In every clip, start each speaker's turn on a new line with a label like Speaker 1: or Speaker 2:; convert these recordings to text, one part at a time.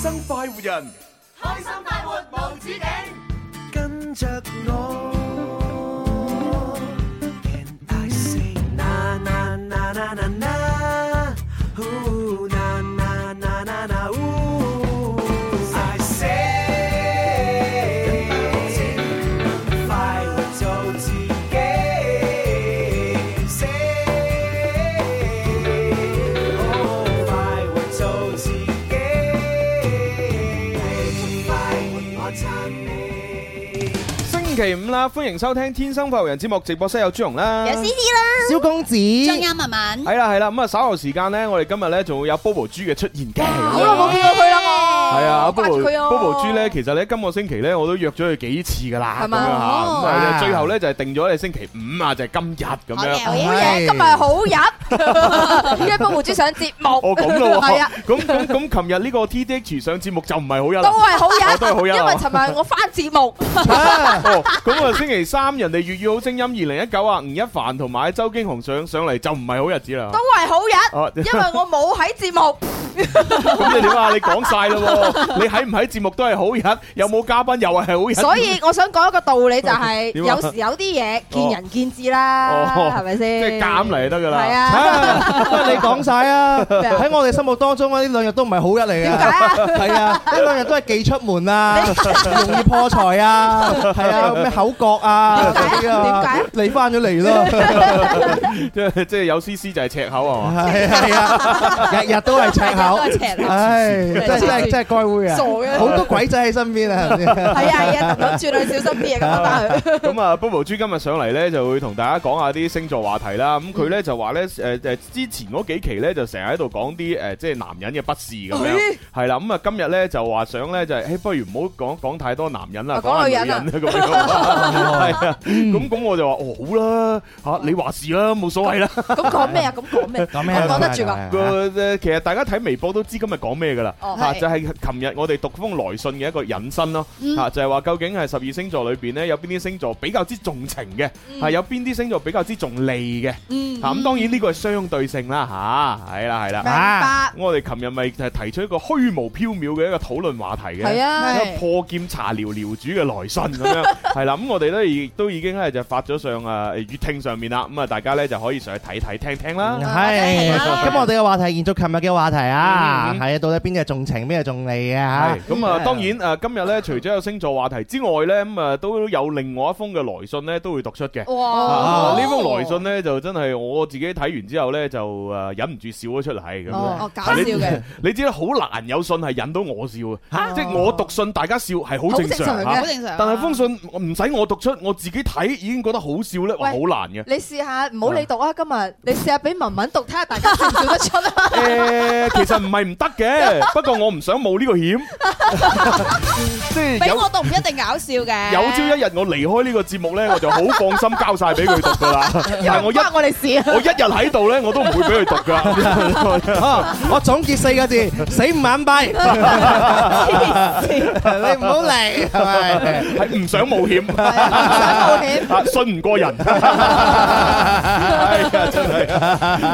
Speaker 1: 生快活人，
Speaker 2: 開心快活無止境，
Speaker 3: 跟着我。Can I say na na na na na na? Ooh, na na na na na, ooh. I say，快活做自己，say，哦快活做自己，快活我撐你。
Speaker 4: 星期五啦，歡迎收聽《天生快活人》節目，直播室有朱容啦，
Speaker 2: 有 C C 啦，
Speaker 5: 小公子，
Speaker 2: 張欣文文，
Speaker 4: 係啦係啦，咁啊稍後時間呢，我哋今日呢仲會有 Bobo 豬嘅出現嘅。
Speaker 6: 好耐冇見過佢啦我，
Speaker 4: 係啊
Speaker 6: 掛住
Speaker 4: ，Bobo
Speaker 6: 佢啊
Speaker 4: Bobo 豬咧，其實咧今個星期咧我都約咗佢幾次噶啦，
Speaker 6: 係
Speaker 4: 咁樣
Speaker 6: 嘛
Speaker 4: 嚇，咁
Speaker 6: 哦
Speaker 4: 啊最後咧就係定咗你星期五啊，就係今日咁
Speaker 2: 好嘅
Speaker 4: 樣。
Speaker 2: 好嘅
Speaker 6: 好嘢，今日好日，因為幫胡豬上節目，
Speaker 4: 哦咁咯
Speaker 6: 係
Speaker 4: 喎
Speaker 6: 啊，，
Speaker 4: 咁咁咁，琴日呢個 T D H 上節目就唔係好一
Speaker 6: 都
Speaker 4: 啦。
Speaker 6: 係好
Speaker 4: 哦都係好日
Speaker 6: 日，
Speaker 4: 啊
Speaker 6: 因為尋日我翻節目，
Speaker 4: 哦，咁啊星期三人哋粵語好聲音二零一九啊，吳一凡同埋周經雄上上嚟就唔係好日子啦
Speaker 6: 都。係好日，
Speaker 4: 哦，
Speaker 6: 因為我冇喺節目，
Speaker 4: 咁你點啊？你講晒 啦喎，你喺唔喺節目都係好日，有冇嘉賓又係好日。
Speaker 6: 所以我想講一個道理就係，
Speaker 4: 點啊
Speaker 6: 有時有啲嘢見仁見智啦，
Speaker 4: 哦
Speaker 6: 係咪
Speaker 4: 即
Speaker 6: 先？
Speaker 4: 係減嚟就得噶啦。
Speaker 6: 係啊，
Speaker 5: 喂你講晒啊！
Speaker 6: 咩啊
Speaker 5: 喺我哋心目當中呢兩日都唔係好日嚟嘅。
Speaker 6: 點解啊
Speaker 5: 係啊，呢兩日都係忌出門啊，容易破財啊，係啊，咩口角啊，
Speaker 6: 點
Speaker 5: 嗰
Speaker 6: 解
Speaker 5: 啲
Speaker 6: 啊
Speaker 5: 啊，你翻咗嚟咯，
Speaker 4: 即係即係有 C C 就係赤口係嘛？
Speaker 5: 係係啊，日日都係赤口
Speaker 2: 日日都係赤，口
Speaker 5: 唉，真係真係真係該會啊
Speaker 6: 傻，嘅
Speaker 5: 好多鬼仔喺身邊啊，係咪先
Speaker 6: 係啊係啊，特登轉去小心啲啊，咁樣翻去。
Speaker 4: 咁啊，Bobo 豬今日上嚟咧，就會同大家講下啲星座話題啦。咁佢咧就話咧，誒誒，之前嗰幾期咧就成日喺度講啲誒，即係男人嘅不是咁樣
Speaker 6: 咦，
Speaker 4: 係啦。咁啊，今日咧就話想咧就係，誒，不如唔好講講太多男人啦，
Speaker 6: 啊
Speaker 4: 講
Speaker 6: 講
Speaker 4: 下
Speaker 6: 女
Speaker 4: 女
Speaker 6: 人
Speaker 4: 人
Speaker 6: 啊
Speaker 4: 啦咁樣。係啊，咁咁我就話哦好啦，嚇你話事啦，冇所謂啦。
Speaker 6: 咁講咩啊？咁講咩？
Speaker 5: 講咩啊
Speaker 6: 我講得住㗎。
Speaker 4: 個誒，其實大家睇微博都知今日講咩噶啦，
Speaker 6: 哦
Speaker 4: 嚇
Speaker 6: 係嗯
Speaker 4: 就係琴日我哋讀封來信嘅一個引申咯，嚇就係話究竟係十二星座裏邊咧有邊啲星座比較之重情嘅，係有邊啲星座比較之重利嘅，
Speaker 6: 嗯，
Speaker 4: 嚇咁當然呢個係相對性啦嚇，係啦係啦，
Speaker 6: 明
Speaker 4: 我哋琴日咪就係提出一個虛無縹緲嘅一個討論話題嘅，
Speaker 6: 白。係啊，
Speaker 4: 一個破劍茶聊聊主嘅來信咁 樣，係啦，咁我哋咧亦都已經咧就發咗上誒月聽上面啦，咁啊大家咧就可以上去睇睇聽聽啦。
Speaker 5: 係，咁我哋嘅話題延續琴日嘅話題啊，
Speaker 4: 嗯
Speaker 5: 係啊，到底邊啲係重情，邊啲係重利啊？
Speaker 4: 係咁啊，當然誒，今日咧除咗有星座話題之外咧，咁啊都有另外一封嘅來信咧，都會讀出嘅。
Speaker 6: 哇
Speaker 4: 啊！呢封來信咧就真係我自己睇完之後咧就誒忍唔住笑咗出嚟咁樣。
Speaker 6: 哦，搞笑嘅，
Speaker 4: 你知啦，好難有信係引到我笑嘅，即係我讀信大家笑係好正常
Speaker 6: 好
Speaker 4: 嚇
Speaker 2: 好。正常。
Speaker 4: 但係封信我唔使我讀出，我自己睇已經覺得好笑咧，哇！好難嘅。
Speaker 6: 你試下唔好你讀啊，今日你試下俾文文讀，睇下大家笑唔笑得 出啊？
Speaker 4: 誒，其實唔係唔得嘅，不過我唔想冒呢個險，即係
Speaker 2: 俾
Speaker 4: 有。
Speaker 2: 我讀唔一定搞笑嘅，
Speaker 4: 有朝一日我離開呢個節目呢，我就好放心交晒俾佢讀噶啦。但係我一
Speaker 6: 關我哋 事啊！
Speaker 4: 我一日喺度呢，我都唔會俾佢讀噶。
Speaker 5: 啊！我總結四個 字：死唔眼閉。你唔好嚟，係咪？
Speaker 4: 係唔想冒險，
Speaker 6: 想冒險
Speaker 4: 啊信唔過人，哎呀真係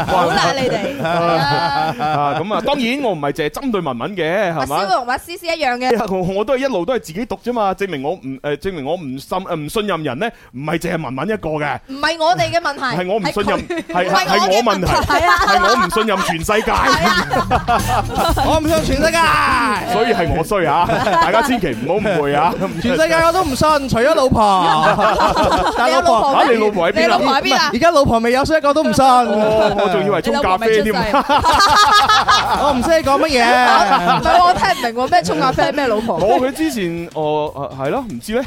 Speaker 2: 好啦，你哋係啊
Speaker 4: 啊咁啊！當然我唔係淨係針對文文嘅，係
Speaker 6: 蕭
Speaker 4: 嘛？
Speaker 6: 同埋思思一樣嘅，
Speaker 4: 我我都係一路都係自己讀啫嘛，證明我唔誒，證明我唔信誒唔信任人呢，唔係淨係文文一個嘅。
Speaker 6: 唔係我哋嘅問 題，
Speaker 4: 係我唔信任，係
Speaker 6: 係佢唔
Speaker 4: 係係
Speaker 6: 嘅
Speaker 4: 我問題，
Speaker 6: 係啊，
Speaker 4: 係我唔信任全世界。
Speaker 5: 我唔信全世界，
Speaker 4: 所以係我 衰啊！大家千祈唔好誤會啊！
Speaker 5: 全世界我都唔信，除咗老 婆。但
Speaker 6: 你有老婆
Speaker 4: 嚇
Speaker 6: 咩
Speaker 4: 你老婆喺
Speaker 6: 你
Speaker 4: 邊
Speaker 6: 老婆
Speaker 4: 啊？
Speaker 6: 喺邊啊？
Speaker 5: 而家老婆未有，所以一個都唔信。
Speaker 4: 哦，我仲以為
Speaker 6: 你
Speaker 4: 沖
Speaker 6: 老
Speaker 4: 咖
Speaker 6: 婆
Speaker 4: 啡
Speaker 6: 未出
Speaker 4: 添
Speaker 6: 世，
Speaker 4: 啊。
Speaker 5: 我唔知你講乜 嘢。
Speaker 6: 唔係我聽唔明喎，咩沖咖啡咩老婆？
Speaker 4: 我佢之前哦係咯，唔知咧。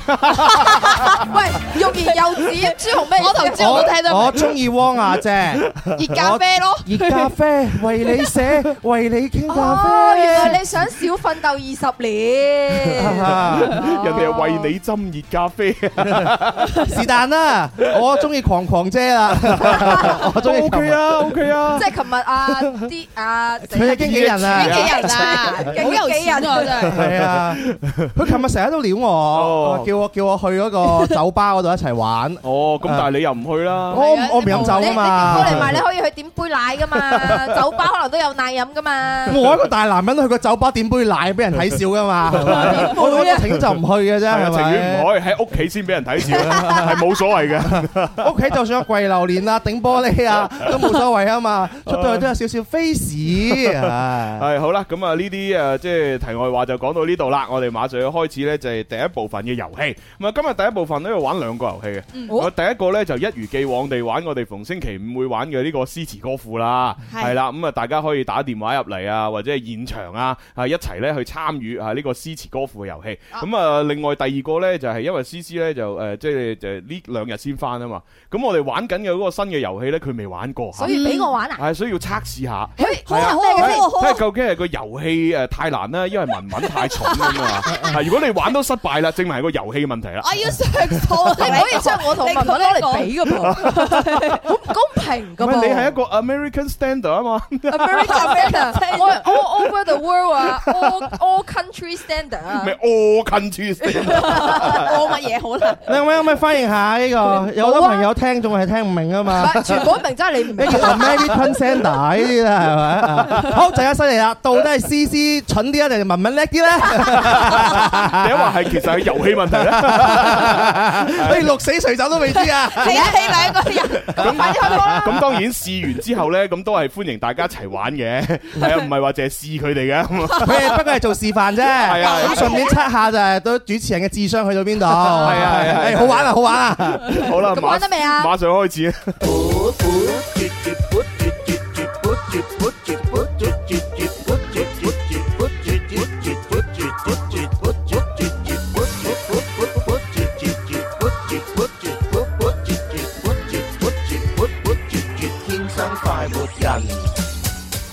Speaker 6: 喂，育兒幼稚，朱紅咩意思？
Speaker 2: 我頭先我都聽得明
Speaker 5: 我中意汪亞 姐，
Speaker 2: 熱咖啡咯，
Speaker 5: 熱咖啡為你寫，為你傾
Speaker 6: 哦，
Speaker 5: 咖
Speaker 6: 原
Speaker 5: 啡。
Speaker 6: 來你想少奮鬥 二十年。
Speaker 4: 人哋係為你斟熱咖啡，
Speaker 5: 是但啦，我中意狂狂姐啦， 我中意
Speaker 4: OK 啊 OK 啊
Speaker 6: 即。係琴日啊啲啊，死
Speaker 5: 佢
Speaker 6: 啦
Speaker 5: 嘅經紀人啊，
Speaker 2: 經紀人啊，好有錢啊，真係。
Speaker 5: 係啊，佢琴日成日都撩
Speaker 4: 哦
Speaker 5: 我，叫我叫我去嗰 個酒吧嗰度一齊玩。
Speaker 4: 哦，咁但係你又唔去啦。
Speaker 5: 我唔我唔飲
Speaker 6: 你
Speaker 5: 酒
Speaker 6: 你
Speaker 5: 噶
Speaker 6: 過嚟
Speaker 5: 嘛，
Speaker 6: 埋，你可以去點杯奶噶嘛，酒吧可能都有奶飲噶嘛。
Speaker 5: 我一個大男人去個酒吧花點杯奶俾人睇笑 噶嘛，係咪我我情願就唔去嘅啫，
Speaker 4: 啊係啊
Speaker 5: 係
Speaker 4: 情願
Speaker 5: 咪
Speaker 4: 唔？可以喺屋企先俾人睇住 啦，係冇所謂嘅。
Speaker 5: 屋企就算有跪榴蓮啊、頂玻璃啊，都冇所謂 啊嘛。
Speaker 4: 哦
Speaker 5: 出到去都有少少 face，唉
Speaker 4: 係好啦，咁啊呢啲誒即係題外話就講到呢度啦。我哋馬上要開始呢，就係第一部分嘅遊戲。咁啊今日第一部分呢，要玩兩個遊戲嘅。我第一個呢，就一如既往地玩我哋逢星期五會玩嘅呢個詩詞歌賦啦，
Speaker 2: 係
Speaker 4: 係啦，咁啊大家可以打電話入嚟啊，或者係現場啊，啊一齊呢去參與啊呢個詩詞歌賦嘅遊戲。咁啊另外第二個呢，就係因為詩詩呢，就誒即係就呢兩日先翻啊嘛，咁我哋玩緊嘅嗰個新嘅遊戲呢，佢未玩過嚇
Speaker 6: 所，以俾我玩啊！
Speaker 4: 係所以要測試下。
Speaker 2: 好
Speaker 4: à?
Speaker 2: 啊好啊好啊好
Speaker 4: 睇下
Speaker 2: 啊
Speaker 4: 究竟係個遊戲誒太難啦，因為文文太重咁 啊！啊，如果你玩都失敗啦，證明係個遊戲問題啦。
Speaker 2: 我要上訴，
Speaker 6: 你唔可以將我同文文攞嚟比
Speaker 2: 噶噃，
Speaker 6: 好唔公平噶
Speaker 4: 唔
Speaker 2: 啊
Speaker 6: 噃。
Speaker 4: 係你係一個 American standard 啊嘛，
Speaker 6: America standard，我係 all over the world 啊，all all country standard 啊
Speaker 4: 咪。all country standard
Speaker 2: 我乜嘢好啦？
Speaker 5: 你可唔可以可唔可以翻譯下
Speaker 4: 啊
Speaker 5: 呢個？有好多朋友聽仲係聽唔明 啊
Speaker 6: 唔
Speaker 5: 嘛。
Speaker 6: 係全部都明真係你唔
Speaker 5: 一
Speaker 6: 明
Speaker 5: 叫。American Center 呢啲啦，係咪啊？好，大家犀利啦！到底係 C C 蠢啲啊，定係文文叻啲咧？
Speaker 4: 你話係其實係遊戲問題咧。
Speaker 5: 你哎六死誰走都未知啊！
Speaker 2: 你你兩個人
Speaker 4: 咁咁當然試完之後咧，咁都係歡迎大家一齊玩嘅，係啊，唔係話淨係試佢哋嘅。
Speaker 5: 佢哋不過係做示範啫，
Speaker 4: 係啊
Speaker 5: 咁順便測下就係對主持人嘅智商去到邊度。係
Speaker 4: 啊係啊係啊
Speaker 5: 好玩啊，好玩啊！
Speaker 4: 好啦，
Speaker 2: 咁玩
Speaker 4: 馬
Speaker 2: 得未啊？
Speaker 4: 馬上開始。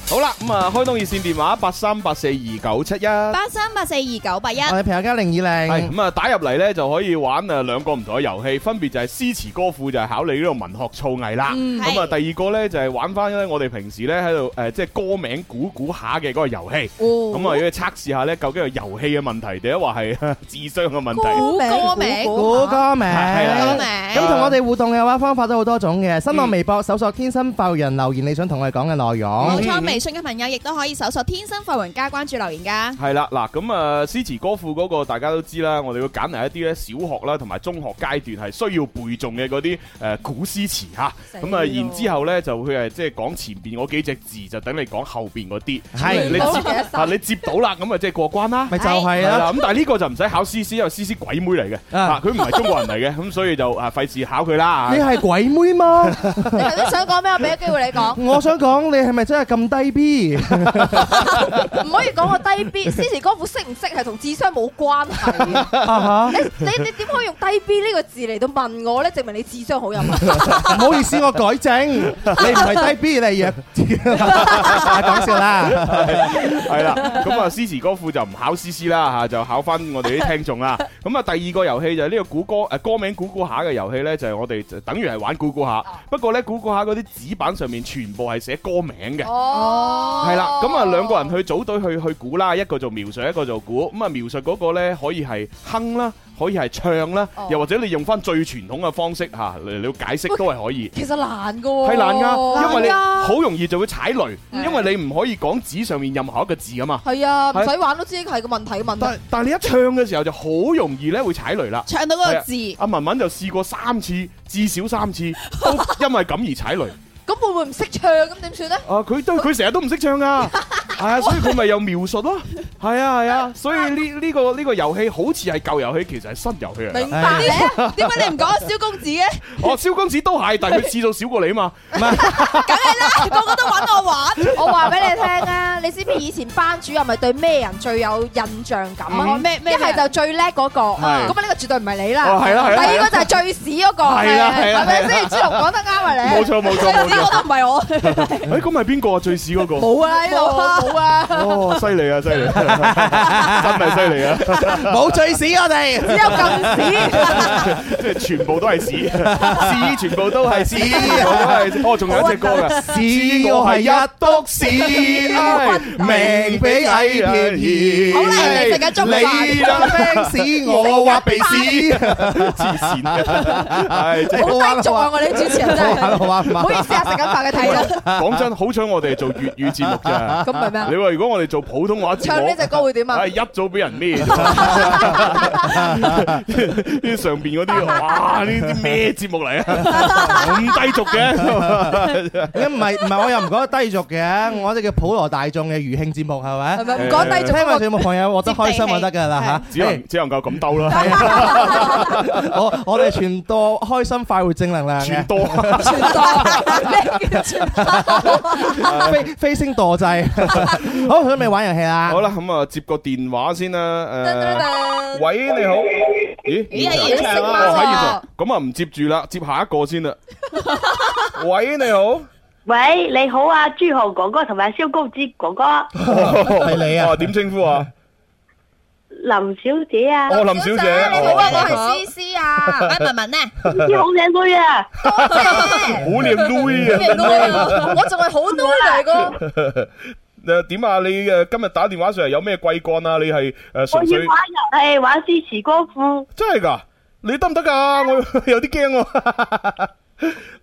Speaker 4: 好啦，咁啊，開通熱線電話八三八四二九七一。
Speaker 2: 八三八四二九八一，
Speaker 5: 我哋朋友加零二
Speaker 4: 系
Speaker 5: 零，
Speaker 4: 咁啊，打入嚟呢就可以玩啊兩個唔同嘅遊戲，分別就係詩詞歌賦，就係考你呢個文學造詣啦。
Speaker 2: 嗯
Speaker 4: 咁啊，
Speaker 2: 係
Speaker 4: 第二個呢就係玩翻呢我哋平時呢喺度呃誒，即係歌名估估下嘅嗰個遊戲。
Speaker 2: 哦
Speaker 4: 咁啊，要測試下呢究竟係遊戲嘅問題，定係話 係智商嘅問題？
Speaker 2: 歌歌名
Speaker 5: 估歌名。
Speaker 4: 係啊
Speaker 2: 歌
Speaker 5: 咁
Speaker 2: 名，
Speaker 5: 同我哋互動嘅話，方法都好多種嘅。新浪微博搜索「天生發育人」留言，你想同我哋講嘅內容
Speaker 4: 嗯
Speaker 2: 冇。錯。微信嘅朋友亦都可以搜索天生快活人家關注留言噶。
Speaker 4: 係啦，嗱咁啊，詩詞歌賦嗰個大家都知啦，我哋會揀嚟一啲呢小學啦同埋中學階段係需要背誦嘅嗰啲誒古詩詞嚇。咁啊，然之後呢，就佢係即係講前邊嗰幾隻字，就等你講後邊嗰啲。
Speaker 5: 係
Speaker 4: 你
Speaker 6: 到
Speaker 4: 接
Speaker 6: 嘅
Speaker 4: 啊，你接到啦，咁啊即係過關啦。
Speaker 5: 咪就係
Speaker 4: 係
Speaker 5: 啦。
Speaker 4: 啦，咁但係呢個就唔使考 C C，因為 C C 鬼妹嚟嘅，
Speaker 5: 啊
Speaker 4: 啊佢唔係中國人嚟嘅， 咁所以就啊費事考佢啦
Speaker 5: 你。係鬼妹嗎？
Speaker 6: 你頭先想講咩？我俾個機會你 講，
Speaker 5: 我想講你係咪真係咁低 B？
Speaker 6: 唔可以講我低 B。詩詞歌賦識唔識係同智商冇關係。
Speaker 5: 啊
Speaker 6: 你你你點可以用低 B 呢個字嚟到問我咧？證明你智商好有 問題。
Speaker 5: 哈！唔好意思，我改正，你唔係低 B，你係弱 智。講笑啦。
Speaker 4: 係啦，咁啊詩詞歌賦就唔考 C C 啦吓，就考翻我哋啲聽眾 啦。咁啊第二個遊戲就係呢個估歌誒歌名估估下嘅遊戲呢，就係我哋就等於係玩估估下，不過呢，估估下嗰啲紙板上面全部係寫歌名嘅。
Speaker 6: 哦
Speaker 4: 係啦，咁啊兩個人去組隊去去估啦，一個做描述，一個做估。咁啊描述嗰個咧可以係哼啦，可以係唱啦，
Speaker 6: 哦
Speaker 4: 又或者你用翻最傳統嘅方式嚇嚟嚟解釋都係可以。
Speaker 6: 其實難噶喎，
Speaker 4: 係難噶，因為你
Speaker 6: 哦難㗎
Speaker 4: 好容易就會踩雷，
Speaker 6: 嗯
Speaker 4: 因為你唔可以講紙上面任何一個字啊嘛。
Speaker 6: 係啊，唔使玩都知係個問題嘅問題。
Speaker 4: 但但你一唱嘅時候就好容易咧會踩雷啦。
Speaker 2: 唱到嗰個字，
Speaker 4: 阿文文啊就試過三次，至少三次都因為咁而踩雷。
Speaker 6: 咁會唔會唔識唱咁點算咧？
Speaker 4: 啊！佢都佢成日都唔識唱 噶，係啊，所以佢咪又描述咯，係啊係啊，所以呢呢個呢個遊戲好似係舊遊戲，其實係新遊戲嚟㗎。
Speaker 6: 明白咧？
Speaker 2: 點解你唔講蕭公子嘅？
Speaker 4: 哦，蕭公子都係，但係佢次數少過你 嘛。
Speaker 2: 梗係啦，個個都揾我玩。
Speaker 6: 我話俾你聽啊，你知唔知以前班主任咪對咩人最有印象感啊？
Speaker 2: 哦咩咩
Speaker 6: 一係就最叻嗰個，咁啊
Speaker 4: 係
Speaker 6: 呢個絕對唔係你啦。
Speaker 4: 哦係啦係啦
Speaker 6: 第二個就係最屎嗰個，
Speaker 4: 係啦係啦
Speaker 6: 係咪先？朱紅講得啱啊你。
Speaker 4: 冇錯 冇錯冇
Speaker 6: 呢
Speaker 4: 錯。
Speaker 6: 個都唔係我，
Speaker 4: 誒，咁係邊個啊？最屎嗰個？
Speaker 6: 冇啊呢度冇啊，
Speaker 4: 哦，犀利啊，犀利，真 係犀利啊！
Speaker 5: 冇最屎我哋。
Speaker 6: 只有咁屎。
Speaker 4: 即係全部都係 屎，屎全部都係屎，全部都係屎。哦，仲有一隻歌㗎。
Speaker 5: 屎我係一篤屎，
Speaker 6: 啊
Speaker 5: 唉命比矮便宜。
Speaker 2: 好啦人哋食緊中飯
Speaker 5: 你啦，fans 屎我挖鼻屎，
Speaker 4: 黐線嘅，係真係
Speaker 6: 好低俗啊！我哋啲主持人真係，
Speaker 5: 好玩唔
Speaker 6: 唔好意
Speaker 5: 玩？
Speaker 6: 思啊，飯食緊飯嘅睇啦，
Speaker 4: 講真，好彩我哋係做粵語節目咋。
Speaker 6: 咁咪咩啊
Speaker 4: 你？話如果我哋做普通話節
Speaker 6: 唱
Speaker 4: 目
Speaker 6: 呢，只歌會點啊
Speaker 4: 唉，？一早俾人咩？ 呢上邊嗰啲，哇！呢啲咩節目嚟啊？咁低俗 嘅，
Speaker 5: 唔係唔係，我又唔覺得低俗嘅，我哋叫普羅大眾嘅餘興節目係咪？
Speaker 6: 係咪唔講低俗
Speaker 5: 聽我
Speaker 6: 嗰
Speaker 5: 節目朋友獲得開心就得㗎啦
Speaker 4: 只
Speaker 5: 嚇。
Speaker 4: 能只能夠咁兜啦，
Speaker 5: 我我哋傳播開心快活正能量
Speaker 4: 全
Speaker 5: 嘅，
Speaker 4: 多。
Speaker 5: 飛飛升墮 際。好，準備玩遊戲啦。
Speaker 4: 好啦，咁啊，接個電話先啦。誒，
Speaker 6: 個
Speaker 4: 喂，你好。咦？
Speaker 2: 咦係
Speaker 4: 現
Speaker 2: 現
Speaker 4: 場
Speaker 2: 場
Speaker 4: 哦
Speaker 2: 啊
Speaker 4: 喺現場。咁啊，唔接住啦，接下一個先 啦。喂，你好。
Speaker 1: 喂，你好啊，朱浩哥哥同埋萧高志哥哥，
Speaker 4: 係
Speaker 5: 你啊
Speaker 4: 點稱呼啊？
Speaker 1: 林小姐啊，
Speaker 4: 哦，林小姐。
Speaker 2: 你好
Speaker 4: 哦
Speaker 2: 啊，我係思思啊，喂文文呢？
Speaker 1: 啲好靚女啊，
Speaker 4: 好靚女啊！
Speaker 6: 我仲係好 n 嚟個，
Speaker 4: 誒點啊？你誒今日打電話上嚟有咩貴幹啊？你係誒
Speaker 1: 我
Speaker 4: 純
Speaker 1: 要
Speaker 4: 粹
Speaker 1: 玩遊戲玩詩詞歌賦，
Speaker 4: 真係㗎？你得唔得㗎？我 有啲驚喎。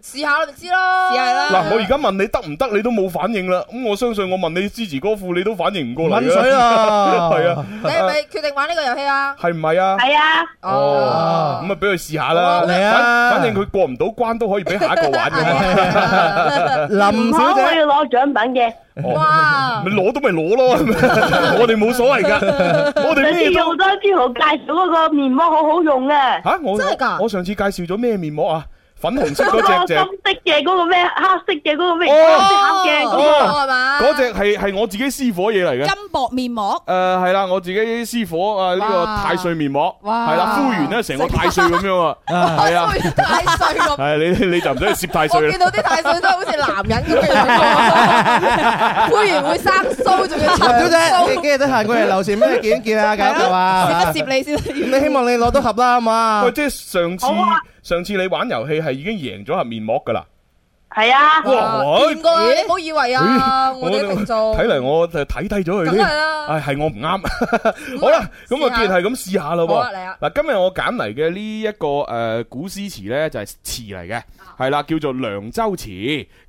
Speaker 6: 試下咪知咯，
Speaker 2: 試下啦
Speaker 4: 嗱，我而家問你得唔得，你都冇反應啦。咁我相信我問你支持歌庫，你都反應唔過嚟
Speaker 5: 揾水
Speaker 4: 啦。
Speaker 5: 啦，
Speaker 4: 係啊，
Speaker 6: 你係咪決定玩呢個遊戲啊？
Speaker 4: 係唔係啊？
Speaker 1: 係啊，
Speaker 4: 哦，咁啊，俾佢試下啦。
Speaker 5: 嚟啊
Speaker 4: 反反正佢過唔到關都可以俾下一個玩㗎 嘛。
Speaker 6: 哦
Speaker 5: 林
Speaker 1: 唔
Speaker 5: 小
Speaker 1: 好我
Speaker 5: 姐，
Speaker 1: 要攞獎品嘅，
Speaker 4: 哦
Speaker 6: 哇！
Speaker 4: 咪攞都咪攞咯， 係咪我哋冇所謂㗎。我哋咩
Speaker 1: 上次
Speaker 4: 都
Speaker 1: 用咗朱浩介紹嗰個面膜好好用啊，
Speaker 4: 嚇我
Speaker 6: 真係㗎
Speaker 4: 我上次介紹咗咩面膜啊？粉紅色
Speaker 1: 嗰
Speaker 4: 嗰
Speaker 1: 個
Speaker 4: 隻隻。
Speaker 1: 深色嘅，嗰個咩黑色嘅，嗰個咩
Speaker 4: 哦
Speaker 1: 黑嘅，嗰個
Speaker 6: 係嘛？
Speaker 4: 嗰隻係係我自己私伙嘢嚟嘅。
Speaker 2: 金箔面膜，
Speaker 4: 誒呃係啦，我自己私伙啊呢個
Speaker 6: 哇
Speaker 4: 太歲面膜，
Speaker 6: 哇
Speaker 4: 係啦敷完咧成個太歲咁樣 啊，係啊，
Speaker 6: 太歲咁。
Speaker 4: 係你你就唔使去 攝太
Speaker 6: 我
Speaker 4: 歲啦
Speaker 6: 見。到啲大水都係好似男人咁 嘅，灰完會生須，仲要
Speaker 5: 林小
Speaker 6: 長
Speaker 5: 姐，你
Speaker 6: 須。
Speaker 5: 幾日得閒過嚟留前咩見一見啊？搞搞啊
Speaker 2: 攝！一攝你先。
Speaker 5: 咁你希望你攞到盒啦，好嘛
Speaker 4: 喂，？即係上次
Speaker 1: 好啊
Speaker 4: 上次你玩遊戲係已經贏咗盒面膜㗎啦。
Speaker 1: 係啊，
Speaker 4: 哇！
Speaker 6: 見過啊！你唔好以為啊，
Speaker 4: 咦
Speaker 6: 我哋聽眾
Speaker 4: 睇嚟我就睇低咗佢
Speaker 6: 梗
Speaker 4: 添。
Speaker 6: 係啦
Speaker 4: 唉，係我 唔啱。好啦，咁
Speaker 6: 試
Speaker 4: 啊，
Speaker 6: 下
Speaker 4: 既然係咁試下咯
Speaker 6: 好啊
Speaker 4: 喎。
Speaker 6: 嚟啊！
Speaker 4: 嗱，今日我揀嚟嘅呢一個誒古詩詞呢，就係詞嚟嘅，
Speaker 6: 啊
Speaker 4: 係啦，叫做《涼州詞》。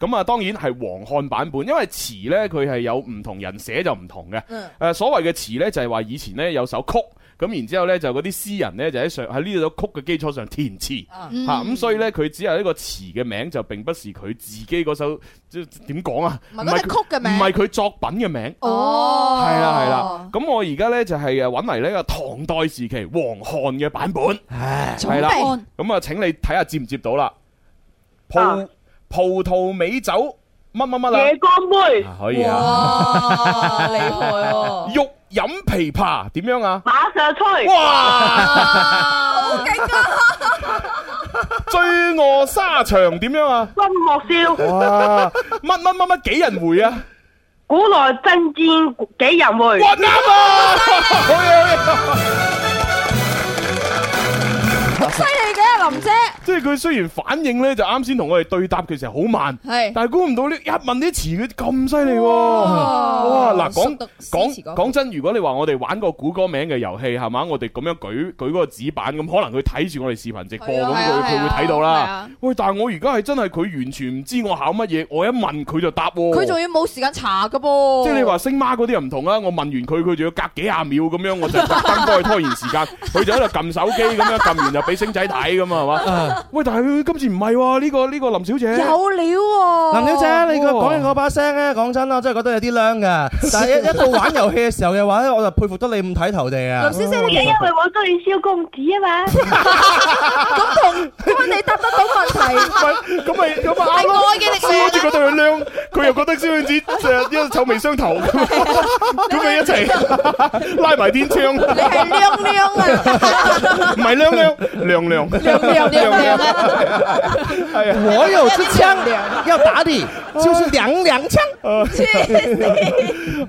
Speaker 4: 咁啊，當然係黃漢版本，因為詞呢，佢係有唔同人寫就唔同嘅。誒、
Speaker 6: 嗯
Speaker 4: 所謂嘅詞呢，就係話以前呢有首曲，咁然之後呢，就嗰啲詩人呢，就喺上喺呢首曲嘅基礎上填詞。
Speaker 2: 嗯
Speaker 4: 吓咁，所以咧佢只係一個詞嘅名，就並不是佢自己嗰首即係點講啊？
Speaker 6: 唔係嗰
Speaker 4: 佢
Speaker 6: 隻曲嘅名
Speaker 4: 唔係佢作品嘅名。
Speaker 6: 哦，
Speaker 4: 係啦係啦，咁我而家咧就係誒揾嚟呢個唐代時期黃漢嘅版本，係啦，
Speaker 2: 備
Speaker 4: 咁啊請你睇下接唔接到啦。葡
Speaker 1: 啊
Speaker 4: 葡萄美酒乜乜乜
Speaker 1: 夜
Speaker 4: 啦
Speaker 1: 光杯，
Speaker 4: 啊，可以 啊。
Speaker 6: 哇，哦厲害喎！
Speaker 4: 欲飲琵琶點樣啊？
Speaker 1: 馬上吹，
Speaker 4: 哇！
Speaker 6: 好勁啊！
Speaker 4: 醉卧沙場點樣啊？
Speaker 1: 君莫笑，
Speaker 4: 哇！乜乜乜乜幾人回啊？
Speaker 1: 古來征戰幾人回，
Speaker 4: 哇啱啊！ 好嘢好嘢！
Speaker 6: 犀利嘅林姐，
Speaker 4: 即係佢雖然反應咧就啱先同我哋對答嘅時候好慢，
Speaker 2: 係
Speaker 4: 但係估唔到呢一問啲詞佢咁犀利喎！哇！哦嗱，
Speaker 2: 哦熟
Speaker 4: 講
Speaker 2: 讀詩
Speaker 4: 講
Speaker 2: 詞嗰個
Speaker 4: 講真，如果你話我哋玩個估歌名嘅遊戲係嘛，我哋咁樣舉舉嗰個紙板咁，可能佢睇住我哋視頻直播咁，
Speaker 6: 係啊
Speaker 4: 佢
Speaker 2: 係
Speaker 4: 佢
Speaker 2: 啊
Speaker 4: 會睇到
Speaker 2: 係
Speaker 4: 啦
Speaker 2: 啊。
Speaker 4: 喂，但係我而家係真係佢完全唔知我考乜嘢，我一問佢就答喎。
Speaker 6: 佢仲要冇時間查噶噃。
Speaker 4: 即係你話星媽嗰啲又唔同啦，我問完佢，佢仲要隔幾廿秒咁樣，我就特登幫佢拖延時 間，佢就喺度撳手機咁樣，撳完就俾星仔睇咁啊，係嘛？喂，但係佢今次唔係喎，呢個呢個林小姐，
Speaker 6: 有料
Speaker 2: à.
Speaker 6: 喎，
Speaker 5: 林小姐，你個講完嗰把聲咧，講真啦，真係覺得有啲 靚㗎。但係一一到玩遊戲嘅時候嘅話咧，我就佩服得你五體投地啊！
Speaker 6: 林小姐，你
Speaker 1: 因為我中意萧公子啊嘛。
Speaker 6: 咁同咁你答得到問題，
Speaker 4: 喂，咁咪咁咪啱
Speaker 2: 係
Speaker 4: 咯。
Speaker 2: 愛嘅力
Speaker 4: 好
Speaker 2: 量
Speaker 4: 似覺得佢靚，佢又覺得蕭燕子就一臭味相投，咁咪一齊拉埋天窗，
Speaker 6: 你係靚靚啊！
Speaker 4: 唔係靚靚亮亮
Speaker 6: 亮亮亮亮
Speaker 4: 係啊！
Speaker 5: 我有支槍要打你，就是兩兩槍。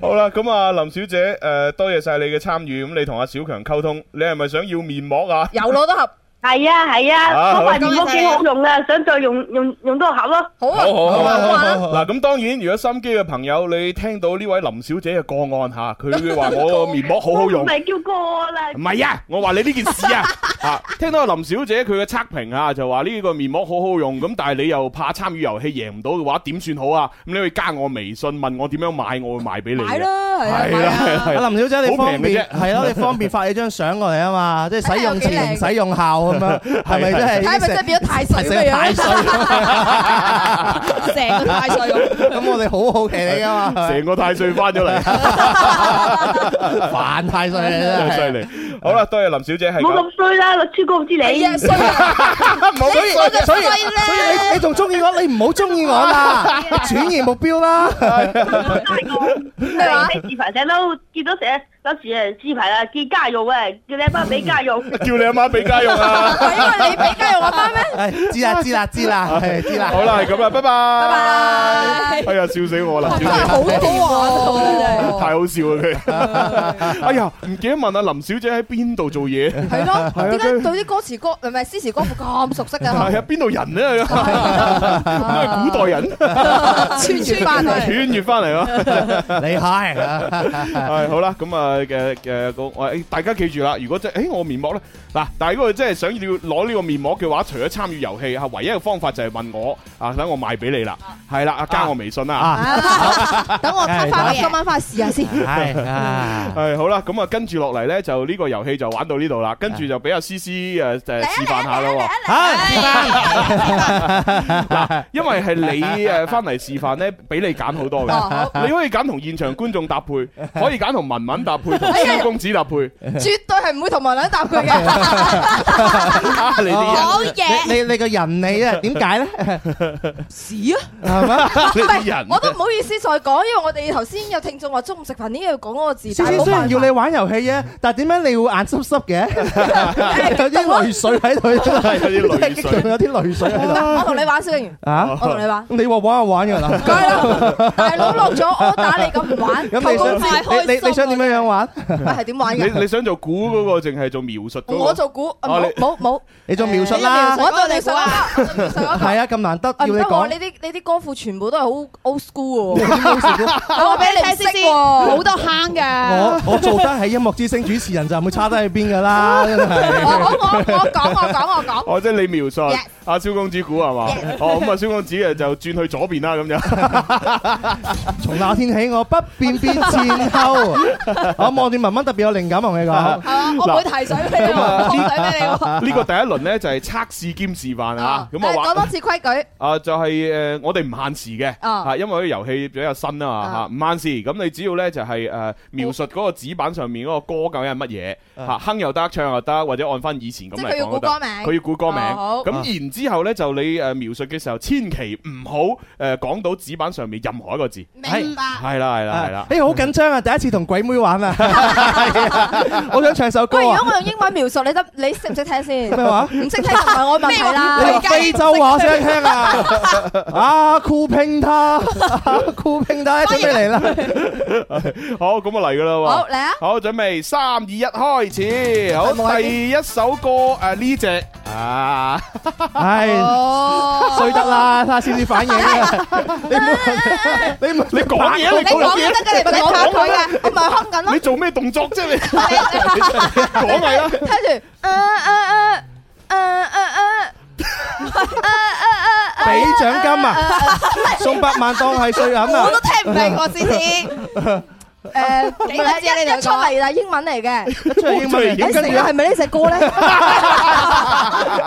Speaker 4: 好啦，咁啊，林小姐，誒，多謝晒你嘅參與，咁你同阿小強溝通，你係咪想要面膜啊？
Speaker 6: 有攞得合，
Speaker 1: 係啊係
Speaker 4: 啊
Speaker 1: 啊，嗰
Speaker 4: 好
Speaker 1: 塊面膜幾好用啊，想再用用用多個盒咯。
Speaker 6: 好啊，
Speaker 4: 好好好
Speaker 6: 玩啊玩啊！
Speaker 4: 嗱，咁當然，如果心機嘅朋友，你聽到呢位林小姐嘅個案嚇，佢話我個面膜好好
Speaker 1: 我
Speaker 4: 用
Speaker 1: 唔，係叫過啦，
Speaker 4: 唔係啊，我話你呢件事啊，啊，聽到林小姐佢嘅測評啊，就話呢個面膜好好用，咁但係你又怕參與遊戲贏唔到嘅話點算好啊？咁你可以加我微信問我點樣買，我會賣俾你嘅。
Speaker 6: 買啦，係啊，
Speaker 4: 係
Speaker 6: 買
Speaker 4: 啦，係
Speaker 6: 啊。
Speaker 4: 啦係
Speaker 5: 阿
Speaker 4: 啦。
Speaker 5: 林小姐，你
Speaker 4: 好
Speaker 5: 方
Speaker 4: 平 嘅
Speaker 5: 便
Speaker 4: 啫
Speaker 5: 係咯，你方便發你張相過嚟啊 嘛，即係使用
Speaker 6: 睇下
Speaker 5: 前、
Speaker 6: 有幾靚
Speaker 5: 使用後咁樣，係咪真係？
Speaker 6: 睇下係咪真係變咗太細咁嘅
Speaker 5: 太
Speaker 6: 樣？
Speaker 5: 衰，
Speaker 2: 成個太歲肉。
Speaker 5: 咁我哋好好奇 你噶嘛，
Speaker 4: 成個太歲翻咗嚟，
Speaker 5: 煩太衰你
Speaker 4: 真
Speaker 5: 真
Speaker 4: 係
Speaker 5: 係。
Speaker 4: 犀利。好啦，多謝林小姐係
Speaker 1: 冇
Speaker 4: 咁。
Speaker 1: 咁衰啦，我超高知你。
Speaker 6: 係啊，衰啊！
Speaker 5: 所以
Speaker 6: 你講得
Speaker 5: 所以
Speaker 6: 衰咧
Speaker 5: 所以你你仲中意我，你唔好中意我 啦，你轉移目標啦。
Speaker 6: 咩話？
Speaker 1: 你自排成日都見到成日有時誒自排啊，見家用啊，叫你阿媽俾家用。
Speaker 4: 叫你阿媽俾家用 啊！
Speaker 6: 係因為你俾雞肉我媽咩？
Speaker 5: 係知啦知啦知啦，係知啦。
Speaker 4: 好啦，係咁啦，拜拜。
Speaker 6: 拜拜
Speaker 4: 哎呀，笑死我啦！林小姐
Speaker 6: 好啊好玩喎，
Speaker 4: 太好笑啦佢。哎呀，唔記得問阿林小姐喺邊度做嘢？係
Speaker 6: 係咯，
Speaker 4: 啊
Speaker 6: 點解對啲歌詞歌唔係唔係詩詞歌賦咁熟悉嘅？
Speaker 4: 啊，邊度人咧？咁係古代人
Speaker 6: 穿住翻嚟，
Speaker 4: 穿越翻嚟咯。
Speaker 5: 厲害啊！
Speaker 4: 係好啦，咁啊嘅嘅個我誒大家記住啦，如果即係誒我面膜咧嗱，但係如果真係想要攞呢個面膜嘅話，除咗參與遊戲啊，唯一嘅方法就係問我啊，等我賣俾你啦，係啦，啊加我微信
Speaker 2: À.
Speaker 4: 啦。
Speaker 5: 啊，
Speaker 6: 等我攤翻今晚翻去試下先。
Speaker 5: 係啊，
Speaker 4: 係好啦，咁啊跟住落嚟咧就呢個遊戲就玩到呢度啦，跟住就俾阿思思誒誒示範下咯喎。因為係你誒翻嚟示範咧，俾你揀好多
Speaker 6: 哦
Speaker 4: 嘅，你可以揀同現場觀眾搭配，可以揀同文文搭配，同蕭公子搭配。
Speaker 6: 絕對係唔會同文兩答佢嘅，
Speaker 4: 啊 你啲人，
Speaker 2: 好嘢，
Speaker 5: 你你你個人你咧點解咧？
Speaker 6: 屎啊！
Speaker 5: 係咪？
Speaker 4: 你
Speaker 6: 唔
Speaker 4: 啲
Speaker 6: 係
Speaker 4: 人，
Speaker 6: 我都唔好意思再講，因為我哋頭先有聽眾話中午食飯，呢要講嗰個字，
Speaker 5: 思
Speaker 6: 但係
Speaker 5: 思
Speaker 6: 冇
Speaker 5: 雖
Speaker 6: 辦
Speaker 5: 然要
Speaker 6: 法
Speaker 5: 你。玩遊戲啫，但係點解你會眼濕濕 嘅？有啲淚水喺度，
Speaker 4: 係有啲淚水
Speaker 5: 激動有啲淚水喺度
Speaker 6: 嗱我同你玩蕭敬元，
Speaker 5: 啊！
Speaker 6: 我同你玩。
Speaker 5: 你話玩就玩㗎啦。
Speaker 6: 梗係啦，大佬落咗我打你咁唔玩，
Speaker 5: 咁你
Speaker 6: 扣工資
Speaker 5: 想你你你想點樣樣玩？
Speaker 6: 喂係點玩
Speaker 4: 你
Speaker 6: 嘅？
Speaker 4: 你想做估嗰個，定係做描述嗰個？
Speaker 6: 哎我做估，啊
Speaker 4: 哦
Speaker 6: 冇冇冇，
Speaker 5: 你做描述
Speaker 2: 你
Speaker 5: 啦
Speaker 2: 做，
Speaker 6: 我做你上啊，我做你上啊
Speaker 5: 係啊，咁難得
Speaker 6: 啊
Speaker 5: 要
Speaker 6: 唔
Speaker 5: 你
Speaker 6: 得喎，
Speaker 5: 講
Speaker 6: 你。啲你啲歌庫全部都係好 old school 喎，
Speaker 2: 我話
Speaker 6: 我
Speaker 2: 俾
Speaker 6: 俾
Speaker 2: 你
Speaker 6: 你
Speaker 2: 聽
Speaker 6: 唔
Speaker 2: 先
Speaker 6: 識
Speaker 2: 先，
Speaker 6: 喎
Speaker 2: 好。多坑㗎。
Speaker 5: 我我做得係音樂之星主持人就唔會差得去邊㗎啦，真
Speaker 6: 我
Speaker 5: 係。
Speaker 6: 我我我講我講我講，
Speaker 4: 哦，即係你描述
Speaker 6: Yes
Speaker 4: 阿蕭公子估係嘛？哦，咁啊，蕭公子誒就轉去左邊啦，咁 樣。
Speaker 5: 從那天起，我不變變前後。我望住文文特別有靈感，我同你講。
Speaker 6: 係啊，我唔會提水俾你喎，放水俾你喎。
Speaker 4: 呢個第一輪咧就係測試兼示範啊，咁啊
Speaker 6: 誒講
Speaker 4: 話
Speaker 6: 多次規矩，
Speaker 4: 啊就係誒我哋唔限時嘅
Speaker 6: 啊
Speaker 4: 啊，因為呢個遊戲比較新啊嘛
Speaker 6: 啊
Speaker 4: 嚇，唔限時。咁你只要咧就係誒描述嗰個紙板上面嗰個歌究竟係乜嘢
Speaker 5: 啊
Speaker 4: 嚇，哼又得，唱又得，或者按翻以前咁
Speaker 6: 即
Speaker 4: 嚟
Speaker 6: 係佢要
Speaker 4: 講
Speaker 6: 估
Speaker 4: 都得。
Speaker 6: 歌名，
Speaker 4: 佢要估歌名，
Speaker 6: 哦好
Speaker 4: 咁然之後咧就你誒描述嘅時候，千祈唔好誒講到紙板上面任何一個字。
Speaker 6: 明白。
Speaker 4: 係啦係啦係啦。
Speaker 5: 哎呀，好緊張啊！第一次同鬼妹玩啊，我想唱首歌
Speaker 6: 喂，如
Speaker 5: 啊
Speaker 6: 果。我用英文描述，你得你識唔識聽
Speaker 5: 咩
Speaker 6: 先？
Speaker 5: 話？
Speaker 6: 唔識聽就問我問題
Speaker 5: 你
Speaker 6: 啦
Speaker 5: 話。非洲話聲聽啊！啊，酷拼他，啊酷拼他，準備嚟啦！
Speaker 4: 好，咁啊嚟噶啦喎。
Speaker 6: 好嚟啊！
Speaker 4: 好，準備三二一，開始。好，第一首歌誒呢只啊，
Speaker 5: 唉，
Speaker 6: 哦，
Speaker 5: 衰得啦，睇下先至反應啊！你唔好你唔好
Speaker 4: 你講嘢
Speaker 6: 你
Speaker 4: 你
Speaker 6: 講都得嘅，你咪打佢嘅，我咪哼緊咯
Speaker 4: 你。做咩動作啫？你
Speaker 6: 你
Speaker 4: 講嚟啦。
Speaker 6: 聽住，誒誒誒誒誒誒，
Speaker 5: 俾獎金啊！送百萬當係碎銀啊
Speaker 2: 我！都聽唔明喎，思思。
Speaker 6: 誒唔係一一出嚟啦，英文嚟嘅。
Speaker 5: 出嚟英文嚟
Speaker 6: 你
Speaker 5: 咁
Speaker 6: 成
Speaker 5: 跟住
Speaker 6: 日係咪呢只歌咧？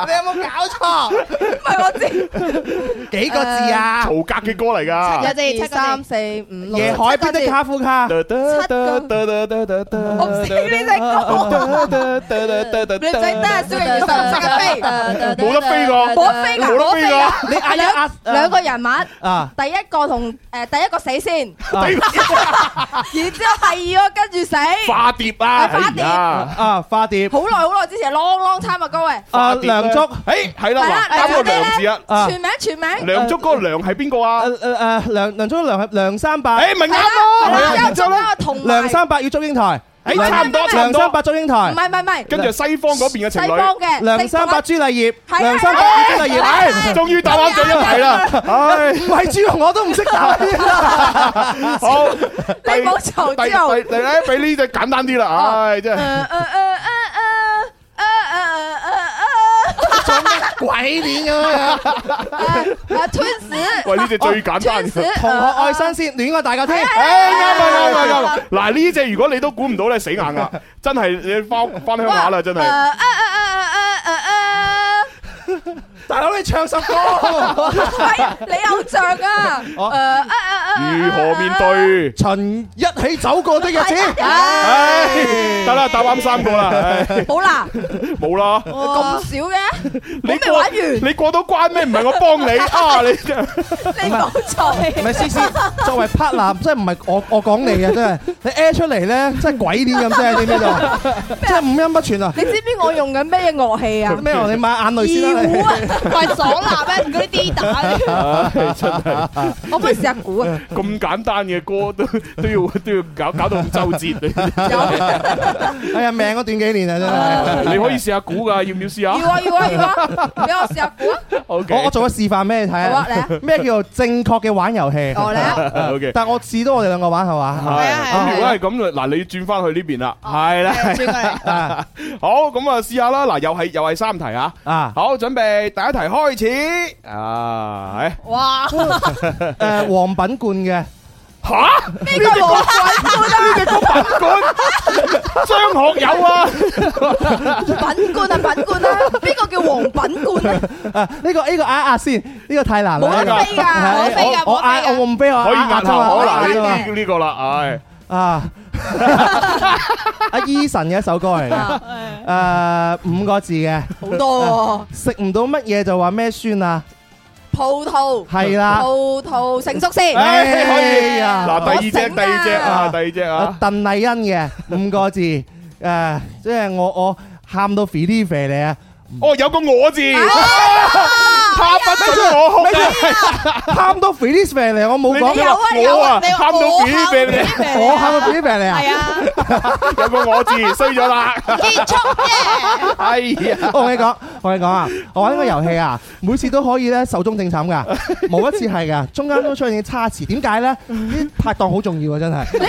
Speaker 5: 你有冇搞錯？
Speaker 6: 唔係我知，
Speaker 5: 幾個字啊
Speaker 4: 曹？格嘅歌嚟㗎。
Speaker 6: 一二三四五六，
Speaker 5: 夜海邊的卡夫卡，
Speaker 6: 我唔識呢只
Speaker 5: Ờ,
Speaker 6: 歌，你仔得小型要上識嘅飛，
Speaker 4: 冇得飛㗎，
Speaker 6: 冇得飛㗎，
Speaker 4: 冇得飛㗎。
Speaker 5: 你嗌一
Speaker 6: 兩
Speaker 5: 嗌
Speaker 6: 兩個人物。
Speaker 5: 啊！
Speaker 6: 第一個同誒第一個死先，
Speaker 5: 啊
Speaker 6: 然之後第二個跟住死，好
Speaker 4: 化蝶啊，
Speaker 6: 係化蝶
Speaker 4: 係啊，
Speaker 5: 啊，花碟
Speaker 6: 耐好耐之前，long long time 啊，各位，
Speaker 5: 啊，
Speaker 4: 花碟
Speaker 5: 梁
Speaker 4: 咧
Speaker 5: 祝
Speaker 4: 誒係
Speaker 6: 係啦
Speaker 4: 啦，嗱，啱個
Speaker 6: 梁祝咧
Speaker 4: 梁字啊，
Speaker 5: 啊，
Speaker 6: 全名全名，
Speaker 4: 梁祝嗰個梁係邊個啊？
Speaker 5: 誒誒誒，梁梁祝梁梁三伯，
Speaker 4: 誒咪啱
Speaker 6: 係啦，
Speaker 4: 咯，
Speaker 6: 然之後咧同埋
Speaker 5: 梁，三伯與祝英台，
Speaker 4: 誒差唔多差唔
Speaker 5: 梁三
Speaker 4: 多，
Speaker 5: 伯祝英
Speaker 6: 唔
Speaker 5: 台，
Speaker 6: 係唔係唔係，
Speaker 4: 跟住西方嗰邊嘅
Speaker 6: 西
Speaker 4: 情侶
Speaker 6: 方。嘅，
Speaker 5: 梁三伯
Speaker 6: 西
Speaker 5: 朱麗葉，
Speaker 6: 係
Speaker 5: 梁三伯與
Speaker 6: 係
Speaker 5: 朱麗
Speaker 6: 係
Speaker 5: 葉，
Speaker 4: 唉，哎終於答啱
Speaker 6: 哎
Speaker 4: 咗一題啦！唉，
Speaker 5: 唔係朱紅我都唔識打
Speaker 4: 哎好，
Speaker 6: 方你唔好嘈
Speaker 4: 第哎
Speaker 6: 之後，哦誒誒誒誒誒誒誒誒誒 Ờ,
Speaker 4: 第第咧俾呢只簡單啲啦，唉，真係
Speaker 6: 誒 ờ.
Speaker 5: 鬼臉咁樣。
Speaker 6: 啊 Twins，
Speaker 4: 喂，呢只最簡單。
Speaker 6: Twins，Ờ,
Speaker 5: 同學愛新鮮，戀愛大家聽。
Speaker 4: 诶，
Speaker 6: 嗯
Speaker 4: 啱啊啱啊啱 啊！嗱呢只如果你都估唔到咧，死硬啊！
Speaker 6: 嗯
Speaker 4: 真係你翻翻鄉下啦，真
Speaker 6: 誒
Speaker 4: 係。
Speaker 6: 啊啊啊啊啊啊！
Speaker 5: 大佬你唱首歌。
Speaker 6: ờ. 喂，你偶像啊！誒
Speaker 5: 哦
Speaker 6: 啊啊啊啊！
Speaker 4: 如何面
Speaker 6: 嗯
Speaker 4: 對？
Speaker 5: 曾一起走過的日 子。
Speaker 4: À. 唉，哎
Speaker 6: 嗯
Speaker 4: 得啦，答啱三個啦，唉
Speaker 6: 好啦，
Speaker 4: 冇啦。
Speaker 6: 咁少嘅，
Speaker 4: 你
Speaker 6: 未
Speaker 4: 過
Speaker 6: 玩完
Speaker 4: 你過到關咩？唔係我幫 你啊！你真係
Speaker 6: 你冇
Speaker 5: 唔
Speaker 6: 錯。
Speaker 5: 係思思，作為 partner 真係唔係我我講你嘅，真係你 air 出嚟咧，真係鬼臉咁啫，知唔 知道？真係五音不 全啊！
Speaker 6: 你知唔知我用緊咩樂器啊？
Speaker 5: 咩話？你抹眼淚先啦
Speaker 6: 二胡
Speaker 5: 你。
Speaker 6: 啊！
Speaker 2: 喂，爽啦咩？嗰啲 D 打，
Speaker 4: 唉哎真係
Speaker 6: 我可以試下估啊！
Speaker 4: 咁簡單嘅歌都都要都要搞搞到咁周 折。
Speaker 6: Dạ.
Speaker 5: 哎呀，命嗰段幾年啊，真係。
Speaker 4: 你可以試下估㗎，要唔要試
Speaker 6: 嗯要
Speaker 4: 下
Speaker 6: 啊要啊要啊！俾我試下估啊！
Speaker 4: ？O
Speaker 5: 我
Speaker 4: K
Speaker 5: 我做個示範俾你睇
Speaker 6: 好
Speaker 5: 啊
Speaker 6: 啊嚟啊！
Speaker 5: 咩叫做正確嘅玩遊戲？
Speaker 6: 我嚟啊！
Speaker 4: O K。
Speaker 5: 但我試到我哋兩個玩係嘛？
Speaker 4: Ờ,
Speaker 2: 係啊係啊
Speaker 4: 咁如果係咁，嗱你轉翻去呢邊啦，係啦，
Speaker 2: 轉過嚟。
Speaker 5: 啊
Speaker 4: 好，咁啊試下啦，嗱又係又係三題啊，
Speaker 5: 啊！
Speaker 4: 好，準備第一題開始，À, 啊，係
Speaker 6: 哇！
Speaker 5: 誒，黃品冠嘅
Speaker 4: 吓
Speaker 6: 呢個羅
Speaker 4: 張學友啊，
Speaker 6: 品冠啊品冠啊！邊個叫黃品冠啊？
Speaker 5: 啊，呢個呢個壓一壓先，呢個太難啦。
Speaker 4: 冇得
Speaker 5: 呢個
Speaker 4: 飛
Speaker 6: 㗎冇得飛
Speaker 5: 係
Speaker 6: 㗎
Speaker 5: 我我壓
Speaker 6: 冇得飛㗎
Speaker 5: 我唔飛我
Speaker 4: 可以壓下
Speaker 5: 啫嘛
Speaker 4: 可
Speaker 6: 可
Speaker 4: 嗱
Speaker 6: 以壓
Speaker 4: 呢
Speaker 6: 嘅
Speaker 4: 呢呢個啦，唉，
Speaker 5: 啊！ 阿 Eason 嘅一首歌嚟嘅，誒五個字嘅，
Speaker 6: 好多
Speaker 5: 食唔到乜嘢就話咩酸啊，
Speaker 6: 喎！葡萄
Speaker 5: 係啦，
Speaker 6: 葡萄成熟先。
Speaker 5: 哎
Speaker 4: 可以，
Speaker 5: 呀
Speaker 6: à.
Speaker 4: 嗱第二隻第
Speaker 6: 我醒啊
Speaker 4: 二隻啊，第二隻啊，
Speaker 5: 鄧麗欣嘅五個字，誒即係我我喊到肥啲 肥你啊，
Speaker 4: 哦有個我字， 他不准我哭啊，
Speaker 5: 喊到肥啲肥你，我冇
Speaker 4: 你
Speaker 5: 講
Speaker 6: 你有啊你有
Speaker 4: 我啊
Speaker 6: 啊，你話
Speaker 4: 喊到
Speaker 6: 我
Speaker 4: 扁
Speaker 6: 喊
Speaker 4: 俾你
Speaker 6: 扁俾你
Speaker 5: 我喊到肥啲肥你啊
Speaker 2: 係，啊，
Speaker 4: 有個我字衰咗啦，
Speaker 2: 結束嘅。
Speaker 4: 哎呀，
Speaker 5: 我同你講，我同你講啊，我玩呢個遊戲啊，每次都可以咧壽終正寢㗎，冇一次係㗎，中間都出現差池，點解咧？啲拍檔好重要啊，真係。
Speaker 6: 你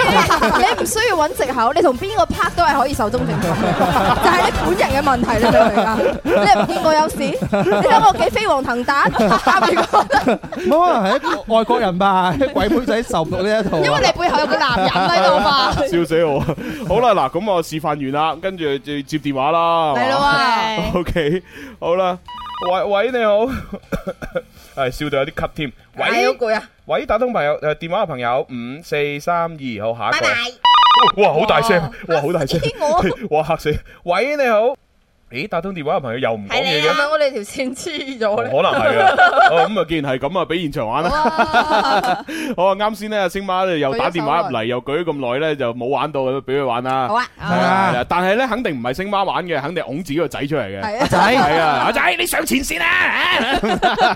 Speaker 6: 你唔需要揾藉口，你同邊個拍都係可以手中 正確，就係你本人嘅問題，你明唔明啊？你唔見我有事？你睇我幾飛黃騰達， 啱住講，
Speaker 5: 冇可能係一個外國人吧？鬼妹仔受唔到呢一套啊。
Speaker 2: 因為你背後有個男人喺度嘛。
Speaker 4: 笑死我，好啦，嗱咁我示範完啦，跟住就接電話啦，係嘛
Speaker 6: 係咯啊！
Speaker 2: 係
Speaker 4: O K，好啦，喂喂，你 好，係笑到有啲咳添。喂
Speaker 6: 攰啊！
Speaker 4: 喂，打通朋友誒電話嘅朋友，五四三二，好下一個。哦哇，好大聲！哇，好大聲！
Speaker 6: 我
Speaker 4: 哇，嚇死！喂，你好，咦，打通電話嘅朋友又唔講嘢嘅，
Speaker 6: 我哋條線黐
Speaker 4: 可
Speaker 6: 咗
Speaker 4: 能係啊。哦，咁啊，既然係咁啊，俾現場玩啦。
Speaker 6: Ờ. 哇！
Speaker 4: 好啊，啱先咧，星媽咧又打電話入嚟，又舉咗咁耐咧，就冇玩到，咁俾佢玩啦
Speaker 2: Ờ.
Speaker 6: 好。啊，
Speaker 4: 係
Speaker 5: 啊
Speaker 4: 啊，係啊但係咧，肯定唔係星媽玩嘅，肯定係拱自己個仔出嚟嘅。
Speaker 6: 係啊，
Speaker 5: 仔，
Speaker 4: 係啊，阿仔你上前線啊，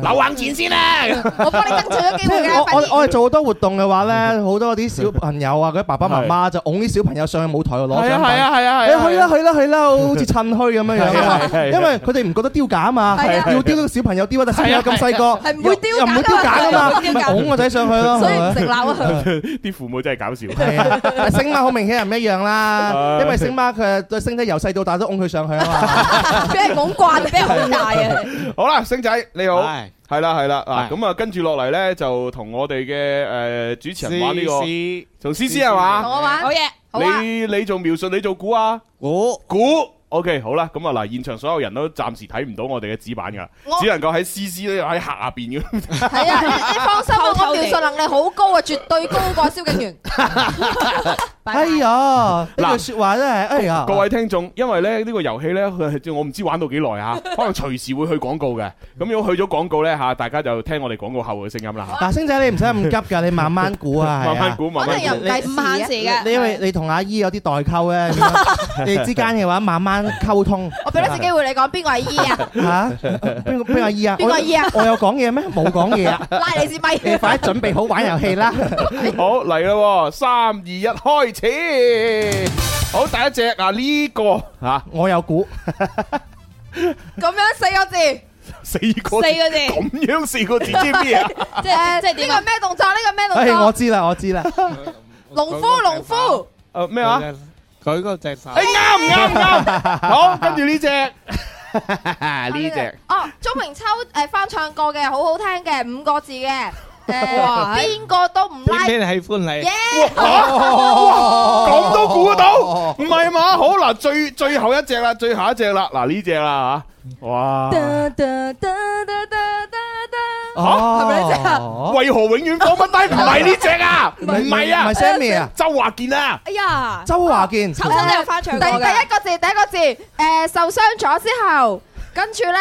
Speaker 4: 留硬前先啊！
Speaker 6: 我幫你爭取咗機
Speaker 5: 即
Speaker 6: 會
Speaker 5: 係
Speaker 6: 㗎，
Speaker 5: 我
Speaker 6: 快
Speaker 5: 我
Speaker 6: 啲！
Speaker 5: 我哋做好多活動嘅話咧，好多啲小朋友啊，嗰啲爸爸媽媽就拱啲小朋友上去舞台度攞獎品。
Speaker 4: 係啊
Speaker 5: 誒去啦去啦去啦，好似趁墟咁樣樣啊
Speaker 4: 係係係
Speaker 5: 因為佢哋唔覺得丟架啊嘛，
Speaker 6: 係啊
Speaker 5: 要丟到小朋友丟啊，但小朋友咁細個，
Speaker 6: 係唔會丟架㗎
Speaker 5: 又唔會丟架啊嘛，
Speaker 6: 係唔會丟
Speaker 5: 咪
Speaker 6: 架
Speaker 5: 拱個仔上去咯，
Speaker 6: 所以
Speaker 5: 係
Speaker 6: 唔
Speaker 5: 咪
Speaker 6: 食鬧啊！
Speaker 4: 啲父母真係搞笑。
Speaker 5: 係啊，但星媽好明顯係唔一樣啦，
Speaker 4: 係
Speaker 5: 因為星媽佢對星仔由細到大都拱佢上去啊 嘛。
Speaker 6: 俾人拱慣，俾人好大啊！
Speaker 4: 好啦，星仔你好，
Speaker 7: 係
Speaker 4: 係啦係啦嗱，
Speaker 7: 係
Speaker 4: 咁啊跟住落嚟咧就同我哋嘅誒主持人玩呢個，
Speaker 7: 試
Speaker 4: 同思思係嘛？
Speaker 6: 同我玩
Speaker 2: 好，嘢，
Speaker 6: 好啊！
Speaker 4: 你你做描述，你做估啊？
Speaker 7: 估
Speaker 4: 估。OK，好啦，咁啊嗱，現場所有人都暫時睇唔到我哋嘅紙板噶，
Speaker 6: 我
Speaker 4: 只能夠喺思思咧喺下邊咁。
Speaker 6: 係啊，你你放心啦，
Speaker 2: 偷偷
Speaker 6: 我
Speaker 2: 地
Speaker 6: 描述能力好高啊，絕對高過蕭敬元。
Speaker 5: 哎呀，
Speaker 4: 嗱
Speaker 5: 呢句説話真係，哎呀，
Speaker 4: 各位聽眾，因為咧呢個遊戲咧，佢係我唔知玩到幾耐嚇，可能隨時會去廣告嘅。咁如果去咗廣告咧嚇，大家就聽我哋廣告後嘅聲音啦
Speaker 5: 嗱，星仔你唔使咁急㗎，你慢慢估啊，
Speaker 4: 嚇。
Speaker 5: 係啊
Speaker 4: 慢慢。估，慢慢
Speaker 6: 可能又
Speaker 4: 估。
Speaker 6: 唔計
Speaker 2: 唔限時
Speaker 6: 時
Speaker 2: 嘅。
Speaker 5: 你因為你同阿姨有啲代 溝咧，你之間嘅話慢慢溝通。
Speaker 6: 我俾多次機會你講邊個係 E 啊？
Speaker 5: 嚇，邊個邊個阿姨啊？
Speaker 6: 邊個係 E 啊？
Speaker 5: 我有講嘢咩？冇講嘢 啊！
Speaker 6: 拉你支咪。
Speaker 5: 你快啲準備好玩遊戲啦！
Speaker 4: 好嚟啦喎，三二一開始。好，第一隻啊呢個嚇
Speaker 5: 我有估，
Speaker 6: 咁樣四個字，
Speaker 4: 四個字
Speaker 2: 四個字
Speaker 4: 咁樣四個字，知唔知啊？
Speaker 2: 即係即係
Speaker 6: 呢
Speaker 2: 點
Speaker 6: 個
Speaker 2: 啊？
Speaker 6: 咩動作？呢個咩
Speaker 5: 哎，我
Speaker 6: 動作？
Speaker 5: 知啦，我 知啦，
Speaker 6: 農夫，農夫，
Speaker 4: 啊 誒咩話？
Speaker 7: 舉個隻手
Speaker 4: 誒啱唔啱唔啱？好，跟住呢隻呢只
Speaker 6: 哦，钟明秋誒翻唱過嘅，好好聽嘅，五個字嘅， 誒
Speaker 7: 哇
Speaker 6: 邊個都唔拉。
Speaker 7: 偏偏喜歡你。
Speaker 4: 咁都估得到，唔係嘛？好嗱，最最後一隻啦，最後一隻啦，嗱呢只啦吓，哇！
Speaker 6: 哒哒哒哒哒哒哒係咪呢隻啊
Speaker 5: 哦，
Speaker 4: 為何永遠放不低？唔係呢只啊，唔係
Speaker 5: 唔
Speaker 4: 啊
Speaker 5: 係，Sammy 啊，
Speaker 4: 周華健啊，
Speaker 2: 哎呀，
Speaker 5: 周華 健，
Speaker 2: 秋
Speaker 6: 啊
Speaker 2: 生都有翻唱
Speaker 6: 第
Speaker 2: 過
Speaker 6: 第
Speaker 2: 嘅
Speaker 6: 一。個字，第一個字，誒、受傷咗之後，跟住咧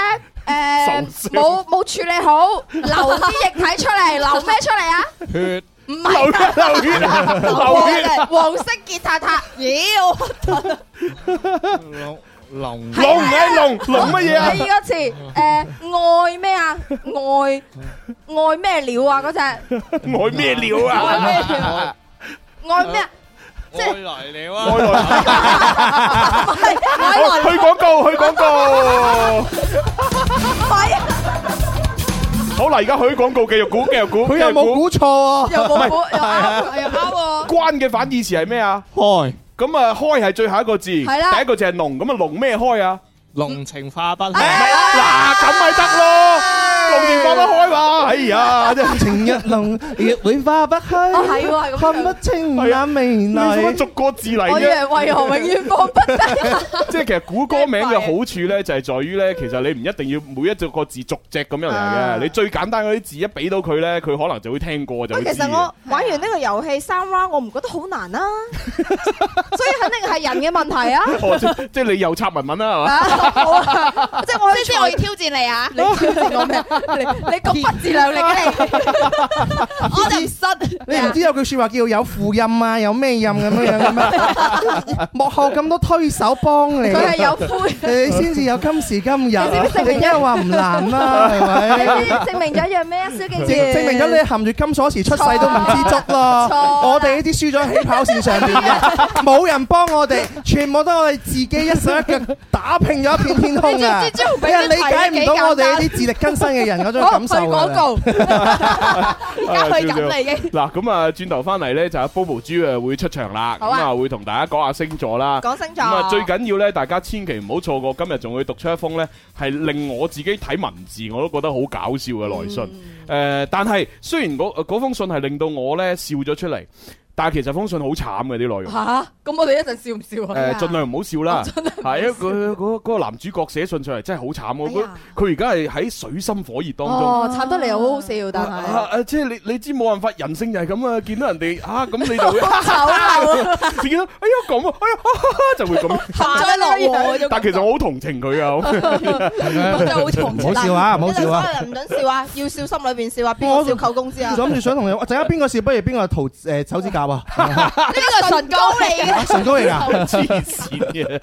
Speaker 4: 受傷
Speaker 6: 誒冇冇處理好，流啲液體出嚟，流咩出嚟啊？
Speaker 7: 血
Speaker 6: 唔
Speaker 4: 流
Speaker 6: 係
Speaker 4: 血流 血啊流血啊！
Speaker 6: 黃黃色結塔塔，咦我
Speaker 7: 龍龍
Speaker 4: 龍 係龍龍乜嘢啊
Speaker 6: 第？二個詞誒愛咩啊？愛愛咩料啊？嗰只
Speaker 4: 愛咩 料
Speaker 6: 愛
Speaker 4: 啊？
Speaker 6: 咩料？愛咩啊？
Speaker 7: 愛來了
Speaker 4: 愛
Speaker 7: 啊！
Speaker 4: 來
Speaker 6: Ờ,
Speaker 4: 好去廣告， 去廣告。好啦，而家去廣告，繼續估，繼續估。
Speaker 5: 佢有冇
Speaker 4: 繼續
Speaker 5: 估錯啊？
Speaker 6: 又冇估又啱又啱喎。
Speaker 4: 關嘅反義詞係咩啊？
Speaker 7: 開
Speaker 4: 咁啊，開係最後一個字，
Speaker 6: 係啦
Speaker 4: 第一個字係龍，咁啊龍咩開啊？
Speaker 7: 濃情化不
Speaker 6: à.
Speaker 7: 起。
Speaker 4: 嗱，咁咪得咯，龍年放得開嘛？哎呀，真係
Speaker 5: 情日濃，月會花不
Speaker 6: 哦
Speaker 5: 開，
Speaker 6: 係喎，係
Speaker 5: 看
Speaker 6: 咁
Speaker 5: 不
Speaker 6: 樣。
Speaker 5: 清眼眉
Speaker 4: 你做乜
Speaker 5: 來。
Speaker 4: 逐個字嚟
Speaker 6: 我以
Speaker 4: 啫？
Speaker 6: 為為何永遠放不低？
Speaker 4: 即係其實估歌名嘅好處咧，就係在於咧，其實你唔一定要每一隻個字逐隻咁樣嚟嘅，
Speaker 6: 啊
Speaker 4: 你最簡單嗰啲字一俾到佢咧，佢可能就會聽過就會
Speaker 6: 喂，
Speaker 4: 知
Speaker 6: 其實
Speaker 4: 嘅
Speaker 6: 我。玩完呢個遊戲三 round，我唔覺得好難 啦，所以肯定係人嘅問題啊！
Speaker 4: 哦即即係你又插文文啦，係嘛？
Speaker 6: 啊好啊，即係我可以
Speaker 2: 即係我要挑戰你啊！
Speaker 6: 你挑戰我咩？你你咁不自量力嘅你，
Speaker 2: 我就唔信。
Speaker 5: 你唔知有句説話叫有父音啊，有咩音咁樣樣嘅 咩？幕後咁多推手幫你，
Speaker 6: 佢係有灰。
Speaker 5: 你先至有今時今日。
Speaker 6: 你知唔知
Speaker 5: 你梗係話唔難啦，係
Speaker 6: 你
Speaker 5: 咪？
Speaker 6: 知證明咗一樣咩啊？蕭敬
Speaker 5: 證
Speaker 6: 遠
Speaker 5: 證明咗你含住金鎖匙出世都唔知足咯
Speaker 6: 錯啦。
Speaker 5: 我哋呢啲輸咗喺起跑線上邊嘅，冇人幫我哋，全部都係我哋自己一手一腳打拼咗一片天空啊！
Speaker 6: 你知唔知朱紅俾
Speaker 5: 有人理
Speaker 6: 啲題
Speaker 5: 解
Speaker 6: 幾
Speaker 5: 唔到我哋呢
Speaker 6: 簡單
Speaker 5: 啲自力更生嘅人嗰種
Speaker 6: 好
Speaker 5: 感受啊
Speaker 6: 去廣
Speaker 5: 㗎。
Speaker 6: 告，
Speaker 4: Ờ,
Speaker 6: 而家去緊啦已經。
Speaker 4: 啊嗱，咁啊，轉頭翻嚟咧就阿 Bobo 豬啊會出場啦，咁
Speaker 6: 好啊
Speaker 4: 啊會同大家講下星座啦。
Speaker 6: 講星
Speaker 4: 咁啊，最
Speaker 6: 座，
Speaker 4: 緊要咧，大家千祈唔好錯過，今日仲會讀出一封咧，係令我自己睇文字我都覺得好搞笑嘅來信。誒、但係雖然嗰嗰封信係令到我咧笑咗出嚟，但係其實封信好慘嘅啲內容。誒、
Speaker 6: 嚇咁我哋一陣笑唔笑啊？
Speaker 4: 盡量唔好笑哎啦，係啊！佢佢嗰嗰個男主角寫信上嚟真係好慘，佢佢而家係喺水深火熱當中。
Speaker 6: 哦，慘得嚟好好笑，但係
Speaker 4: 啊啊即係你你知冇辦法，人性就係咁啊！見到人哋啊，咁你就會
Speaker 6: 醜陋啊，
Speaker 4: 自己都哎呀咁啊，哎呀啊哈哈就會 咁。
Speaker 2: 幸災樂禍啫。
Speaker 4: 但其實我好同情佢啊，
Speaker 2: 我真係好同情
Speaker 5: 唔好笑啊！唔好笑啊！
Speaker 6: 唔准笑啊，要笑心裏邊笑啊，邊
Speaker 5: 我
Speaker 6: 個笑扣工資啊？
Speaker 5: 諗住想同你，陣間邊個笑，不如邊個塗誒手指甲啊？
Speaker 2: 呢個係唇膏嚟
Speaker 6: à.
Speaker 2: 嘅。
Speaker 5: 唇膏 嚟㗎。
Speaker 4: 黐線嘅。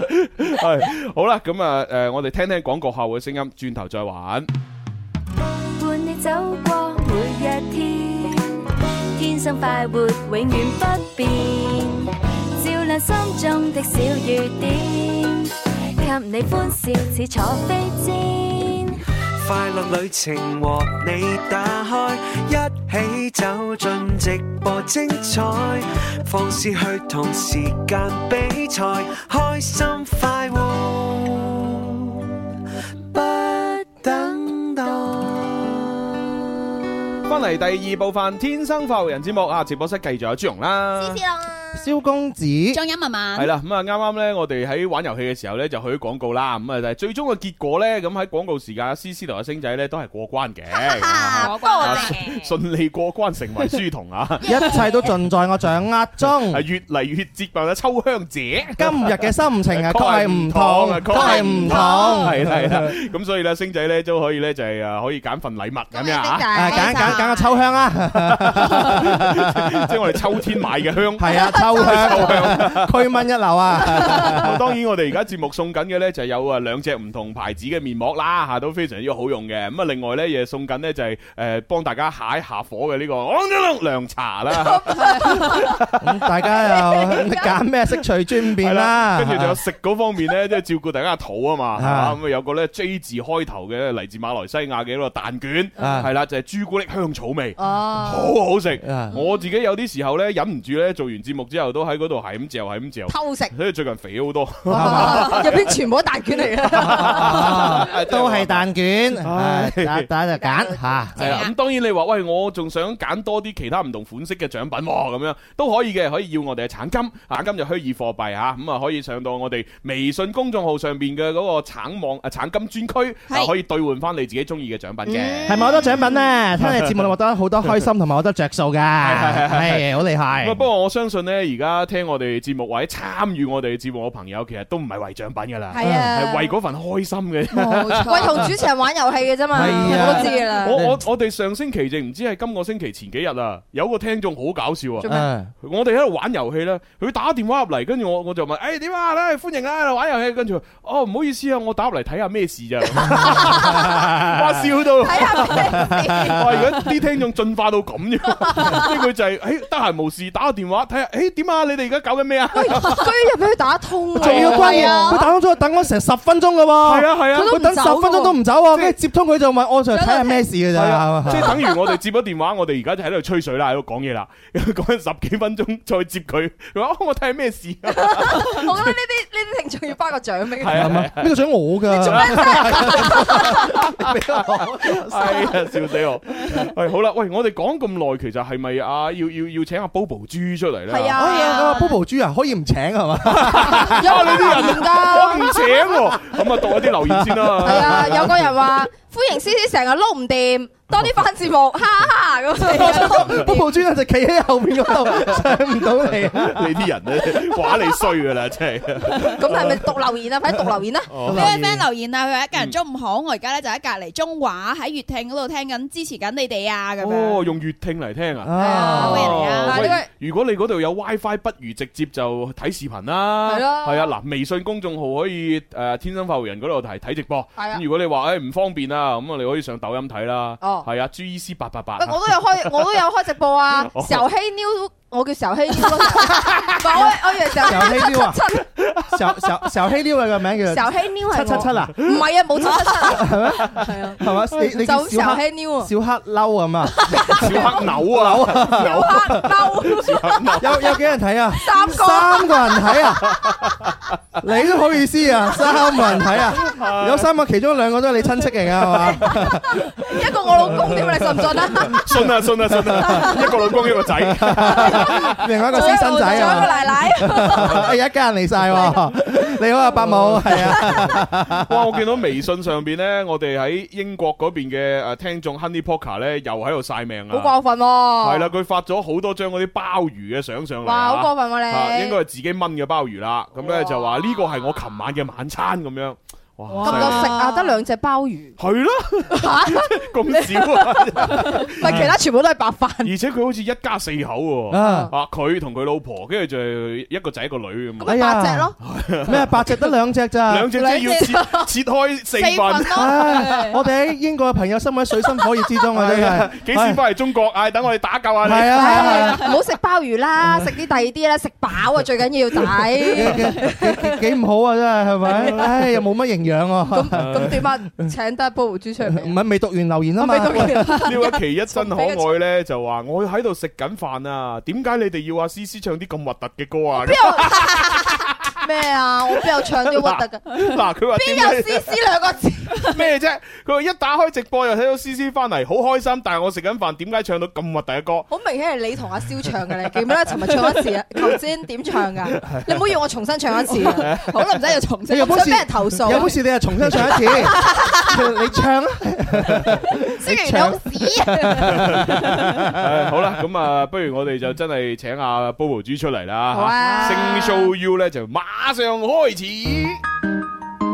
Speaker 4: 係好啦，咁啊誒，我哋聽聽廣告後嘅聲音，轉頭再玩。
Speaker 8: 伴你走過每一天，天生快活，永遠不變。照亮心中的小雨點，給你歡笑似坐飛氈。
Speaker 3: 快樂旅程和你打開，一起走進直播精彩，放肆去同時間比賽，開心快活，不等待。
Speaker 4: 翻嚟第二部分《天生發育人》節目啊，直播室繼續有朱容啦。
Speaker 5: 蕭公子，
Speaker 2: 張欣文
Speaker 4: 係
Speaker 2: 文，
Speaker 4: 啦，咁啊啱啱呢，我哋喺玩遊戲嘅時候呢，就去咗廣告啦。咁啊，但係最終嘅結果呢，咁喺廣告時間，思思同阿星仔呢，都係過關嘅，咁啊
Speaker 2: 我
Speaker 4: 啊
Speaker 2: 關
Speaker 4: 順利過關成為書童 啊！
Speaker 5: 一切都盡在我掌握中。
Speaker 4: 系越嚟越接近啊秋香姐。
Speaker 5: 今日嘅心
Speaker 4: Ờ,
Speaker 5: 情啊，確係 à, 唔
Speaker 4: 啊
Speaker 5: 同，確係唔同。
Speaker 4: 係啦係 啦，咁所以咧，星仔咧都可以咧就係啊，可以揀份禮物咁樣啊，
Speaker 5: 啊，揀揀揀個秋香啊，
Speaker 4: 即係我哋秋天買嘅 香。
Speaker 5: 係 啊，秋香， 驅蚊一流啊，
Speaker 4: 咁當然我哋而家節目送緊嘅咧就有啊兩隻唔同牌子嘅面膜啦嚇，都非常之好用嘅。咁啊，另外咧亦送緊咧就係誒幫大家下一下火嘅呢 個涼茶啦，
Speaker 5: 咁大 家又揀咩色隨尊便啦。
Speaker 4: 跟住就有食嗰方面咧，即係照顧大家嘅肚啊嘛，係嘛
Speaker 5: 啊
Speaker 4: 咁啊有個咧 J 字開頭嘅嚟自馬來西亞嘅一個蛋卷，
Speaker 5: 啊
Speaker 4: 係啦就係朱古力香草味。
Speaker 6: 哦，
Speaker 4: 好好食
Speaker 5: 啊。
Speaker 4: 我自己有啲時候咧忍唔住咧，做完節目之後都喺嗰度係咁嚼，係咁 嚼，
Speaker 2: 偷食。
Speaker 4: 所以最近肥咗好多。
Speaker 6: 入邊全部都蛋 卷嚟嘅，
Speaker 5: 都係蛋卷，
Speaker 4: 唉
Speaker 5: 唉 打打就揀嚇。
Speaker 4: 系啦，
Speaker 6: 啊
Speaker 4: 咁當然你話喂，我仲想揀多啲其他唔同款式嘅獎品喎，咁樣都可以嘅，可以要我哋嘅橙金，啊橙金就虛擬貨幣吓，咁啊可以上到我哋微信公眾號上邊嘅嗰個橙網啊橙金專區，
Speaker 6: 嗯
Speaker 2: 係
Speaker 4: 啊可以兑換翻你自己中意嘅獎品嘅。
Speaker 5: 係咪好多獎品咧？聽你節目你獲得好多開心同埋好多着數 㗎，
Speaker 4: 係
Speaker 5: 係好厲
Speaker 4: 咁啊
Speaker 5: 害
Speaker 4: 不。過我相信呢，而家聽我哋節目或者參與我哋節目嘅朋友，其實都唔係為獎品㗎啦，
Speaker 6: 係啊
Speaker 4: 係為嗰份開心嘅。
Speaker 2: 冇錯
Speaker 6: 喂，同主持人玩遊戲嘅啫嘛，
Speaker 5: 係啊
Speaker 6: 我都知噶啦
Speaker 4: 我。我我哋上星期定唔知係今個星期前幾日啊，有個聽眾好搞笑啊！
Speaker 5: 嗯
Speaker 4: 我哋喺度玩遊戲咧，佢打電話入嚟，跟住我我就問：，誒點啊？咧歡迎啦，玩遊戲。跟住佢哦，唔好意思啊，我打入嚟睇下咩事 咋？哇，笑到！
Speaker 6: 睇下咩事
Speaker 4: 哇！而家啲聽眾進化到咁樣，即係佢就係誒得閒無事打個電話睇下，誒點啊？你哋而家搞緊咩啊？
Speaker 6: 居然俾佢打通喎，
Speaker 5: 仲要關
Speaker 6: 係
Speaker 5: 鍵，佢
Speaker 6: 啊！
Speaker 5: 等咗等咗成十分鐘㗎喎。
Speaker 4: 係啊係啊
Speaker 5: 佢等十分鐘都唔走喎，跟住接通佢就問我就睇下咩事㗎
Speaker 4: 係啊
Speaker 5: 咋，，
Speaker 4: 即係等於我哋接咗電話，我哋而家就喺度吹水啦，喺度講嘢啦， 講緊十幾分鐘再接佢，佢話哦我睇下咩事啊。
Speaker 6: 我覺得呢啲呢啲聽眾要頒個獎俾佢。
Speaker 4: 係啊，
Speaker 5: 呢個獎我㗎，
Speaker 4: 係啊， 笑死我！係好啦，喂，我哋講咁耐，其實係咪啊？要要要請阿 Bobo 豬出嚟咧？
Speaker 6: 係
Speaker 5: 哎呀
Speaker 6: 啊，
Speaker 5: ，Bobo 豬啊，可以唔請係嘛？
Speaker 6: 有冇留言
Speaker 4: 我
Speaker 6: 㗎？
Speaker 4: 唔請喎，咁啊讀一啲留言先
Speaker 6: 係
Speaker 4: 啦。
Speaker 6: 啊，有個人話歡迎 C C 成日撈唔掂，多啲翻節目， 哈哈咁成 日撈唔掂。
Speaker 5: Bobo 豬咧就企喺後邊嗰度上唔到嚟。啊
Speaker 4: 你啲人咧話你衰噶啦，真 係。
Speaker 6: 咁係咪讀留言啊？快啲讀留言啦！
Speaker 4: 哦
Speaker 2: 呢位 friend 留言啊，佢話一家人中午好，我而家咧就喺隔離中華喺粵聽嗰度聽緊，支持緊你哋啊咁樣。
Speaker 4: 哦，用粵聽嚟聽啊。
Speaker 5: 啊
Speaker 2: 歡迎你
Speaker 4: 哦
Speaker 2: 啊
Speaker 6: 嗱呢
Speaker 4: 喂
Speaker 6: 位，
Speaker 4: 如果你嗰度有 WiFi，不如直接就睇視頻啦。
Speaker 6: 係咯
Speaker 4: 係啊，嗱，微信公眾號可以誒天生發育人嗰度睇睇直播。
Speaker 6: 係啊
Speaker 4: 咁如果你話誒唔方便啊，咁啊你可以上抖音睇啦。
Speaker 6: 哦
Speaker 4: 係啊，GEC 八八八。
Speaker 6: 喂，我都有 開，我都有開直播啊！
Speaker 4: 哦
Speaker 6: 時候希 new，我叫時候希 new 咯，唔係我我以為時候
Speaker 5: 小黑溜啊
Speaker 6: 七，
Speaker 5: 小小小黑溜啊個名
Speaker 6: 時
Speaker 5: 叫
Speaker 6: 候希 new
Speaker 5: 七
Speaker 6: 係
Speaker 5: 七七
Speaker 6: 我
Speaker 5: 啊，
Speaker 6: 唔係啊，冇七七七啊，係啊，
Speaker 5: 係嘛？ 你你叫
Speaker 6: 就時
Speaker 5: 小
Speaker 6: 候
Speaker 5: 黑
Speaker 6: 希 new 啊，
Speaker 5: 小黑嬲 咁啊？
Speaker 4: 小黑牛啊，牛啊，
Speaker 6: 小黑嬲
Speaker 5: 有有幾人睇啊？
Speaker 6: 三個，
Speaker 5: 三個人睇啊！ 你都好意思啊？三個人睇啊？有三個，其中兩個都係你親戚嚟㗎，係嘛？
Speaker 6: 一個我老公添啊，你信唔信啊？
Speaker 4: 信啊信啊信啊， 一個老公一個仔。
Speaker 5: 另外一個
Speaker 6: 仲
Speaker 5: 私
Speaker 6: 有一個
Speaker 5: 生仔
Speaker 6: 仲有 一個
Speaker 5: 啊
Speaker 6: 奶奶，
Speaker 5: 嘛，一家人嚟晒 喎。你好啊，伯母，係啊，
Speaker 4: 哇！我見到微信上邊咧，我哋喺英國嗰邊嘅誒聽眾 Honey Poker 咧，又喺度晒命
Speaker 6: 好
Speaker 4: 啊！
Speaker 6: 過分喎！
Speaker 4: 係啦，，佢發咗好多張嗰啲鮑魚嘅相上嚟
Speaker 6: 哇，好過
Speaker 4: 啊！
Speaker 6: 分
Speaker 4: 啊
Speaker 6: 喎你，
Speaker 4: 應該係自己炆嘅鮑魚啦。咁咧就話呢個係我琴晚嘅晚餐咁樣。哇！
Speaker 6: 咁
Speaker 4: 真係
Speaker 6: 夠食啊，得兩隻鮑魚，
Speaker 4: 係咯， 咁少啊！
Speaker 6: 唔係其他全部都係白飯，
Speaker 4: 而且佢好似一家四口喎。
Speaker 5: 啊
Speaker 4: 啊！佢同佢老婆，跟住就一個仔一個女咁啊。
Speaker 5: 哎
Speaker 6: 咁啊
Speaker 5: 呀
Speaker 6: 八隻咯，
Speaker 5: 咩啊八隻得兩隻咋
Speaker 4: 兩？隻雞要
Speaker 2: 兩隻
Speaker 4: 切切開四份，
Speaker 5: 唉我哋喺英國嘅朋友身喺水深火熱之中啊！真
Speaker 4: 係啊
Speaker 5: 係
Speaker 4: 幾時翻嚟中國？唉，等我哋打救下
Speaker 5: 係
Speaker 4: 你。
Speaker 5: 啊係啊係啊！
Speaker 6: 唔好食鮑魚啦，食啲第二啲啦，食飽啊最緊要
Speaker 5: 幾
Speaker 6: 仔。
Speaker 5: 幾幾唔好啊！真係係咪？唉，又冇乜營養喎。
Speaker 6: 咁咁點啊？請得波胡豬出嚟
Speaker 5: 唔
Speaker 6: 未？
Speaker 5: 係未讀完留言啊嘛。
Speaker 4: 呢位奇一真可愛咧，就話我喺度食緊飯啊，點解你哋要阿思思唱啲咁核突嘅歌啊？
Speaker 6: 咩啊？我邊有唱啲核突嘅？
Speaker 4: 嗱，佢話點
Speaker 6: 邊有
Speaker 4: 解
Speaker 6: C C 兩個字？
Speaker 4: 咩啫？佢話一打開直播又睇到思思翻嚟，好開心，但係我食緊飯，點解唱到咁核突嘅歌？
Speaker 6: 好明顯係你同阿蕭唱 嘅，你記唔記得？尋日唱一次啊，頭先點唱噶？ 你唔好要我重新唱一次啊！
Speaker 2: 好啦，唔使又重新
Speaker 5: 你。有
Speaker 6: 我
Speaker 5: 本
Speaker 6: 想
Speaker 5: 事
Speaker 6: 俾人投訴
Speaker 5: 有
Speaker 6: 啊
Speaker 5: 本！事你又重新上一次， 你唱啊！
Speaker 6: 雖然你好屎啊，
Speaker 4: 誒好啦，咁啊，不如我哋就真係請阿 Bobo 豬出嚟
Speaker 6: 好
Speaker 4: 啦嚇，
Speaker 6: 啊！
Speaker 4: 星 show you 咧就馬上開始。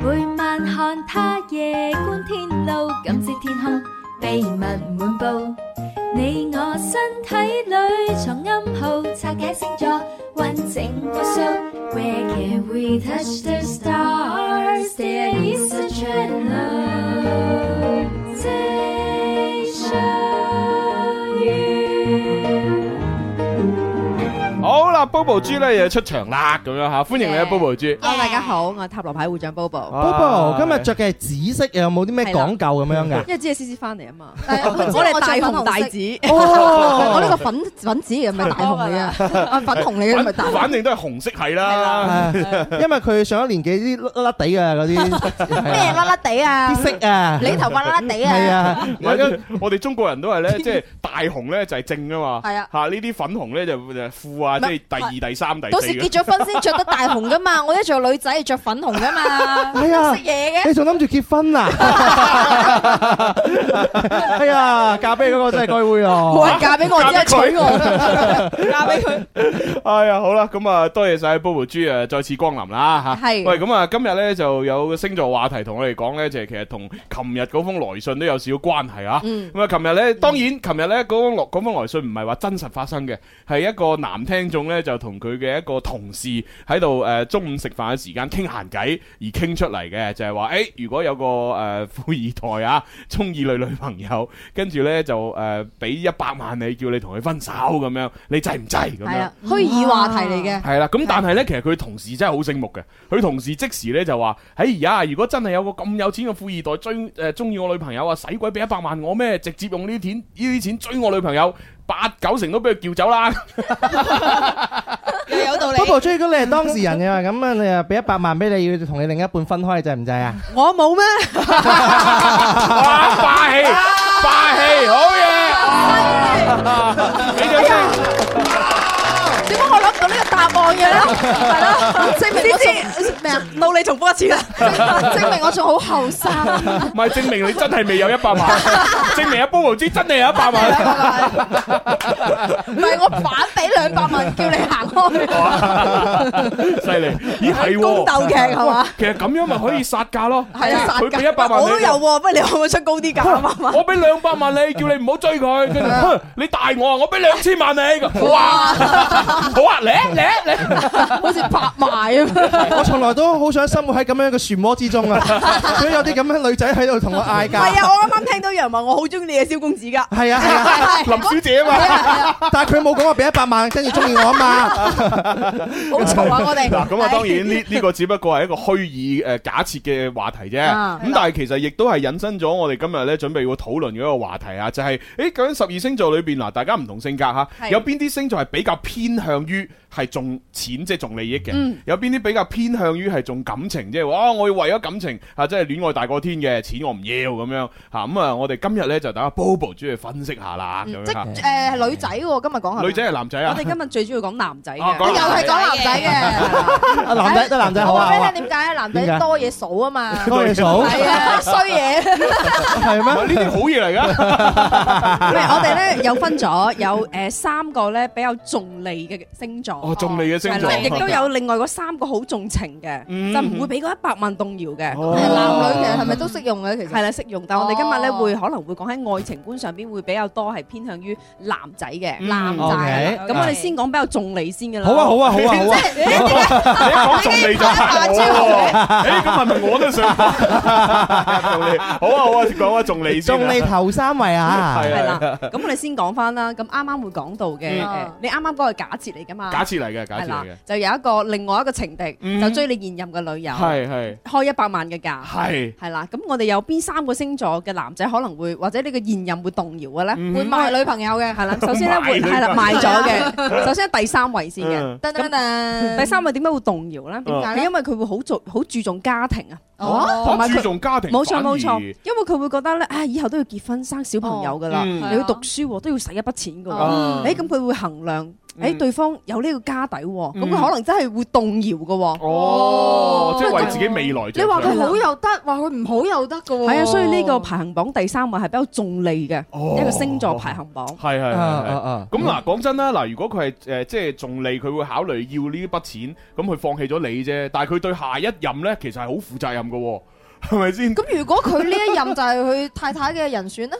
Speaker 8: 每晚看他夜觀天路，感知天空秘密滿布。你我身體裏藏暗號，拆解星座，完整無數。Where can we touch the stars? There is a channel. station you.
Speaker 4: 好啦，啊，Bobo 豬咧又出場啦，咁樣吓，歡迎你啊，Bobo 豬。
Speaker 6: Hello，大家好，我係塔羅牌會長 Bobo，
Speaker 5: Bobo 今日着嘅係紫色，有冇啲咩講究咁樣㗎？
Speaker 6: 因為只係 C C 翻嚟啊嘛，
Speaker 9: 我哋大紅大紫，
Speaker 5: 哦
Speaker 6: 我呢個粉粉紫嘅唔係大紅 嚟嘅，啊粉紅嚟嘅唔係大
Speaker 4: 反
Speaker 6: 紅。
Speaker 4: 反正都係紅色係啦。
Speaker 5: 係因為佢上咗年紀啲甩甩地啊，嗰啲
Speaker 6: 咩甩甩地啊？
Speaker 5: 啲色啊，
Speaker 6: 你頭髮甩甩地啊？
Speaker 5: 係，啊，
Speaker 4: 唔係，我哋中國人都 係咧，即係大紅咧就係正噶嘛。
Speaker 6: 係啊
Speaker 4: 嚇呢啲粉紅咧就就係負啊，
Speaker 6: 唔
Speaker 4: 即係
Speaker 6: 係
Speaker 4: 第二、第三、第
Speaker 6: 到
Speaker 4: 四
Speaker 6: 時
Speaker 4: 嘅
Speaker 6: 結。咗婚先着得大紅噶嘛，我一做女仔係着粉紅噶嘛，
Speaker 5: 係啊
Speaker 6: 識嘢嘅。
Speaker 5: 你仲諗住結婚啊？ 哎呀，嫁俾嗰個真係該會
Speaker 6: 冇
Speaker 5: 咯。
Speaker 6: 人嫁俾我，只係娶我，嫁俾佢。
Speaker 4: 哎呀，好啦，咁啊，多謝晒 Bobo 豬啊，再次光臨啦吓。
Speaker 6: 係
Speaker 4: 喂，咁啊，今日咧就有個星座話題同我哋講咧，就係其實同琴日嗰封來信都有少少關係啊。
Speaker 6: 嗯
Speaker 4: 咁啊，琴日咧，當然琴日咧嗰封來嗰封來信唔係話真實發生嘅，係一個男聽眾咧就同佢嘅一個同事喺度誒中午食飯嘅時間傾閒偈而傾出嚟嘅，就係話誒，如果有個呃誒富二代啊，中意女女朋友，跟住咧就誒俾一百萬你，叫你同佢分手咁樣，你制唔制咁
Speaker 6: 係
Speaker 4: 樣？啊
Speaker 6: 啊，虛擬話題嚟嘅。
Speaker 4: 系啦，咁但係呢，其實佢同事真係好醒目嘅。佢同事即時呢就話：，哎呀，如果真係有個咁有錢嘅富二代追诶中意我女朋友啊，使鬼俾一百萬我咩？直接用呢啲錢呢啲錢追我女朋友，八九成都俾佢叫走啦。
Speaker 2: 又有道理。
Speaker 5: Bobo 追，如果你係當事人嘅話，咁啊，你啊俾一百萬俾你，要同你另一半分開，制唔制啊？
Speaker 9: 我冇咩？
Speaker 4: 哇，霸氣，霸氣，好嘢！你就先
Speaker 6: 點解我諗唔到呢個答案嘅咧？係咯，證明我仲咩啊？
Speaker 9: 努力重複一次啦。
Speaker 6: 證明我仲好後生。啊
Speaker 4: 唔係證明你真係未有一百萬，證明阿 Bobo 之真係有一百 萬。
Speaker 6: 唔係我反俾兩百萬叫你行
Speaker 4: 哦
Speaker 6: 開，
Speaker 4: 犀利，咦係
Speaker 9: 宮
Speaker 4: 喎，
Speaker 9: 鬥劇係嘛？
Speaker 4: 其實咁樣咪可以殺價咯。
Speaker 9: 係啊，
Speaker 4: 哦佢俾一百萬
Speaker 9: 我
Speaker 4: 你
Speaker 9: 都有。喎，不如你可唔可以出高啲價啊嘛？
Speaker 4: 我俾兩百萬你，叫你唔好追佢，跟住哼你大我啊，我俾兩千萬你，哇，好啊，嚟啊嚟啊嚟啊，
Speaker 6: 好似拍賣咁。
Speaker 5: 我從來都好想生活喺咁樣嘅漩渦之中啊！如果有啲咁樣女仔喺度同我嗌
Speaker 9: 唔
Speaker 5: 交，
Speaker 9: 係啊，我啱啱聽到有人話我好中意你嘅蕭公子㗎。
Speaker 5: 係啊係啊，
Speaker 4: 林小姐啊嘛，
Speaker 5: 但係佢冇講話俾一百萬，跟住中意我啊嘛。
Speaker 6: 好嘈啊！我哋
Speaker 4: 嗱咁啊，當然呢呢個只不過係一個虛擬誒假設嘅話題啫，
Speaker 6: 啊
Speaker 4: 咁但係其實亦都係引申咗我哋今日咧準備要討論嘅一個話題啊，就係誒究竟十二星座裏邊嗱，大家唔同性格嚇，
Speaker 9: 係
Speaker 4: 有邊啲星座係比較偏向於係重錢即係重利益
Speaker 6: 嗯
Speaker 4: 嘅，有邊啲比較偏向於係重感情，即係話啊我要為咗感情啊，即係戀愛大過天嘅，錢我唔要咁樣嚇，咁啊我哋今日咧就等阿 Bobo 主要分析下啦，咁樣啊嚇
Speaker 6: 嗯即誒係女仔喎，今日講係咪
Speaker 4: 女仔係男仔
Speaker 9: 嗯我
Speaker 4: 啊
Speaker 9: 哋，今日最主要講男仔
Speaker 4: 啊
Speaker 9: 嘅，
Speaker 4: 講
Speaker 6: 又係講男 仔嘅。
Speaker 5: 啊男仔得男仔好
Speaker 6: 我話
Speaker 5: 啊
Speaker 6: 俾
Speaker 5: 好啊，
Speaker 6: 你聽點解男
Speaker 5: 點解
Speaker 6: 仔多嘢數啊嘛。
Speaker 5: 多嘢數
Speaker 6: 係啊，衰嘢。
Speaker 5: 係
Speaker 4: 唔係
Speaker 5: 咩？
Speaker 4: 呢啲好嘢嚟㗎。
Speaker 9: 唔係我哋咧有分咗有誒三個咧比較重利嘅星座。
Speaker 4: 哦，仲未嘅星
Speaker 9: 係
Speaker 4: 座
Speaker 9: 啦，，亦都有另外嗰三個好重情嘅，
Speaker 4: 嗯
Speaker 9: 就唔會俾嗰一百萬動搖嘅。
Speaker 4: 哦
Speaker 2: Ờ.
Speaker 6: 係男女其實係咪都適用嘅？其實
Speaker 9: 係啦，適用，但我哋今日咧
Speaker 6: 哦
Speaker 9: 會可能會講喺愛情觀上邊會比較多係偏向於男仔嘅。
Speaker 4: 嗯
Speaker 6: 男仔
Speaker 5: OK，
Speaker 9: 咁
Speaker 6: Ờ.
Speaker 9: 我哋先講比較重利先㗎啦。
Speaker 5: 好啊好啊好啊好啊！
Speaker 4: 哎你一講中你就嚇我 喎，誒咁係咪我都想講 中你？好啊好啊，講啊中你先
Speaker 5: 中
Speaker 4: 啊，
Speaker 5: 你頭三位啊！
Speaker 4: 係
Speaker 9: 係
Speaker 4: 啊
Speaker 9: 啦，咁我哋先講翻啦。咁啱啱會講到嘅，
Speaker 4: 嗯
Speaker 9: 誒你啱啱嗰個係假設嚟㗎嘛？
Speaker 4: 假設嚟嘅，假設
Speaker 9: 係啦
Speaker 4: 嚟嘅，，
Speaker 9: 就有一個另外一個情
Speaker 4: 嗯
Speaker 9: 敵，就追你現任嘅女友，
Speaker 4: 係係嗯
Speaker 9: 開一百萬嘅價。
Speaker 4: 係。
Speaker 9: 係啦，咁我哋有邊三個星座嘅男仔可能會或者呢個現任會動搖嘅咧？
Speaker 4: 嗯
Speaker 6: 會賣女朋友嘅。
Speaker 9: 係啦，首先咧
Speaker 4: 賣
Speaker 9: 會
Speaker 4: 女
Speaker 9: 係啦
Speaker 4: 朋
Speaker 9: 賣咗嘅，首先係第三位先嘅。
Speaker 4: 嗯
Speaker 6: 噔噔噔，
Speaker 9: 第三位點解會動搖咧？
Speaker 4: 點
Speaker 6: 解咧
Speaker 9: 係因為佢會好注好注重家庭啊，
Speaker 6: 哦
Speaker 9: 同
Speaker 4: 我
Speaker 9: 埋
Speaker 4: 注
Speaker 9: 佢
Speaker 4: 重家庭，
Speaker 9: 冇錯
Speaker 4: 反而
Speaker 9: 冇錯，因為佢會覺得咧，啊以後都要結婚生小朋友噶啦，
Speaker 4: 嗯
Speaker 9: 你要讀書喎，都要使一筆錢噶
Speaker 6: Ờ.
Speaker 9: 喎。
Speaker 4: 啊
Speaker 9: 誒咁佢會衡量，
Speaker 4: 嗯
Speaker 9: 誒對方有呢個家底喎，咁
Speaker 4: 嗯
Speaker 9: 佢可能真係會動搖噶喎。
Speaker 4: 哦，即係為自己未來
Speaker 9: 哦
Speaker 6: 你
Speaker 4: 着
Speaker 6: 話
Speaker 4: 想
Speaker 6: 佢好又得，話佢唔好又得嘅喎。
Speaker 9: 係啊，所以呢個排行榜第三位係比較重利嘅
Speaker 4: 哦
Speaker 9: 一個星座排行 榜。
Speaker 4: 係係
Speaker 5: 啊
Speaker 4: 係
Speaker 5: 啊
Speaker 4: 係。
Speaker 5: 啊！
Speaker 4: 咁嗱，講真啦，嗱，如果佢係誒即係重利，佢會考慮要呢筆錢，咁佢放棄咗你啫。但係佢對下一任咧，其實係好負責任嘅喎，係咪先？
Speaker 6: 咁如果佢呢一任就係佢太太嘅人選咧，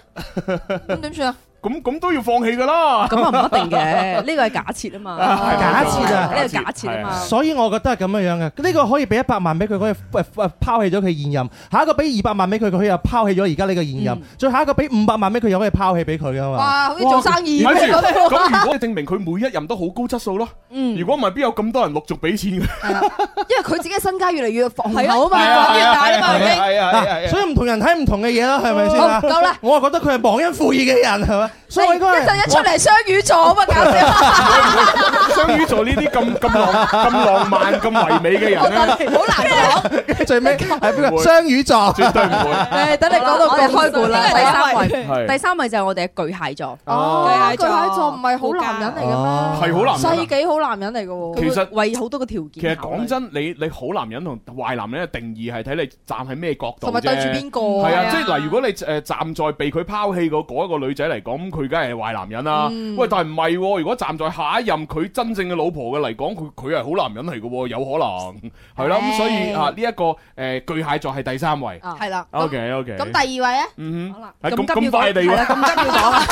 Speaker 6: 咁點算啊？
Speaker 4: 咁咁都要放棄㗎啦。
Speaker 2: 咁啊唔一定嘅，呢個係假設啊嘛，
Speaker 5: 假設啊
Speaker 2: 呢個假設啊嘛，
Speaker 5: 所以我覺得係咁樣樣嘅，呢個可以俾一百萬俾佢，佢可以誒誒拋棄咗佢現任；下一個俾二百萬俾佢，佢又拋棄咗而家呢個現任；再下一個俾五百萬俾佢，又可以拋棄俾佢噶嘛。
Speaker 6: 哇，好似做生意
Speaker 4: 唔
Speaker 6: 咁
Speaker 4: 係住
Speaker 6: 樣喎。
Speaker 4: 咁如果證明佢每一任都好高質素咯。如果唔係，邊有咁多人陸續俾錢嘅？
Speaker 6: 因為佢自己嘅身家越嚟越雄
Speaker 2: 係
Speaker 6: 厚啊
Speaker 4: 係
Speaker 6: 嘛，
Speaker 4: 啊
Speaker 6: 越大啦嘛，
Speaker 4: 係啊
Speaker 6: 已經。
Speaker 4: 係啊係啊係
Speaker 5: 嗱，
Speaker 4: 啊
Speaker 5: 所以唔同人睇唔同嘅嘢啦，係咪先啊
Speaker 6: 好？夠啦
Speaker 5: 我啊覺得佢係忘恩負義嘅人，係咪？所以我應
Speaker 6: 一
Speaker 5: 該
Speaker 6: 陣一出
Speaker 5: 係
Speaker 6: 嚟雙魚座啊嘛，搞笑，
Speaker 4: 雙魚座呢啲咁咁浪咁浪漫咁唯美嘅人咧，
Speaker 6: 好難講。
Speaker 5: 最尾係邊
Speaker 4: 唔
Speaker 5: 個？
Speaker 4: 會
Speaker 5: 雙魚座。
Speaker 4: 絕對唔 會
Speaker 2: 誒等你講到
Speaker 6: 我
Speaker 2: 咁
Speaker 6: 哋
Speaker 2: 開估啦，
Speaker 6: 我
Speaker 2: 第
Speaker 6: 哋
Speaker 2: 三位，
Speaker 4: 係
Speaker 2: 第三位就係我哋嘅巨蟹座，
Speaker 6: 哦，巨
Speaker 10: 巨蟹座
Speaker 6: 蟹座唔係好男人嚟
Speaker 5: 哦
Speaker 6: 嘅
Speaker 4: 係好男
Speaker 6: 咩？
Speaker 4: 人
Speaker 6: 世
Speaker 4: 啊。
Speaker 6: 紀好男人嚟嘅喎。
Speaker 4: 其實
Speaker 2: 佢會為好多個條件。
Speaker 4: 其實講，真，你你好男人同壞男人嘅定義係睇你站喺咩角度
Speaker 6: 同埋對住
Speaker 4: 啫
Speaker 6: 邊個
Speaker 2: 哦
Speaker 4: 係啊，即係
Speaker 6: 係
Speaker 4: 嗱，如果你誒站在被佢拋棄嗰嗰一個女仔嚟講，咁佢梗係壞男人啦。
Speaker 2: 嗯
Speaker 4: 喂，但係唔係喎？如果站在下一任佢真正嘅老婆嘅嚟講，佢佢係好男人嚟嘅喎，有可能係啦。咁所以啊，呢一個誒巨蟹座係第三位。
Speaker 6: 啊係啦。
Speaker 4: OK OK。
Speaker 6: 咁第二位咧，
Speaker 4: 嗯哼，係
Speaker 2: 咁
Speaker 4: 咁
Speaker 2: 急要
Speaker 4: 咁快地
Speaker 2: 講係
Speaker 4: 喎，
Speaker 2: 啦，咁急要講啊。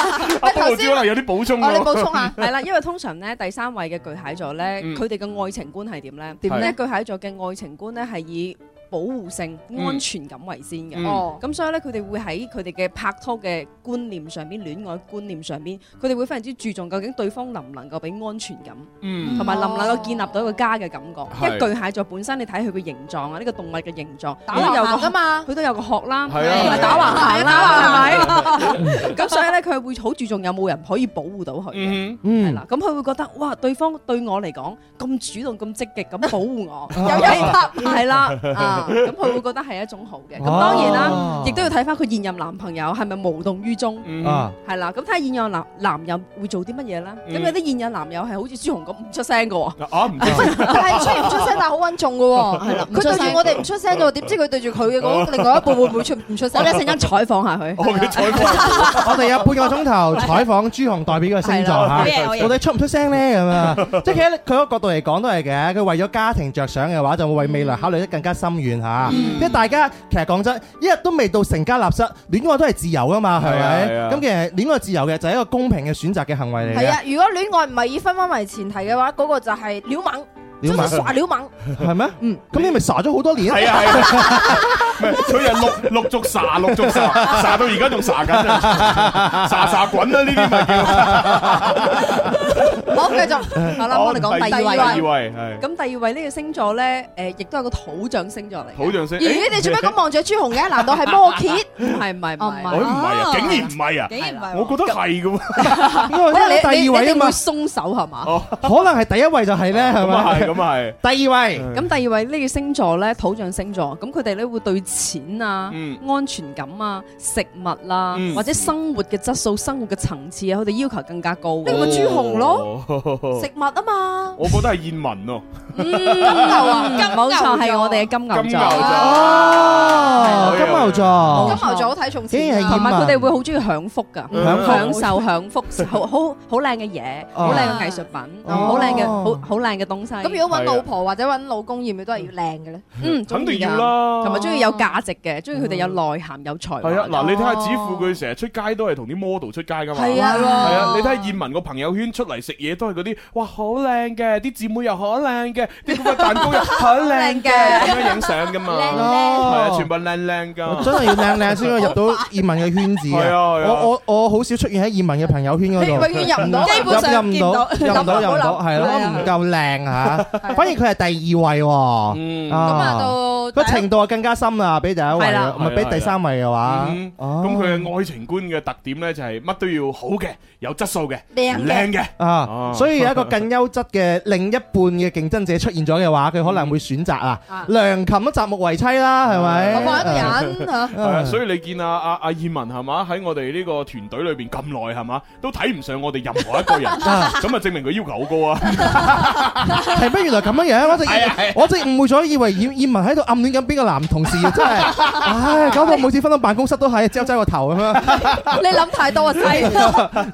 Speaker 4: 阿布招啦，有啲補充
Speaker 6: 我哋
Speaker 4: 喎。
Speaker 6: 補充下。
Speaker 2: 係啦，因為通常咧第三位嘅巨蟹座咧，
Speaker 4: 嗯
Speaker 2: 佢哋嘅愛情觀係點咧？
Speaker 4: 點
Speaker 2: 咧？
Speaker 4: 呢
Speaker 2: 巨蟹座嘅愛情觀咧係以保護性、
Speaker 4: 嗯
Speaker 2: 安全感為先嘅。
Speaker 4: 嗯
Speaker 6: 哦，
Speaker 2: 咁所以咧，佢哋會喺佢哋嘅拍拖嘅觀念上邊、戀愛觀念上邊，佢哋會非常之注重究竟對方能唔能夠俾安全感，
Speaker 4: 嗯
Speaker 2: 同埋能唔能夠建立到一個家嘅感覺。因
Speaker 4: 係
Speaker 2: 為巨蟹座本身你睇佢嘅形狀啊，呢個動物嘅形狀，
Speaker 6: 打
Speaker 2: 佢都有
Speaker 6: 橫行
Speaker 2: 個
Speaker 6: 噶嘛。
Speaker 2: 佢都有個殼啦，
Speaker 4: 係啊
Speaker 2: 同埋
Speaker 4: 係啊
Speaker 2: 打橫行啦，係咪？咁所以咧，佢會好注重有冇人可以保護到佢嘅。
Speaker 4: 嗯
Speaker 2: 係
Speaker 5: 嗯，
Speaker 2: 啦，咁佢會覺得哇，對方對我嚟講咁主動、咁積極、咁保 護我，
Speaker 6: 有一拍
Speaker 2: 係啦，啊，咁佢會覺得係一種好嘅。咁當然啦
Speaker 5: 哦，
Speaker 2: 亦都要睇翻佢現任男朋友係咪無動於衷，
Speaker 4: 嗯
Speaker 5: 啊，
Speaker 2: 係啦。咁睇下現任男男友會做啲乜嘢啦。咁
Speaker 4: 嗯
Speaker 2: 有啲現任男友係好似朱紅咁唔出聲嘅喎，
Speaker 4: 啊唔知
Speaker 6: 但係雖然唔出聲，但係好穩重嘅喎。佢對住我哋唔出聲嘅喎，點知佢對住佢嘅嗰另外一半會唔會出唔出 聲？
Speaker 2: 我哋一陣間採訪下佢。
Speaker 4: 我嘅採訪
Speaker 5: 我哋有半個 鐘頭採訪朱紅代表嘅星座
Speaker 2: 係
Speaker 5: 嚇
Speaker 10: 好，嘢好嘢
Speaker 5: 到底出唔出聲呢？咁啊， 即係企喺佢個角度嚟講都係嘅。佢為咗家庭着想嘅話，就會為未來考慮得更加深遠嚇。
Speaker 2: 嗯
Speaker 5: 即係大家其實講真，一日都未到成家立室，戀愛都係自由噶嘛，係
Speaker 4: 係啊
Speaker 5: 咪？
Speaker 4: 係啊
Speaker 5: 咁其實戀愛自由嘅就係一個公平嘅選擇嘅行為嚟
Speaker 6: 係
Speaker 5: 嘅，
Speaker 6: 啊，如果戀愛唔係以婚姻為前提嘅話，嗰個就係撩猛，
Speaker 5: 料
Speaker 6: 真
Speaker 5: 嘛
Speaker 6: 係耍撩猛。
Speaker 5: 係咩？咁你咪傻咗好多年啊
Speaker 4: 係啊係啊，唔係佢係陸陸續撒陸續撒撒到而家仲撒緊啊，撒撒滾啦呢啲咪
Speaker 2: 好啦，
Speaker 6: 好，繼續。
Speaker 4: 叫。
Speaker 2: 我哋講第二
Speaker 4: 哦第
Speaker 2: 位。
Speaker 4: 二位係
Speaker 2: 咁第二位呢個星座咧，誒，亦都係個土象星座嚟嘅。
Speaker 4: 好象先。
Speaker 6: 咦，你做咩咁望住朱紅嘅？難道係摩羯？
Speaker 2: 唔係唔係唔
Speaker 6: 哦
Speaker 2: 係
Speaker 6: 唔係
Speaker 4: 哎唔係啊，竟然唔係啊，
Speaker 10: 竟然唔係
Speaker 4: 我覺得係嘅喎。
Speaker 5: 因為
Speaker 2: 你
Speaker 5: 第
Speaker 2: 你
Speaker 5: 二
Speaker 2: 你
Speaker 5: 位啊
Speaker 2: 哋會
Speaker 5: 嘛，
Speaker 2: 鬆手係嘛？
Speaker 4: 哦
Speaker 5: 可能係第一位就係呢，係
Speaker 4: 咁啊係，
Speaker 5: 咪？
Speaker 4: 咁啊係。
Speaker 5: 第二位
Speaker 2: 咁第二位呢個星座咧，土象星座，咁佢哋咧會對錢啊、
Speaker 4: 嗯
Speaker 2: 安全感啊、食物啦、
Speaker 4: 嗯
Speaker 2: 或者生活嘅質素、生活嘅層次啊，佢哋要求更加高嘅。
Speaker 6: 呢個咪朱紅咯
Speaker 4: 咯
Speaker 6: 食物啊嘛。
Speaker 4: 我覺得係燕文咯，
Speaker 2: 金牛啊，
Speaker 10: 金牛
Speaker 2: 冇錯係我哋嘅金牛
Speaker 4: 金牛
Speaker 2: 座，
Speaker 4: 座。
Speaker 5: 哦，金牛座
Speaker 6: 金。牛座好睇重
Speaker 5: 竟然係
Speaker 6: 錢
Speaker 2: 同
Speaker 6: 啊
Speaker 5: 葉
Speaker 2: 埋佢哋會好中意享福噶，
Speaker 5: 嗯享福
Speaker 2: 享受享福，好好好靚嘅嘢，好靚嘅藝術品，
Speaker 5: 哦
Speaker 2: 好靚嘅好好靚嘅東西。
Speaker 6: 咁如果揾老婆或者揾老公，要唔要都係要靚嘅咧？
Speaker 2: 嗯，
Speaker 4: 肯定要
Speaker 2: 鍾意㗎
Speaker 4: 啦。
Speaker 2: 同埋中意啊有
Speaker 6: 哦
Speaker 2: 價值嘅，中意佢哋有
Speaker 6: 嗯
Speaker 2: 內涵、有才華
Speaker 4: 係啊，
Speaker 2: 嘅。
Speaker 4: 嗱，你睇下子富佢成日出街都係同啲 model 出街噶嘛。
Speaker 6: 係啊
Speaker 4: 係啊，你睇下燕文個朋友圈出嚟食嘢都係嗰啲，哇，好靚嘅，啲姊妹又好靚嘅，啲嗰個蛋糕又好靚嘅，咁樣影相噶嘛。係啊，全部靚靚噶。
Speaker 5: 哦真係要靚靚先可以入到葉問嘅圈子
Speaker 4: 係啊係啊
Speaker 5: 我我我好少出現喺葉問嘅朋友圈嗰
Speaker 6: 你永
Speaker 5: 度，嗯
Speaker 6: 遠入唔到，
Speaker 10: 基本上
Speaker 5: 入唔到，
Speaker 10: 見
Speaker 5: 入唔
Speaker 10: 唔
Speaker 5: 到，
Speaker 10: 到
Speaker 5: 入唔到，係
Speaker 6: 係
Speaker 5: 咯，
Speaker 6: 啊
Speaker 5: 唔夠靚嚇。反而佢係第二位喎，
Speaker 4: 嗯，
Speaker 6: 咁
Speaker 5: 啊
Speaker 6: 啊到
Speaker 5: 個程度更加深啦，比第一位，唔
Speaker 2: 係啦
Speaker 5: 係比第三位嘅話
Speaker 4: 嗯，
Speaker 5: 哦
Speaker 4: 咁佢嘅愛情觀嘅特點咧就係乜都要好嘅，有質素嘅，
Speaker 6: 靚嘅
Speaker 4: 靚嘅。
Speaker 5: 啊，
Speaker 4: 哦
Speaker 5: 所以有一個更優質嘅另一半嘅競爭者出現咗嘅話，佢可能會選擇啊
Speaker 6: 啊
Speaker 5: 梁琴都擇木為妻
Speaker 4: 啊
Speaker 5: 啦，係咪？啊
Speaker 6: 我話一個人嚇，
Speaker 4: 係啊，所以你見啊阿阿燕文係嘛，喺我哋呢個團隊裏邊咁耐係嘛，都睇唔上我哋任何一個人，咁啊證明佢要求好高啊。
Speaker 5: 係咩？原來咁樣樣，我直
Speaker 4: 係啊係啊
Speaker 5: 我直誤會咗，以為葉葉文喺度暗戀緊邊個男同事啊！真係，唉，搞到每次翻到辦公室都係遮遮個頭咁 樣。
Speaker 6: 你諗太多啊，仔。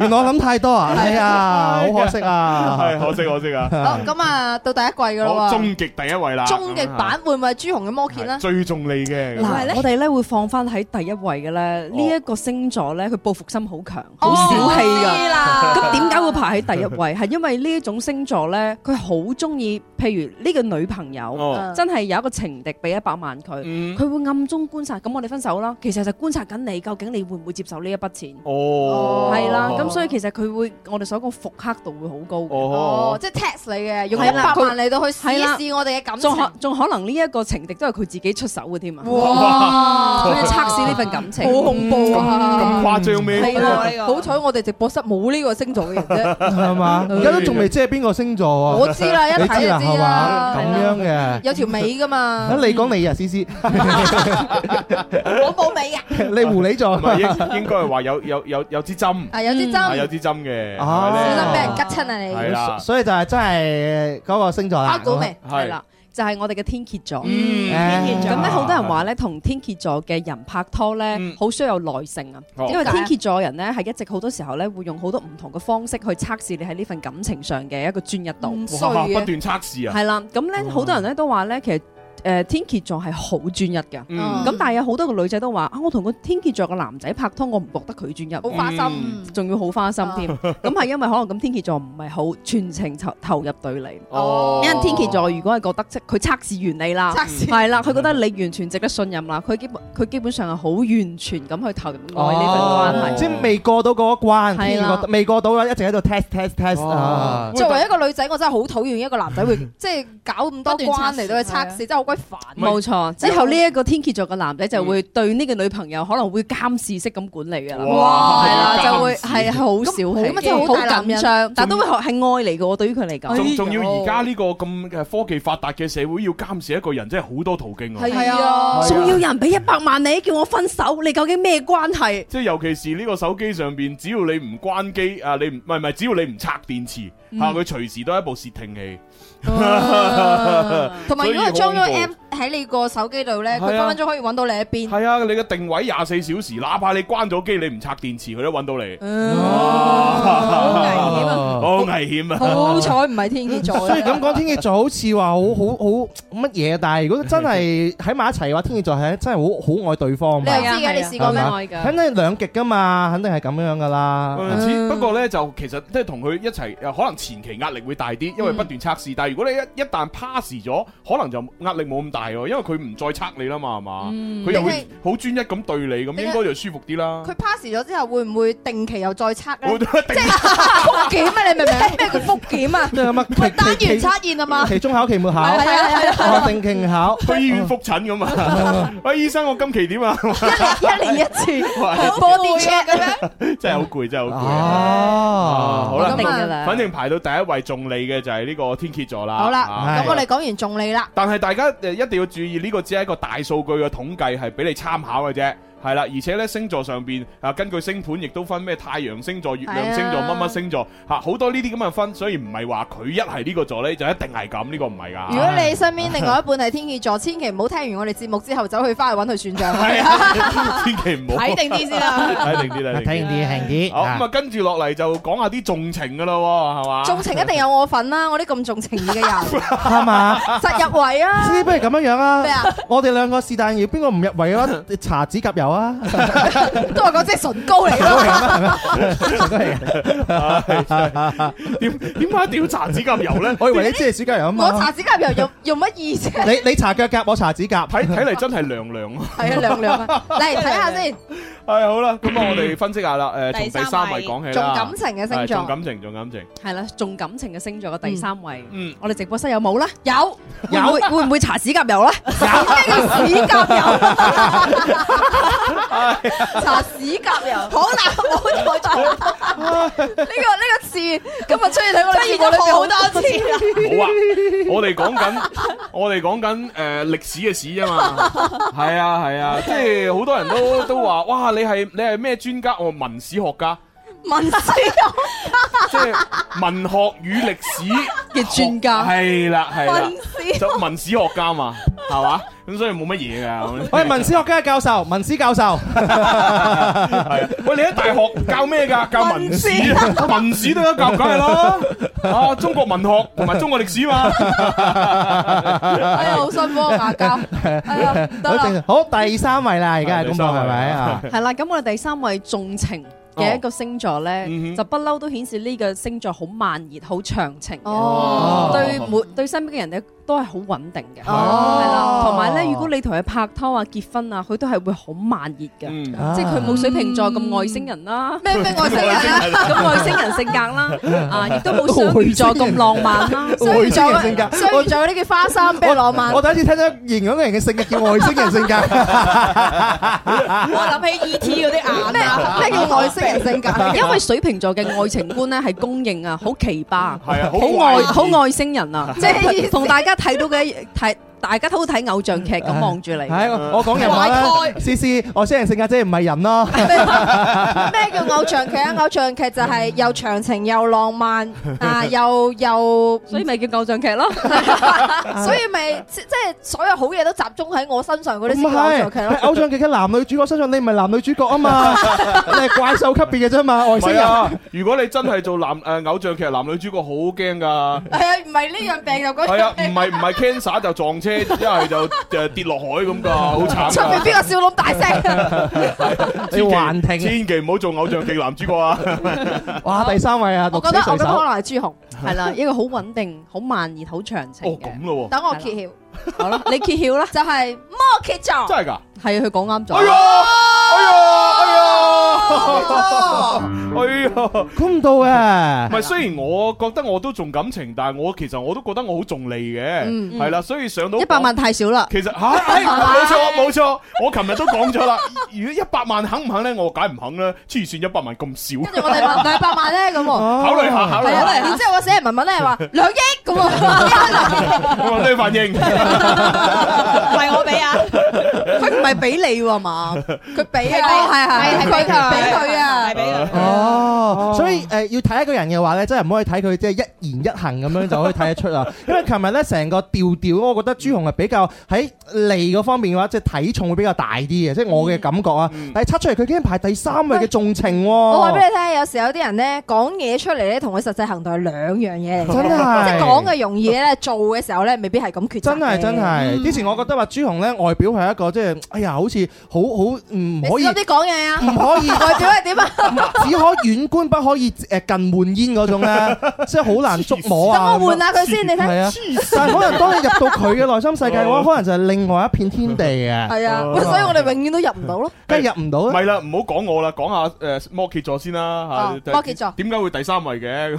Speaker 5: 原來我諗太多啊！哎呀，好可惜啊！
Speaker 4: 係可惜可惜啊！
Speaker 6: 好，咁啊，到第一季噶
Speaker 4: 好，啊
Speaker 6: 啦喎。
Speaker 4: 終極第一位啦，
Speaker 6: 終極版會唔會係朱紅嘅魔劍
Speaker 4: 係
Speaker 6: 咧？
Speaker 4: 最重利嘅。
Speaker 2: 同埋咧
Speaker 9: 嗱，我哋咧會放翻喺第一位嘅咧，
Speaker 6: 哦
Speaker 9: 呢一個星座咧，佢報復心好強，好小氣㗎。
Speaker 6: 知哦啦。
Speaker 9: 咁點解會排喺第一位？ 係因為呢一種星座咧，佢好中意，譬如呢個女朋友
Speaker 4: 哦，
Speaker 6: 嗯
Speaker 9: 真係有一個情敵俾一百萬佢，
Speaker 4: 嗯，
Speaker 9: 佢會暗中觀察。咁我哋分手啦，其實就觀察緊你，究竟你會唔會接受呢一筆錢？
Speaker 4: 哦，
Speaker 9: 係啦，咁所以其實佢會，我哋所講復刻度會好高嘅。
Speaker 6: 哦
Speaker 4: 哦，，
Speaker 6: 即係 tax 你嘅，用一
Speaker 9: 係
Speaker 6: 百
Speaker 9: 啦
Speaker 6: 萬嚟到去試一
Speaker 9: 係啦
Speaker 6: 試我哋嘅感情
Speaker 9: 仲。可仲可能呢一個情敵都係佢自己出手嘅添啊！
Speaker 6: 哇
Speaker 9: 佢要測試呢份感情，
Speaker 6: 好恐怖啊！
Speaker 4: 誇張咩？
Speaker 6: 係
Speaker 2: 好恐怖啊呢
Speaker 6: 啦，
Speaker 2: 個
Speaker 6: 好彩我哋直播室冇呢個星座嘅人 啫，
Speaker 5: 係嘛？
Speaker 4: 啊
Speaker 5: 而家都仲未知係邊個星座
Speaker 6: 我
Speaker 5: 喎？
Speaker 6: 知啦，一
Speaker 5: 你
Speaker 6: 睇
Speaker 5: 知啦，
Speaker 6: 就
Speaker 5: 係
Speaker 6: 知啦嗯
Speaker 5: 嘛？，
Speaker 6: 係
Speaker 5: 咁
Speaker 6: 啦
Speaker 5: 樣嘅。
Speaker 6: 有條尾噶嘛
Speaker 5: 啊，，你講你啊，思思，你
Speaker 6: 我冇
Speaker 9: 啊
Speaker 6: 尾嘅，
Speaker 5: 狐狸座
Speaker 4: 唔。係應 應該係話有有有有支針，
Speaker 6: 啊有啲
Speaker 4: 啊
Speaker 6: 針，
Speaker 4: 有支針嘅，
Speaker 5: 哦
Speaker 6: 小
Speaker 4: 係咪
Speaker 6: 心俾
Speaker 4: 咧
Speaker 6: 人吉親啊
Speaker 4: 係
Speaker 6: 你，
Speaker 4: 啦，
Speaker 5: 所以就係真係嗰個星座啦。
Speaker 6: 包估未？
Speaker 9: 係
Speaker 4: 係
Speaker 9: 啦，就係我哋嘅天蝎座。
Speaker 2: 嗯，天蝎
Speaker 9: 咁
Speaker 2: 座
Speaker 9: 咧，好多人話咧，同天蝎座嘅人拍拖咧
Speaker 4: 嗯，
Speaker 9: 好需要有耐性啊，
Speaker 4: 哦
Speaker 9: 因為天蝎座人咧係一直好多時候咧會用好多唔同嘅方式去測試你喺呢份感情上嘅一個專一度。
Speaker 6: 唔衰
Speaker 4: 哇，不
Speaker 6: 嘅，
Speaker 4: 斷測試啊，
Speaker 9: 係啦，咁咧好多人咧都話咧，其實誒天蝎座係好專一嘅。
Speaker 4: 嗯，
Speaker 9: 咁但係有好多個女仔都話啊，我同個天蝎座嘅男仔拍拖，我唔覺得佢專
Speaker 6: 好
Speaker 9: 一，
Speaker 6: 花心
Speaker 4: 嗯，
Speaker 9: 仲要好花心添。咁係因為可能咁天蝎座唔係好全程投投入對你。
Speaker 6: 哦
Speaker 9: 因為天蝎座如果係覺得即佢測試完你啦，
Speaker 6: 測試
Speaker 9: 係啦，佢覺得你完全值得信任啦，佢基本佢基本上係好完全咁去投入愛呢份關係。
Speaker 5: 即係未過到嗰一關，
Speaker 9: 係啦
Speaker 5: 未過到啊，一直喺度 test test test 啊
Speaker 4: 哦。
Speaker 6: 作為一個女仔，我真係好討厭一個男仔會即係搞咁多
Speaker 9: 不斷測
Speaker 6: 關
Speaker 9: 試
Speaker 6: 嚟到去測
Speaker 9: 係啊
Speaker 6: 試，真係好鬼煩。
Speaker 9: 冇錯，之後呢一個天蝎座嘅男仔就會對呢個女朋友可能會監視式咁管理㗎啦。
Speaker 4: 哇
Speaker 9: 係啦，
Speaker 4: 監視
Speaker 9: 就會係好小氣，
Speaker 6: 咁啊真係好大男人
Speaker 9: 緊張，但都會係愛嚟嘅喎。對於佢嚟講，
Speaker 4: 仲仲要而家呢個咁嘅科技發達嘅社會，要監視一個人真係好多途徑啊！
Speaker 6: 係啊
Speaker 5: 係啊
Speaker 9: 仲要人俾一百萬你，叫我分手，你究竟咩關係？
Speaker 4: 即係尤其是呢個手機上邊，只要你唔關機啊，你唔唔係唔係，只要你唔拆電池嚇，佢隨時都係一部竊聽器。
Speaker 6: 同埋如果佢裝咗
Speaker 4: 所以好
Speaker 6: app 喺你個手機度咧，佢
Speaker 4: 係
Speaker 6: 分
Speaker 4: 啊
Speaker 6: 分鐘可以揾到你喺邊。
Speaker 4: 係啊，你嘅定位廿四小時，哪怕你關咗機，你唔拆電池，佢都揾到你。
Speaker 6: 嗯好危
Speaker 9: 哦
Speaker 6: 險啊！
Speaker 4: 好危險啊！
Speaker 6: 好彩唔係天蝎座。
Speaker 5: 所以咁講，天蝎座好似話好好好乜嘢，但係如果真係喺埋一齊嘅話，天蝎座係真係好好愛對方
Speaker 6: 你又
Speaker 5: 嘛，
Speaker 6: 知嘅，你試過咩？
Speaker 5: 係
Speaker 6: 係
Speaker 5: 嘛肯定係兩極噶嘛，肯定係咁樣噶 啦。
Speaker 4: 誒只不過呢，就其實即係同佢一齊，啊誒可能前期壓力會大啲，因為不斷測試。但係如果你一一旦 pass 咗，可能就壓力冇咁大喎，因為佢唔再測你啦嘛，係嘛？佢又會好專一咁對你，咁
Speaker 6: 定係
Speaker 4: 應該就舒服啲啦。
Speaker 6: 佢啊 pass 咗之後，會唔會定期又再測
Speaker 4: 我
Speaker 6: 咧？
Speaker 4: 都一定
Speaker 6: 復檢啊！你明唔明？咩叫復檢啊？
Speaker 5: 即係咁啊，
Speaker 6: 喂，單
Speaker 5: 期
Speaker 6: 元
Speaker 5: 期
Speaker 6: 測驗啊嘛。
Speaker 5: 期中考、期末考、
Speaker 6: 係啊係啊，
Speaker 5: 哦定期考。
Speaker 4: 去醫院復診咁啊！喂，醫生，我今期點啊？
Speaker 6: 一年一次
Speaker 4: 哇
Speaker 6: body check 咁樣。
Speaker 4: 真係好攰，真係好攰啊。啊好
Speaker 5: 哦，
Speaker 4: 啦
Speaker 9: 一定㗎啦。
Speaker 4: 反正排到第一位中利嘅就係呢個天蝎座啦。
Speaker 6: 好
Speaker 4: 啊
Speaker 6: 啦，咁
Speaker 5: 係
Speaker 6: 我哋講完仲你啦。
Speaker 4: 但係大家誒一定要注意，呢、個只係一個大數據嘅統計，係俾你參考嘅啫。係啦，而且咧星座上邊啊，根據星盤亦都分咩太陽星座、月亮星座、
Speaker 6: 係啊
Speaker 4: 乜乜星座嚇，好、多呢啲咁嘅分，所以唔係話佢一係呢個座咧就一定係咁，呢、個唔係㗎。
Speaker 6: 如果你身邊另外一半係天蝎座，千祈唔好聽完我哋節目之後走去翻去揾佢算賬。
Speaker 4: 係啊， 千祈唔好
Speaker 2: 睇定啲先啦。
Speaker 4: 睇定 啲，睇定啲。
Speaker 5: 啊啲，輕啲
Speaker 4: 好咁啊，跟住落嚟就講下啲重情㗎啦喎，係嘛？
Speaker 6: 重情一定有我份啦，我啲咁重情義嘅人，
Speaker 5: 係嘛？
Speaker 6: 實入圍啊！
Speaker 5: 知不如咁樣樣
Speaker 6: 咩
Speaker 5: 啊！
Speaker 6: 啊？
Speaker 5: 我哋兩個是但要邊個唔入圍嘅話，搽指甲油啊！
Speaker 6: 都話嗰隻唇膏嚟咯，
Speaker 4: 點點解一定要搽指甲油咧？
Speaker 5: 我以為你即係指甲油啊
Speaker 6: 我
Speaker 5: 嘛。
Speaker 6: 搽指甲油用用乜意啫？
Speaker 5: 你你搽腳甲，我搽指甲。
Speaker 4: 睇睇嚟真係涼涼 啊！
Speaker 6: 係啊，涼涼啊！嚟睇下先，
Speaker 4: 係好啦，咁啊，我哋分析下啦。誒，從第
Speaker 2: 第三
Speaker 4: 三位
Speaker 2: 位
Speaker 4: 講起
Speaker 6: 重
Speaker 4: 啦。
Speaker 6: 感情嘅
Speaker 4: 係重
Speaker 6: 星 座
Speaker 4: 感情，重感情。
Speaker 9: 係啦，重感情嘅星座嘅第三位，
Speaker 4: 嗯，
Speaker 9: 我哋直播室有冇啦？
Speaker 6: 有
Speaker 9: 有會會唔會搽指甲油咧？
Speaker 6: 有指甲油，搽指甲油，好難，好難，呢個呢個字今日出現喺我哋節目裏邊好多次啦。
Speaker 4: 好啊！ 我哋講緊，我哋講緊誒歷史嘅史啊嘛，係啊係啊，即係好多人都都話，哇！你係你係咩專家？我文史學家，
Speaker 6: 文思
Speaker 4: 即係文學與歷史
Speaker 9: 嘅專家
Speaker 4: 係啦係啦
Speaker 6: 文，思
Speaker 4: 就文史學家嘛，係嘛？咁所以冇乜嘢㗎。
Speaker 5: 喂，文史學家教授，文史教授，
Speaker 4: 係啊，喂，你喺大學教咩㗎？教文史啊，文史都有教，梗係啦。 啊，中國文學同埋中國歷史嘛。
Speaker 6: 哎呀，好辛苦啊牙膠，哎呀，得
Speaker 5: 好
Speaker 6: 啦，
Speaker 5: 正好第三位啦，而家係公佈係咪啊？
Speaker 9: 係啦，咁我哋第三位重情嘅一個星座咧，就不嬲都顯示呢個星座好慢熱、好長情嘅。
Speaker 6: 哦，
Speaker 9: 對每對身邊嘅人咧都係好穩定嘅，係
Speaker 6: 哦
Speaker 9: 啦。同埋咧，如果你同佢拍拖啊、結婚啊，佢都係會好慢熱嘅，
Speaker 4: 嗯，
Speaker 5: 啊
Speaker 9: 即係佢冇水瓶座咁外星人啦，
Speaker 6: 咩咩外星人啊，
Speaker 9: 咁外星人性格 啦，啊，亦都冇雙魚座咁浪漫啦。
Speaker 6: 雙魚座
Speaker 5: 外星人性格
Speaker 6: 雙魚座嗰啲叫花衫比較浪漫
Speaker 5: 我。第一次聽到形容一個人嘅性格叫外星人 性格，
Speaker 2: 我諗起 E.T. 嗰啲眼啊，
Speaker 6: 咩叫外星人性格？
Speaker 9: 因為水瓶座嘅愛情觀咧係公認啊，好奇葩，
Speaker 4: 係啊，好
Speaker 9: 好
Speaker 4: 懷
Speaker 9: 外
Speaker 4: 疑
Speaker 9: 好外星人啊，即
Speaker 6: 咩意
Speaker 9: 係
Speaker 6: 思
Speaker 9: 同大家睇到嘅睇，大家都睇偶像劇咁望住你。
Speaker 5: 係我我講人話啦，思思外星人性格即係唔係人咯，
Speaker 6: 咩叫偶像劇啊？偶像劇就係又長情又浪漫啊，又又，
Speaker 9: 所以咪叫偶像劇咯，
Speaker 6: 所以咪即即係所有好嘢都集中喺我身上嗰啲
Speaker 5: 唔
Speaker 6: 先叫偶
Speaker 5: 係
Speaker 6: 像 劇
Speaker 5: 係
Speaker 6: 咯。
Speaker 5: 偶像劇嘅男女主角身上，你唔係男女主角啊 嘛，你係怪獸級別嘅啫嘛，外
Speaker 4: 唔
Speaker 5: 星
Speaker 4: 係
Speaker 5: 人。
Speaker 4: 啊！如果你真係做男誒偶像劇男女主角，好驚㗎。
Speaker 6: 係啊，唔係呢樣病就嗰
Speaker 4: 係啊，唔
Speaker 6: 樣病。
Speaker 4: 係唔係 cancer 就撞車，一係就誒跌落海咁㗎，好慘
Speaker 6: 出面
Speaker 4: 㗎。
Speaker 6: 邊個笑咁大聲？
Speaker 5: 你幻
Speaker 6: 啊
Speaker 5: 聽
Speaker 4: 千祈唔好做偶像劇男主角啊！
Speaker 5: 哇！第三位啊，
Speaker 6: 我
Speaker 5: 六
Speaker 6: 覺
Speaker 5: 死
Speaker 6: 得我
Speaker 5: 隨
Speaker 6: 覺得可
Speaker 5: 手，
Speaker 6: 能係朱紅。
Speaker 9: 係啦，一個好穩定、好慢熱、好長情
Speaker 4: 哦，
Speaker 9: 嘅
Speaker 4: 咁。咯
Speaker 6: 等我揭曉，
Speaker 9: 好啦，你揭曉啦，
Speaker 6: 就係摩羯
Speaker 4: 喎，真
Speaker 6: 座。
Speaker 4: 係㗎！
Speaker 9: 係啊佢講啱咗。
Speaker 4: 哎呀，哎呀，哎呀，哎呀！
Speaker 5: 估唔到啊
Speaker 4: 唔！係，雖然我覺得我都重感情，但係我其實我都覺得我好重利嘅，係啦，所以上到
Speaker 9: 一百萬太少 啦，
Speaker 4: 其實嚇，哎 冇錯冇錯，我琴日都講咗啦。 如果一百萬肯唔肯咧，我梗係唔肯啦。黐線，一百萬咁少
Speaker 6: 跟， 住我哋問兩百萬咧咁喎。
Speaker 4: 考慮下考慮
Speaker 6: 係啊，
Speaker 4: 下，
Speaker 6: 然之後我寫文文咧話兩億咁啊喎，
Speaker 4: 我話對反應。
Speaker 2: 唔係我俾啊，
Speaker 9: 佢唔係俾你喎嘛？
Speaker 6: 佢俾
Speaker 2: 係
Speaker 6: 啊，
Speaker 9: 係係
Speaker 6: 係
Speaker 2: 係
Speaker 6: 佢
Speaker 2: 俾佢
Speaker 6: 俾佢啊
Speaker 2: 係。俾佢。
Speaker 5: Ờ. 哦，所以誒要睇一個人嘅話咧，真係唔可以睇佢即係一言一行咁樣就可以睇得出 啊。因為琴日咧成個調調，我覺得朱紅係比較喺利嗰方面嘅話，即係體重會比較大啲嘅，即係
Speaker 6: 嗯
Speaker 5: 我嘅感覺啊。但係測出嚟佢竟然排第三位嘅重情喎，
Speaker 6: 我話俾你聽，有時有啲人咧講嘢出嚟咧，同佢實際行動係兩樣嘢嚟嘅，
Speaker 5: 真係
Speaker 6: 即係講嘅容易咧，做嘅時候咧，未必係咁抉擇嘅
Speaker 5: 真係真。係。
Speaker 6: 嗯
Speaker 5: 之前我覺得話朱紅咧外表係一個即係，哎呀，好似好好嗯唔
Speaker 6: 你
Speaker 5: 可以
Speaker 6: 小心啲講嘢啊！
Speaker 5: 唔可以。
Speaker 6: 外表係點 啊？
Speaker 5: 只可遠觀不可以誒近換煙嗰種咧，即係好難捉摸
Speaker 6: 等
Speaker 5: 啊！
Speaker 6: 我換下佢先，你
Speaker 5: 係
Speaker 6: 睇。
Speaker 5: 啊，但係可能當你入到佢嘅內心世界嘅話，可能就係另外一片天地嘅，
Speaker 6: 哦 係啊，所以我哋永遠都入唔到咯。
Speaker 5: 梗係入唔到
Speaker 4: 唔
Speaker 5: 啦。
Speaker 4: 係啦，唔好講我啦，講下誒摩羯座先啦
Speaker 6: 哦
Speaker 4: 嚇。
Speaker 6: 摩羯座
Speaker 4: 點解會第三位嘅？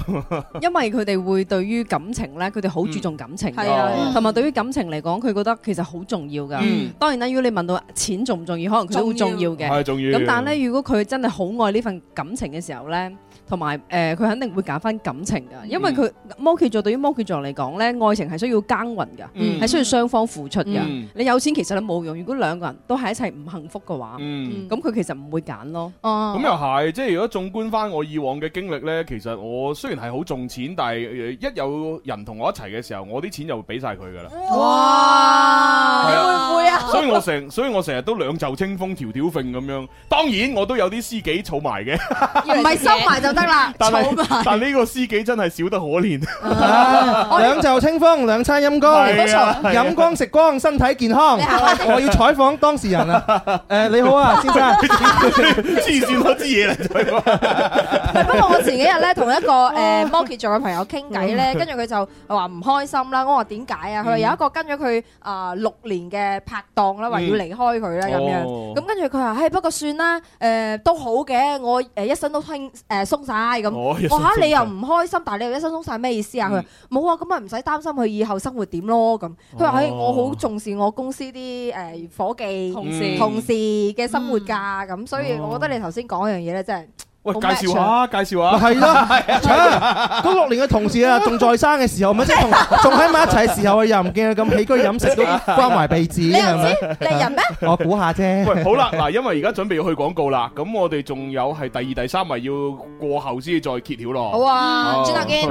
Speaker 9: 因為佢哋會對於感情咧，佢哋好注重感情
Speaker 6: 係
Speaker 9: 嘅，
Speaker 6: 啊，
Speaker 4: 嗯
Speaker 9: 同埋對於感情嚟講，佢覺得其實好重要噶。
Speaker 4: 嗯
Speaker 9: 當然啦，如果你問到錢重唔重要，可能佢都好重要嘅。
Speaker 4: 係仲要。
Speaker 9: 咁但係咧，如果佢真係好愛呢份感情嘅時候咧，同埋誒，呃佢、肯定會揀翻感情
Speaker 4: 嗯
Speaker 9: 噶，因為佢摩羯座對於摩羯座嚟講咧，愛情係需要耕耘噶，係、
Speaker 4: 嗯
Speaker 9: 需要雙方付出噶。
Speaker 4: 嗯
Speaker 9: 你有錢其實都冇用，如果兩個人都喺一齊唔幸福嘅話，
Speaker 4: 嗯。
Speaker 9: 咁佢、其實唔會揀咯。
Speaker 6: 哦
Speaker 4: 咁又係，即係如果縱觀翻我以往嘅經歷呢，其實我雖然係好重錢，但係呃一有人同我一齊嘅時候，我啲錢就俾晒佢噶啦。
Speaker 6: 嗯哇！你會唔會啊？
Speaker 4: 所以我成，所以我成日都兩袖清風，條條揈咁樣。當然我都有啲私己儲埋 嘅，
Speaker 5: 啊
Speaker 6: 唔係收埋就 得啦，
Speaker 4: 但
Speaker 6: 儲
Speaker 4: 係
Speaker 6: 埋。
Speaker 4: 但呢個私己真係少得可 憐。
Speaker 5: 唉兩袖清風，兩餐陰光，
Speaker 4: 係啊係啊
Speaker 5: 飲光食光，身體健康
Speaker 6: 你行下。
Speaker 5: 我要採訪當事人啊！誒，你好啊，先 生，
Speaker 4: 黐線嗰支嘢嚟就係話
Speaker 6: 不過我前幾日咧同 一個誒摩羯座嘅朋友傾偈
Speaker 4: 嗯
Speaker 6: 咧，跟住佢就話唔開心啦。我話點解啊？佢話有一個跟咗佢啊六年嘅拍檔啦，話要離開佢啦咁樣。
Speaker 4: 哦
Speaker 6: 咁跟住佢話：，唉，不過算啦，誒都好嘅，我誒一身都輕誒鬆晒咁。
Speaker 4: 哦一
Speaker 6: 我嚇
Speaker 4: 身
Speaker 6: 你又
Speaker 4: 鬆嗯
Speaker 6: 唔開心，但係你又一身鬆晒咩意思啊？佢話冇啊，咁咪唔使擔心佢以後生活點咯咁。佢
Speaker 4: 哦
Speaker 6: 話：，唉，我好重視我公司啲誒伙計
Speaker 9: 同
Speaker 4: 嗯
Speaker 9: 事
Speaker 6: 同事嘅生活㗎，咁所
Speaker 4: 哦
Speaker 6: 以我覺得你頭先講一樣嘢咧，真係。
Speaker 4: 喂，
Speaker 6: 好
Speaker 4: 介紹
Speaker 6: 啊
Speaker 4: 下，介紹下。
Speaker 5: 咪係咯，切嗰六年嘅同事啊，仲在生嘅時候，咪即係同仲喺埋一齊嘅時候，又唔見佢咁起居飲食都關懷備至，
Speaker 6: 你又
Speaker 5: 係咪？
Speaker 6: 知你係人咩？
Speaker 5: 我估下啫。
Speaker 4: 喂，好啦，嗱，因為而家準備要去廣告啦，咁我哋仲有係第二、第三位要過後先至再揭曉咯。
Speaker 6: 好啊，轉頭見。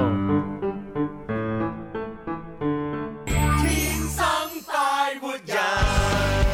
Speaker 3: 天生快活人。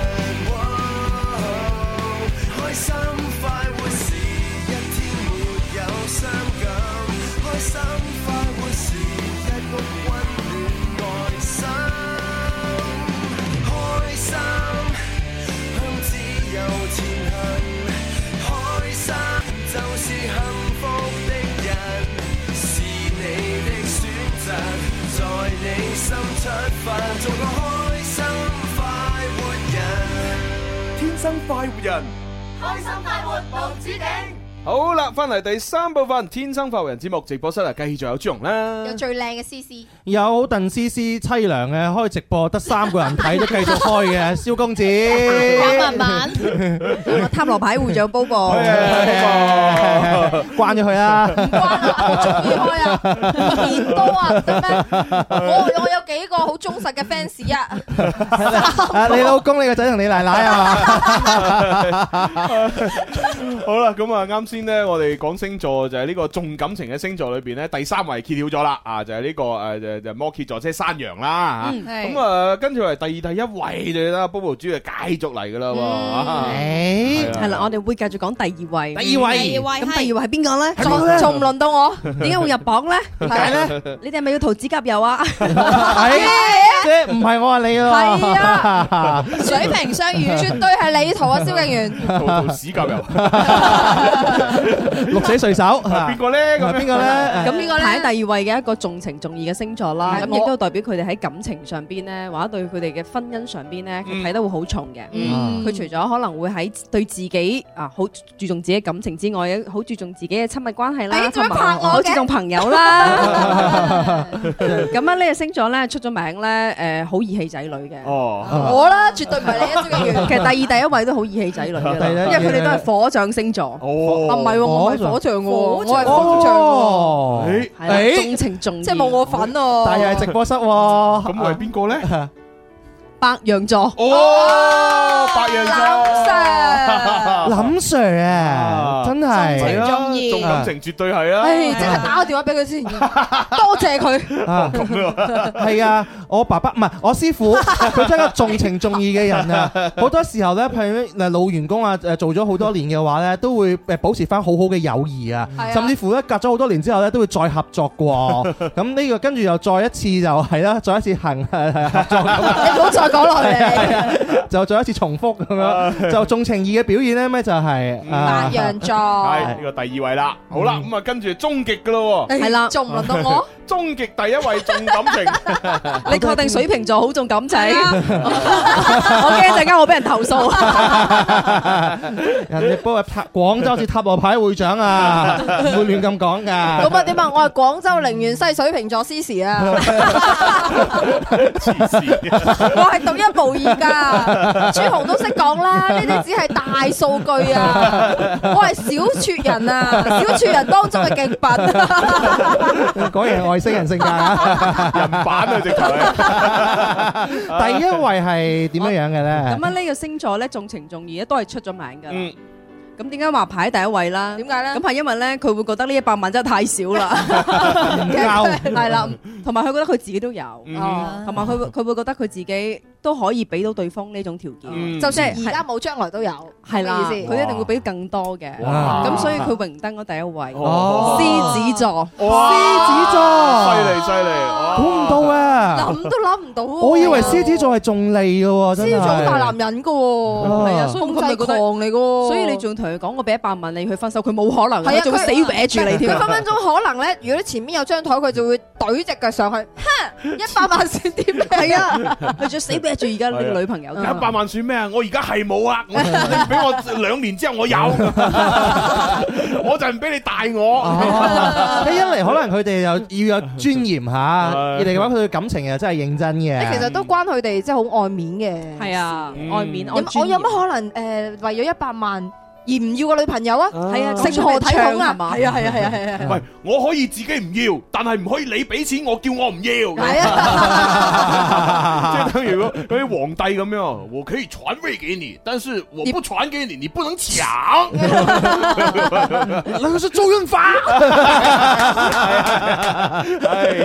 Speaker 3: 你心出發，做個開心快活人。天生快活人，
Speaker 4: 好啦，翻嚟第三部分《天生發人》節目直播室啊，繼續有朱容啦。
Speaker 6: 有最靚嘅 C C，
Speaker 5: 有鄧思思凄涼嘅開直播得三個人睇都繼續開嘅，蕭公子。
Speaker 2: 慢慢，
Speaker 6: 塔羅牌會長 Bobo，
Speaker 5: à. 關咗佢 啦，
Speaker 6: 關啊，終於開啊，年多啊，唔得咩？我我有幾個好忠實嘅 fans 啊，
Speaker 5: 啊你老公、你個仔同你奶 奶啊
Speaker 4: 好啦，咁啊，啱先呢，我哋講星座就係呢個重感情嘅星座裏邊呢，第三位揭曉咗啦，啊，就係呢個誒就就摩羯座，即係山羊
Speaker 6: Ừ.
Speaker 4: 啦。嚇咁
Speaker 2: 咁啊，
Speaker 4: 啊，跟住嚟第二、第一位就啦，Bobo 豬啊，繼續嚟噶啦
Speaker 5: 嘛？
Speaker 4: 喎。
Speaker 5: 誒，
Speaker 9: 係啦，我哋會繼續講第二位。
Speaker 5: 第二
Speaker 2: 第
Speaker 5: 位
Speaker 2: 二，位
Speaker 9: 咁
Speaker 2: 係
Speaker 9: 第二位係邊個咧？
Speaker 5: 係邊個呢
Speaker 6: 仲唔輪到我？
Speaker 9: 點解會入榜咧？
Speaker 6: 係啊
Speaker 9: 你哋係咪要塗指甲油啊？
Speaker 5: 係即係唔係我話你咯？
Speaker 6: 係啊
Speaker 2: 水平相遇，
Speaker 6: 絕對係你圖啊，蕭敬元，
Speaker 4: 塗塗屎甲 油，
Speaker 5: 六死隨手
Speaker 4: 邊個咧？咁
Speaker 5: 邊
Speaker 4: 樣
Speaker 5: 個咧？
Speaker 9: 咁
Speaker 6: 呢個呢
Speaker 9: 排喺第二位嘅一個重情重義嘅星座啦，
Speaker 6: 係
Speaker 9: 咁亦都代表佢哋喺感情上邊咧，或者對佢哋嘅婚姻上邊咧，佢睇得會好重嘅。
Speaker 2: 嗯
Speaker 9: 佢除咗可能會喺對自己啊好注重自己嘅感情之外，好注重自己嘅親密關係啦，
Speaker 6: 哎做
Speaker 9: 同
Speaker 6: 咩
Speaker 9: 埋
Speaker 6: 拍我嘅
Speaker 9: 好注重朋友啦。咁啊，呢個星座咧出咗名咧，誒好義氣仔女嘅。
Speaker 4: 哦，
Speaker 6: 我啦，絕對唔係你啊，蕭敬元。
Speaker 9: 其實第二第一位都好義氣仔女嘅啦，
Speaker 5: 第一
Speaker 9: 因為佢哋都係火象星座。
Speaker 6: 啊唔
Speaker 4: 哦，
Speaker 6: 係喎，我唔係火象喎，我係風象喎，
Speaker 5: 哦
Speaker 4: 誒
Speaker 9: 係啦，重情重義，
Speaker 6: 即係冇我份喎。
Speaker 5: 但又係直播室喎，
Speaker 4: 咁我係邊個咧？
Speaker 9: 白羊座。
Speaker 4: 哦，白羊
Speaker 6: 林
Speaker 4: 座。
Speaker 6: Sir，
Speaker 5: 林 Sir 啊，真
Speaker 4: 係
Speaker 5: 係
Speaker 4: 啦
Speaker 2: 重義
Speaker 4: 重感情絕對係啊。
Speaker 6: 唉，即刻打個電話俾佢先，多謝佢。
Speaker 5: 啊， 係啊，我爸爸唔係我師傅，佢真係一個重情重義嘅人啊！好多時候咧，譬如嗱老員工啊，誒做咗好多年嘅話咧，都會誒保持翻好好嘅友誼啊
Speaker 6: 係，啊
Speaker 5: 甚至乎咧隔咗好多年之後咧，都會再合作過。咁呢個跟住又再一次就係啦，再一次行合作咁啊
Speaker 6: 你唔好再講落去啦。你
Speaker 5: 就再一次重複咁
Speaker 4: 啊
Speaker 5: 樣，就重情義嘅表現咧，咩就係
Speaker 6: 白
Speaker 5: 啊
Speaker 6: 羊座，
Speaker 4: 係呢個第二位啦，
Speaker 5: 嗯
Speaker 4: 好啦，咁啊跟住終極噶咯
Speaker 5: 哎
Speaker 4: 喎，
Speaker 6: 係
Speaker 9: 啦
Speaker 6: 仲唔輪到我？
Speaker 4: 終極第一位重感情，哦
Speaker 9: 你確定水瓶座好重感情？
Speaker 4: 啊
Speaker 9: 我驚一陣間我俾人投 訴。
Speaker 5: 人哋幫佢拍廣州市塔羅牌會長啊，唔會亂咁講㗎。
Speaker 6: 咁啊點啊？我係廣州陵園西水瓶座 C C 啊，
Speaker 4: 黐線，
Speaker 6: 我係獨一無二噶。朱紅都識講啦，呢啲只係大數據啊，我係小撮人啊，小撮人當中嘅極品。
Speaker 5: 果然係外星人性格啊！
Speaker 4: 人版 啊直頭係，
Speaker 5: 第一位係點樣樣嘅咧
Speaker 9: 咁？啊，呢個星座咧重情重義咧都係出咗名㗎啦。
Speaker 4: 嗯，
Speaker 9: 咁點解話排喺第一位啦？
Speaker 6: 點解咧
Speaker 9: 咁？係因為咧，佢會覺得呢一百萬真係太少 啦，
Speaker 5: 唔夠
Speaker 9: 係啦，同埋佢覺得佢自己都有，
Speaker 4: 嗯
Speaker 6: Ờ.
Speaker 9: 同埋佢 會佢會覺得佢自己都可以俾到對方呢種條件，
Speaker 4: 嗯
Speaker 6: 就算
Speaker 9: 即
Speaker 6: 而
Speaker 9: 係
Speaker 6: 家冇，將來都有，
Speaker 9: 係啦，
Speaker 6: 咩意思
Speaker 9: 佢一定會俾更多嘅。
Speaker 4: 哇
Speaker 9: 咁所以佢榮登咗第一位，
Speaker 5: 哦
Speaker 9: 獅子座。
Speaker 4: 哇
Speaker 5: 獅子座
Speaker 4: 犀利犀利，哇
Speaker 5: 哦估唔到！啊！
Speaker 6: 諗都諗唔到。
Speaker 5: 我以為獅子，座係仲利嘅喎，
Speaker 6: 獅
Speaker 5: 真
Speaker 6: 子座好大
Speaker 5: 係。哦
Speaker 6: 男人噶喎，
Speaker 9: 係啊，所以
Speaker 6: 控
Speaker 9: 佢咪
Speaker 6: 制
Speaker 9: 覺
Speaker 6: 狂
Speaker 9: 得。
Speaker 6: 嚟噶。
Speaker 9: 所以你仲同佢講我俾一百萬你去分手，佢冇可能，
Speaker 6: 係啊
Speaker 9: 哦佢仲會死搲住你添
Speaker 6: 佢。分分鐘可能咧，如果你前面有張台，佢就會懟只腳上去，哼， 一百萬先點
Speaker 9: 係啊，佢仲死搲住而家呢個女朋友添。
Speaker 4: 一百萬算咩啊？我而家係冇 啊！我你俾我兩年之後我有，我就唔俾你大我。
Speaker 5: 哦一嚟可能佢哋又要有尊嚴嚇，二嚟嘅話佢對感情又真係認真
Speaker 6: 其
Speaker 5: 嘅。
Speaker 6: 實都關佢哋即係好愛面嘅。
Speaker 9: 係啊
Speaker 4: 嗯，
Speaker 9: 外面
Speaker 6: 有
Speaker 9: 我
Speaker 6: 乜，我有乜可能誒為咗一百萬而唔要個女朋友啊？
Speaker 9: 係啊，
Speaker 6: 成何體統
Speaker 9: 係
Speaker 6: 啊？
Speaker 9: 嘛？
Speaker 6: 係啊係啊係啊係啊！
Speaker 4: 喂，我可以自己唔要，但係唔可以你俾錢我叫我唔要。
Speaker 6: 係
Speaker 4: 即係等於嗰嗰啲皇帝咁樣，我可以傳位給你，但是我不傳給你，你不能搶。
Speaker 5: 嗱，佢是周潤發。
Speaker 4: 哎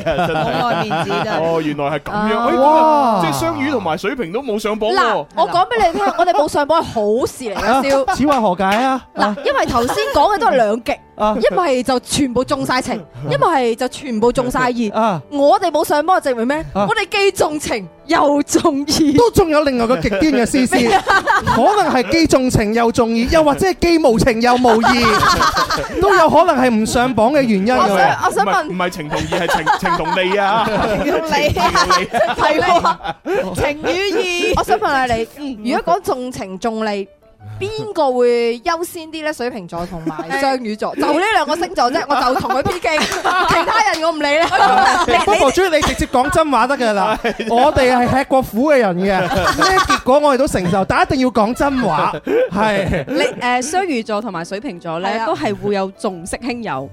Speaker 4: 呀，真
Speaker 2: 好
Speaker 4: 係
Speaker 2: 愛面子真
Speaker 4: 哦，原來係咁樣，哎
Speaker 5: 哇
Speaker 4: 即係雙魚同埋水瓶都冇上榜
Speaker 6: 嗱
Speaker 4: 喎，。
Speaker 6: 我講俾你聽，我哋冇上榜係好事嚟嘅，
Speaker 5: 啊
Speaker 6: 蕭。
Speaker 5: 此話何解解啊？
Speaker 6: 嗱，因為頭先講嘅都係兩極，
Speaker 5: 啊
Speaker 6: 一係就全部中 晒情，一係就全部中晒意。
Speaker 5: 啊！
Speaker 6: 我哋冇上波證明咩？
Speaker 5: 啊
Speaker 6: 我哋既重情又重意。
Speaker 5: 都仲有另外個極端嘅 C C，可能係既重情又重義，又或者係既無情又無 義，都有可能係唔上榜嘅原因
Speaker 6: 我
Speaker 5: 㗎。
Speaker 6: 想我想
Speaker 4: 唔係
Speaker 6: 問，
Speaker 4: 唔係情同義，係情情同利啊！
Speaker 6: 係喎
Speaker 2: 情與義，
Speaker 6: 我想問下你，如果講重情重利。邊個會優先啲咧？水瓶座同埋雙魚座，就呢兩個星座啫，我就同佢 P K，其他人我唔理咧。
Speaker 5: 不過主你直接講真話得㗎 啦，我哋係吃過苦嘅人嘅， 咩結果我哋都承受，但一定要講真話，係。
Speaker 9: 你誒雙魚座同埋水瓶座
Speaker 6: 係
Speaker 9: 咧，
Speaker 6: 啊
Speaker 9: 都係會有重色輕友，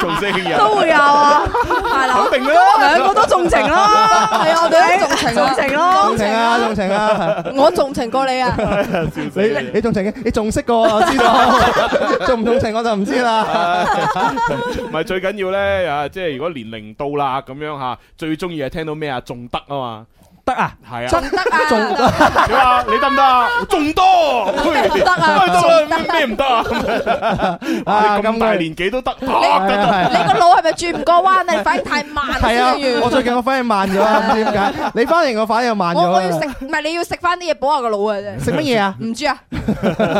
Speaker 4: 重色輕
Speaker 9: 都
Speaker 4: 友，
Speaker 9: 會有啊，係啦，
Speaker 4: 肯定啦，
Speaker 9: 兩個都重情啦，
Speaker 6: 係啊，我哋都重情啊
Speaker 9: 重情咯
Speaker 5: 重情啊，重情啊！
Speaker 6: 我重情過你啊！
Speaker 5: 你
Speaker 4: 啊
Speaker 5: 你重情嘅，你仲識過我 知道，重唔重情我就唔知啦。
Speaker 4: 唔係最緊要咧啊！即係如果年齡到啦咁樣嚇，最中意係聽到咩啊？仲得啊嘛，
Speaker 5: 得啊，
Speaker 4: 係啊
Speaker 5: 仲。得啊，
Speaker 4: 你話你得唔得啊？仲多，
Speaker 6: 得啊
Speaker 4: 梗係得啦，咩唔得啊？
Speaker 5: 啊
Speaker 4: 你咁大年紀都得，得得得。
Speaker 5: 係啊
Speaker 6: 你個腦係咪轉唔過彎啊？你反應太慢
Speaker 5: 係
Speaker 6: 啊
Speaker 5: 啊
Speaker 6: 先，
Speaker 5: 我
Speaker 6: 完。
Speaker 5: 最近我反應慢咗啊，唔知點解。你翻嚟我反應慢咗
Speaker 6: 我
Speaker 5: 啊。
Speaker 6: 我要食，唔係你要食翻啲嘢補下個腦啊！真係
Speaker 5: 食乜嘢啊？
Speaker 6: 唔 知啊，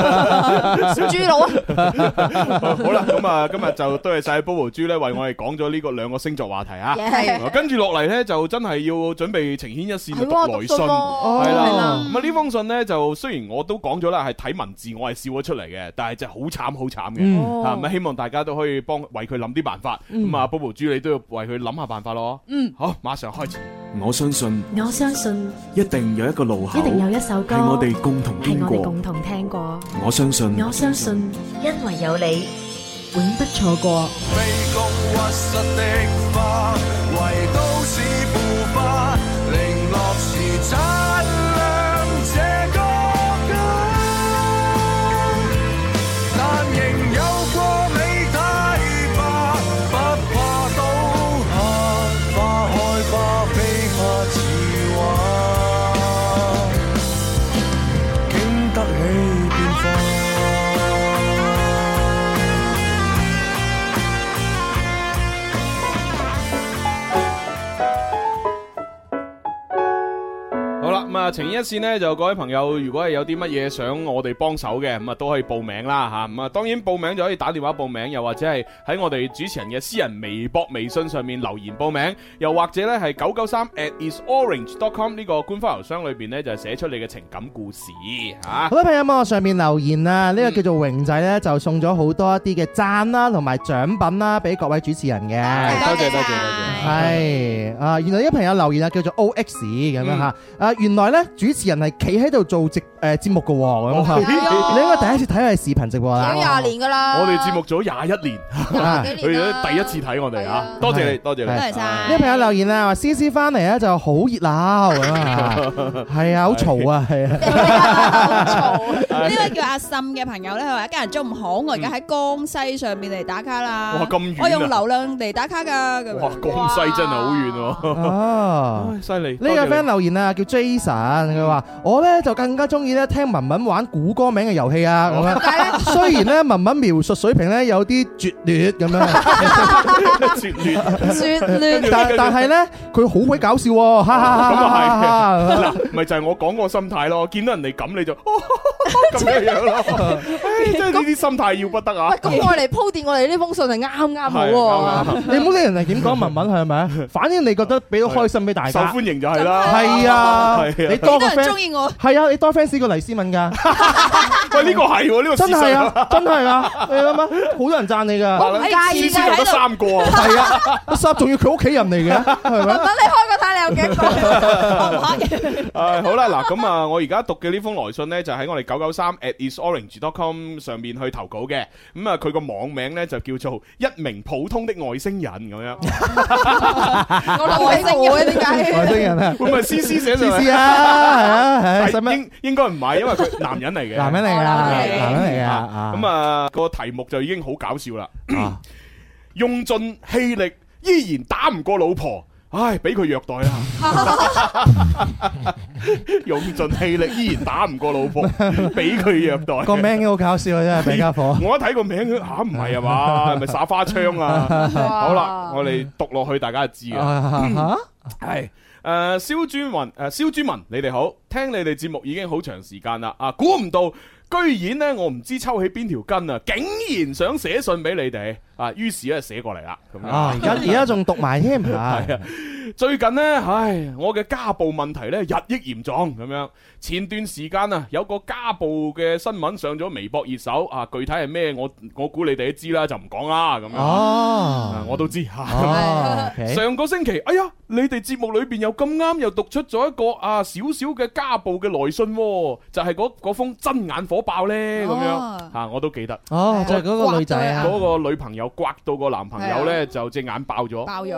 Speaker 6: 豬腦啊，
Speaker 4: 好啦，咁啊，今日就多謝晒 Bobo 豬咧，為我哋講咗呢個兩個星座話題啊。
Speaker 6: 係
Speaker 4: 跟住落嚟咧，就真係要準備情牽一線去
Speaker 6: 係
Speaker 4: 讀
Speaker 6: 喎，
Speaker 4: 來
Speaker 6: 讀
Speaker 4: 信。
Speaker 6: 信
Speaker 5: 哦
Speaker 6: 喎，
Speaker 4: 係
Speaker 5: 係
Speaker 4: 啦
Speaker 5: 啦，
Speaker 4: 咁啊呢封信咧就雖然我都講咗啦，係睇文字我係笑咗出嚟嘅，但係就好慘好慘嘅。
Speaker 5: 嗯，
Speaker 4: 啊，咁啊希望大家都可以幫為佢諗啲辦法。咁啊，Bobo 豬你都要為佢諗下辦法咯。
Speaker 9: 嗯，
Speaker 4: 好，馬上開始。我相信
Speaker 11: 我相信
Speaker 3: 一定有一個路口
Speaker 11: 一定有一首歌
Speaker 3: 係我哋共同
Speaker 11: 係
Speaker 3: 經
Speaker 11: 我哋
Speaker 3: 過
Speaker 11: 共。同聽過，
Speaker 3: 我相信，
Speaker 11: 我相信因為有你，永不錯過。
Speaker 3: 卑躬屈膝的花，為都市腐化，零落時擦亮這個家。但仍有過美太吧，不怕倒下，花開花飛花似畫，經得起變化。
Speaker 4: 好啦，咁啊，情意一線呢，就各位朋友，如果係有啲乜嘢想我哋幫手嘅，咁啊都可以報名啦吓，咁啊當然報名就可以打電話報名，又或者係喺我哋主持人嘅私人微博、微信上面留言報名，又或者呢係九九三 at isorange.com 呢個官方郵箱裏邊呢，就係寫出你嘅情感故事吓
Speaker 5: 好。多朋友喺網上面留言啊，呢個叫做榮仔呢，就送咗好多一啲嘅讚啦，同埋獎品啦，俾各位主持人嘅。
Speaker 4: 啊係多謝多謝
Speaker 2: 謝
Speaker 5: 係啊，原來有朋友留言啊，叫做 O X 咁樣吓，啊原來咧主持人係企喺度做直誒節目嘅喎，咁
Speaker 4: 哦
Speaker 5: 嚇你應該第一次睇佢係視頻直播
Speaker 6: 有
Speaker 5: 啦，
Speaker 6: 廿年噶啦。
Speaker 4: 我哋節目組廿一年，
Speaker 5: 啊
Speaker 6: 幾
Speaker 4: 佢
Speaker 6: 年
Speaker 4: 都
Speaker 6: 啦
Speaker 4: 第一次睇我哋
Speaker 6: 係啊
Speaker 4: 吓，多謝你，
Speaker 5: 係
Speaker 4: 多謝
Speaker 2: 多
Speaker 4: 你。
Speaker 2: 謝晒。
Speaker 5: 呢位朋友留言啊，話 C C 翻嚟咧就好熱鬧咁啊，係啊，好嘈啊，係啊，
Speaker 2: 呢位叫阿岑嘅朋友咧，佢話一家人中午好，我而家喺江西上面嚟打卡啦。
Speaker 4: 哇咁遠啊
Speaker 2: 我用流量嚟打卡噶，咁
Speaker 4: 哇，
Speaker 2: 樣
Speaker 4: 江西真係好遠喎，
Speaker 5: 哦。
Speaker 4: 唉犀利。
Speaker 5: 呢
Speaker 4: 多謝
Speaker 5: 個
Speaker 4: 你
Speaker 5: friend 留言啊，叫 Jason，佢話我呢就更加中意咧聽文文玩估歌名嘅遊戲啊， 咁樣。雖然呢文文描述水平呢有啲拙劣 咁樣，
Speaker 4: 絕絕。
Speaker 6: 算亂
Speaker 5: 但但係呢，佢好鬼搞笑喎，哈哈哈哈哈哈咁啊
Speaker 4: 嗱，咪就係我講個心態咯，見到人哋咁你就咁樣樣咯，唉真係呢啲心態要不得啊
Speaker 6: 喂，！咁我嚟鋪墊我哋呢封信係啱啱好
Speaker 4: 係啱
Speaker 6: 喎。
Speaker 5: 你唔好理人哋點講文文係咪？反正你覺得俾到開心俾大
Speaker 4: 受
Speaker 5: 家，
Speaker 4: 歡迎就係啦。
Speaker 5: 係啊，
Speaker 4: 係啊
Speaker 5: 你多
Speaker 2: 好
Speaker 5: 個
Speaker 2: 多人中
Speaker 5: friend。
Speaker 2: 意我。
Speaker 5: 係啊，你多 fans 過黎 思敏㗎，
Speaker 4: 喂，呢個係喎，呢個
Speaker 5: 真
Speaker 4: 事
Speaker 5: 係
Speaker 4: 實
Speaker 5: 啊，真係啊，你諗下，好多人 讚你㗎，
Speaker 6: 我唔介
Speaker 4: 思
Speaker 6: 意
Speaker 4: 思
Speaker 6: 㗎
Speaker 4: 就
Speaker 6: 喺
Speaker 4: 得
Speaker 6: 度。
Speaker 4: 三個啊，
Speaker 5: 係啊，阿三仲要佢屋企人嚟嘅，係咪
Speaker 6: 等？你開個睇，你有幾個？
Speaker 4: 唉好啦，嗱咁啊，我而家讀嘅呢封來信呢，就喺我哋九九三 at isorange.com 上面去投稿嘅。咁啊，佢個網名呢，就叫做一名普通的外星人咁樣，
Speaker 6: 我諗起我嘅點解？
Speaker 5: 外星人啊！
Speaker 4: 會唔會係思思寫上
Speaker 5: 試試
Speaker 4: 嚟？
Speaker 5: à, 啊，係啊，係使乜
Speaker 4: 應應該唔係，因為佢男人嚟嘅。
Speaker 5: 男人嚟㗎，
Speaker 6: 哦
Speaker 5: 男人嚟㗎啊！
Speaker 4: 咁啊，個題目就已 經好搞笑啦。用盡氣力依然打唔過老婆，唉，俾佢虐待啦， 用盡氣力依然打唔過老 婆，俾佢虐待。
Speaker 5: 個名好搞笑啊，真係比家伙。
Speaker 4: 我一睇個名吓唔係啊嘛，係咪耍花槍 啊？好啦，我哋讀落去，大家就知嘅。
Speaker 5: Ờ, 啊
Speaker 4: 系诶，萧尊云诶，萧尊文，你哋好，聽你哋節目已經好長時間啦，啊，估唔到。居然呢，我唔知抽起邊條筋啊！竟然想寫信俾你哋啊，於是咧寫過嚟啦，咁樣
Speaker 5: 啊！而家而家仲讀埋添啊！
Speaker 4: 係啊，最近呢，唉，我嘅家暴問題呢，日益嚴重咁樣。前段時間啊，有個家暴嘅新聞上咗微博熱搜啊，具體係咩我我估你哋都知啦，就唔講啦咁樣。啊
Speaker 5: 哦，
Speaker 4: 我都知嚇。
Speaker 5: 哦，OK Ờ,
Speaker 4: 上個星期，哎呀，你哋節目裏邊又咁啱又讀出咗一個啊少少嘅家暴嘅來信喎，就係嗰嗰封真眼火爆呢。咁
Speaker 2: 哦
Speaker 4: 樣嚇，我都記得。
Speaker 5: 哦，就係嗰個女仔啊，
Speaker 4: 嗰個女朋友刮到個男朋友呢，就隻眼啊爆咗，係
Speaker 2: 爆咗，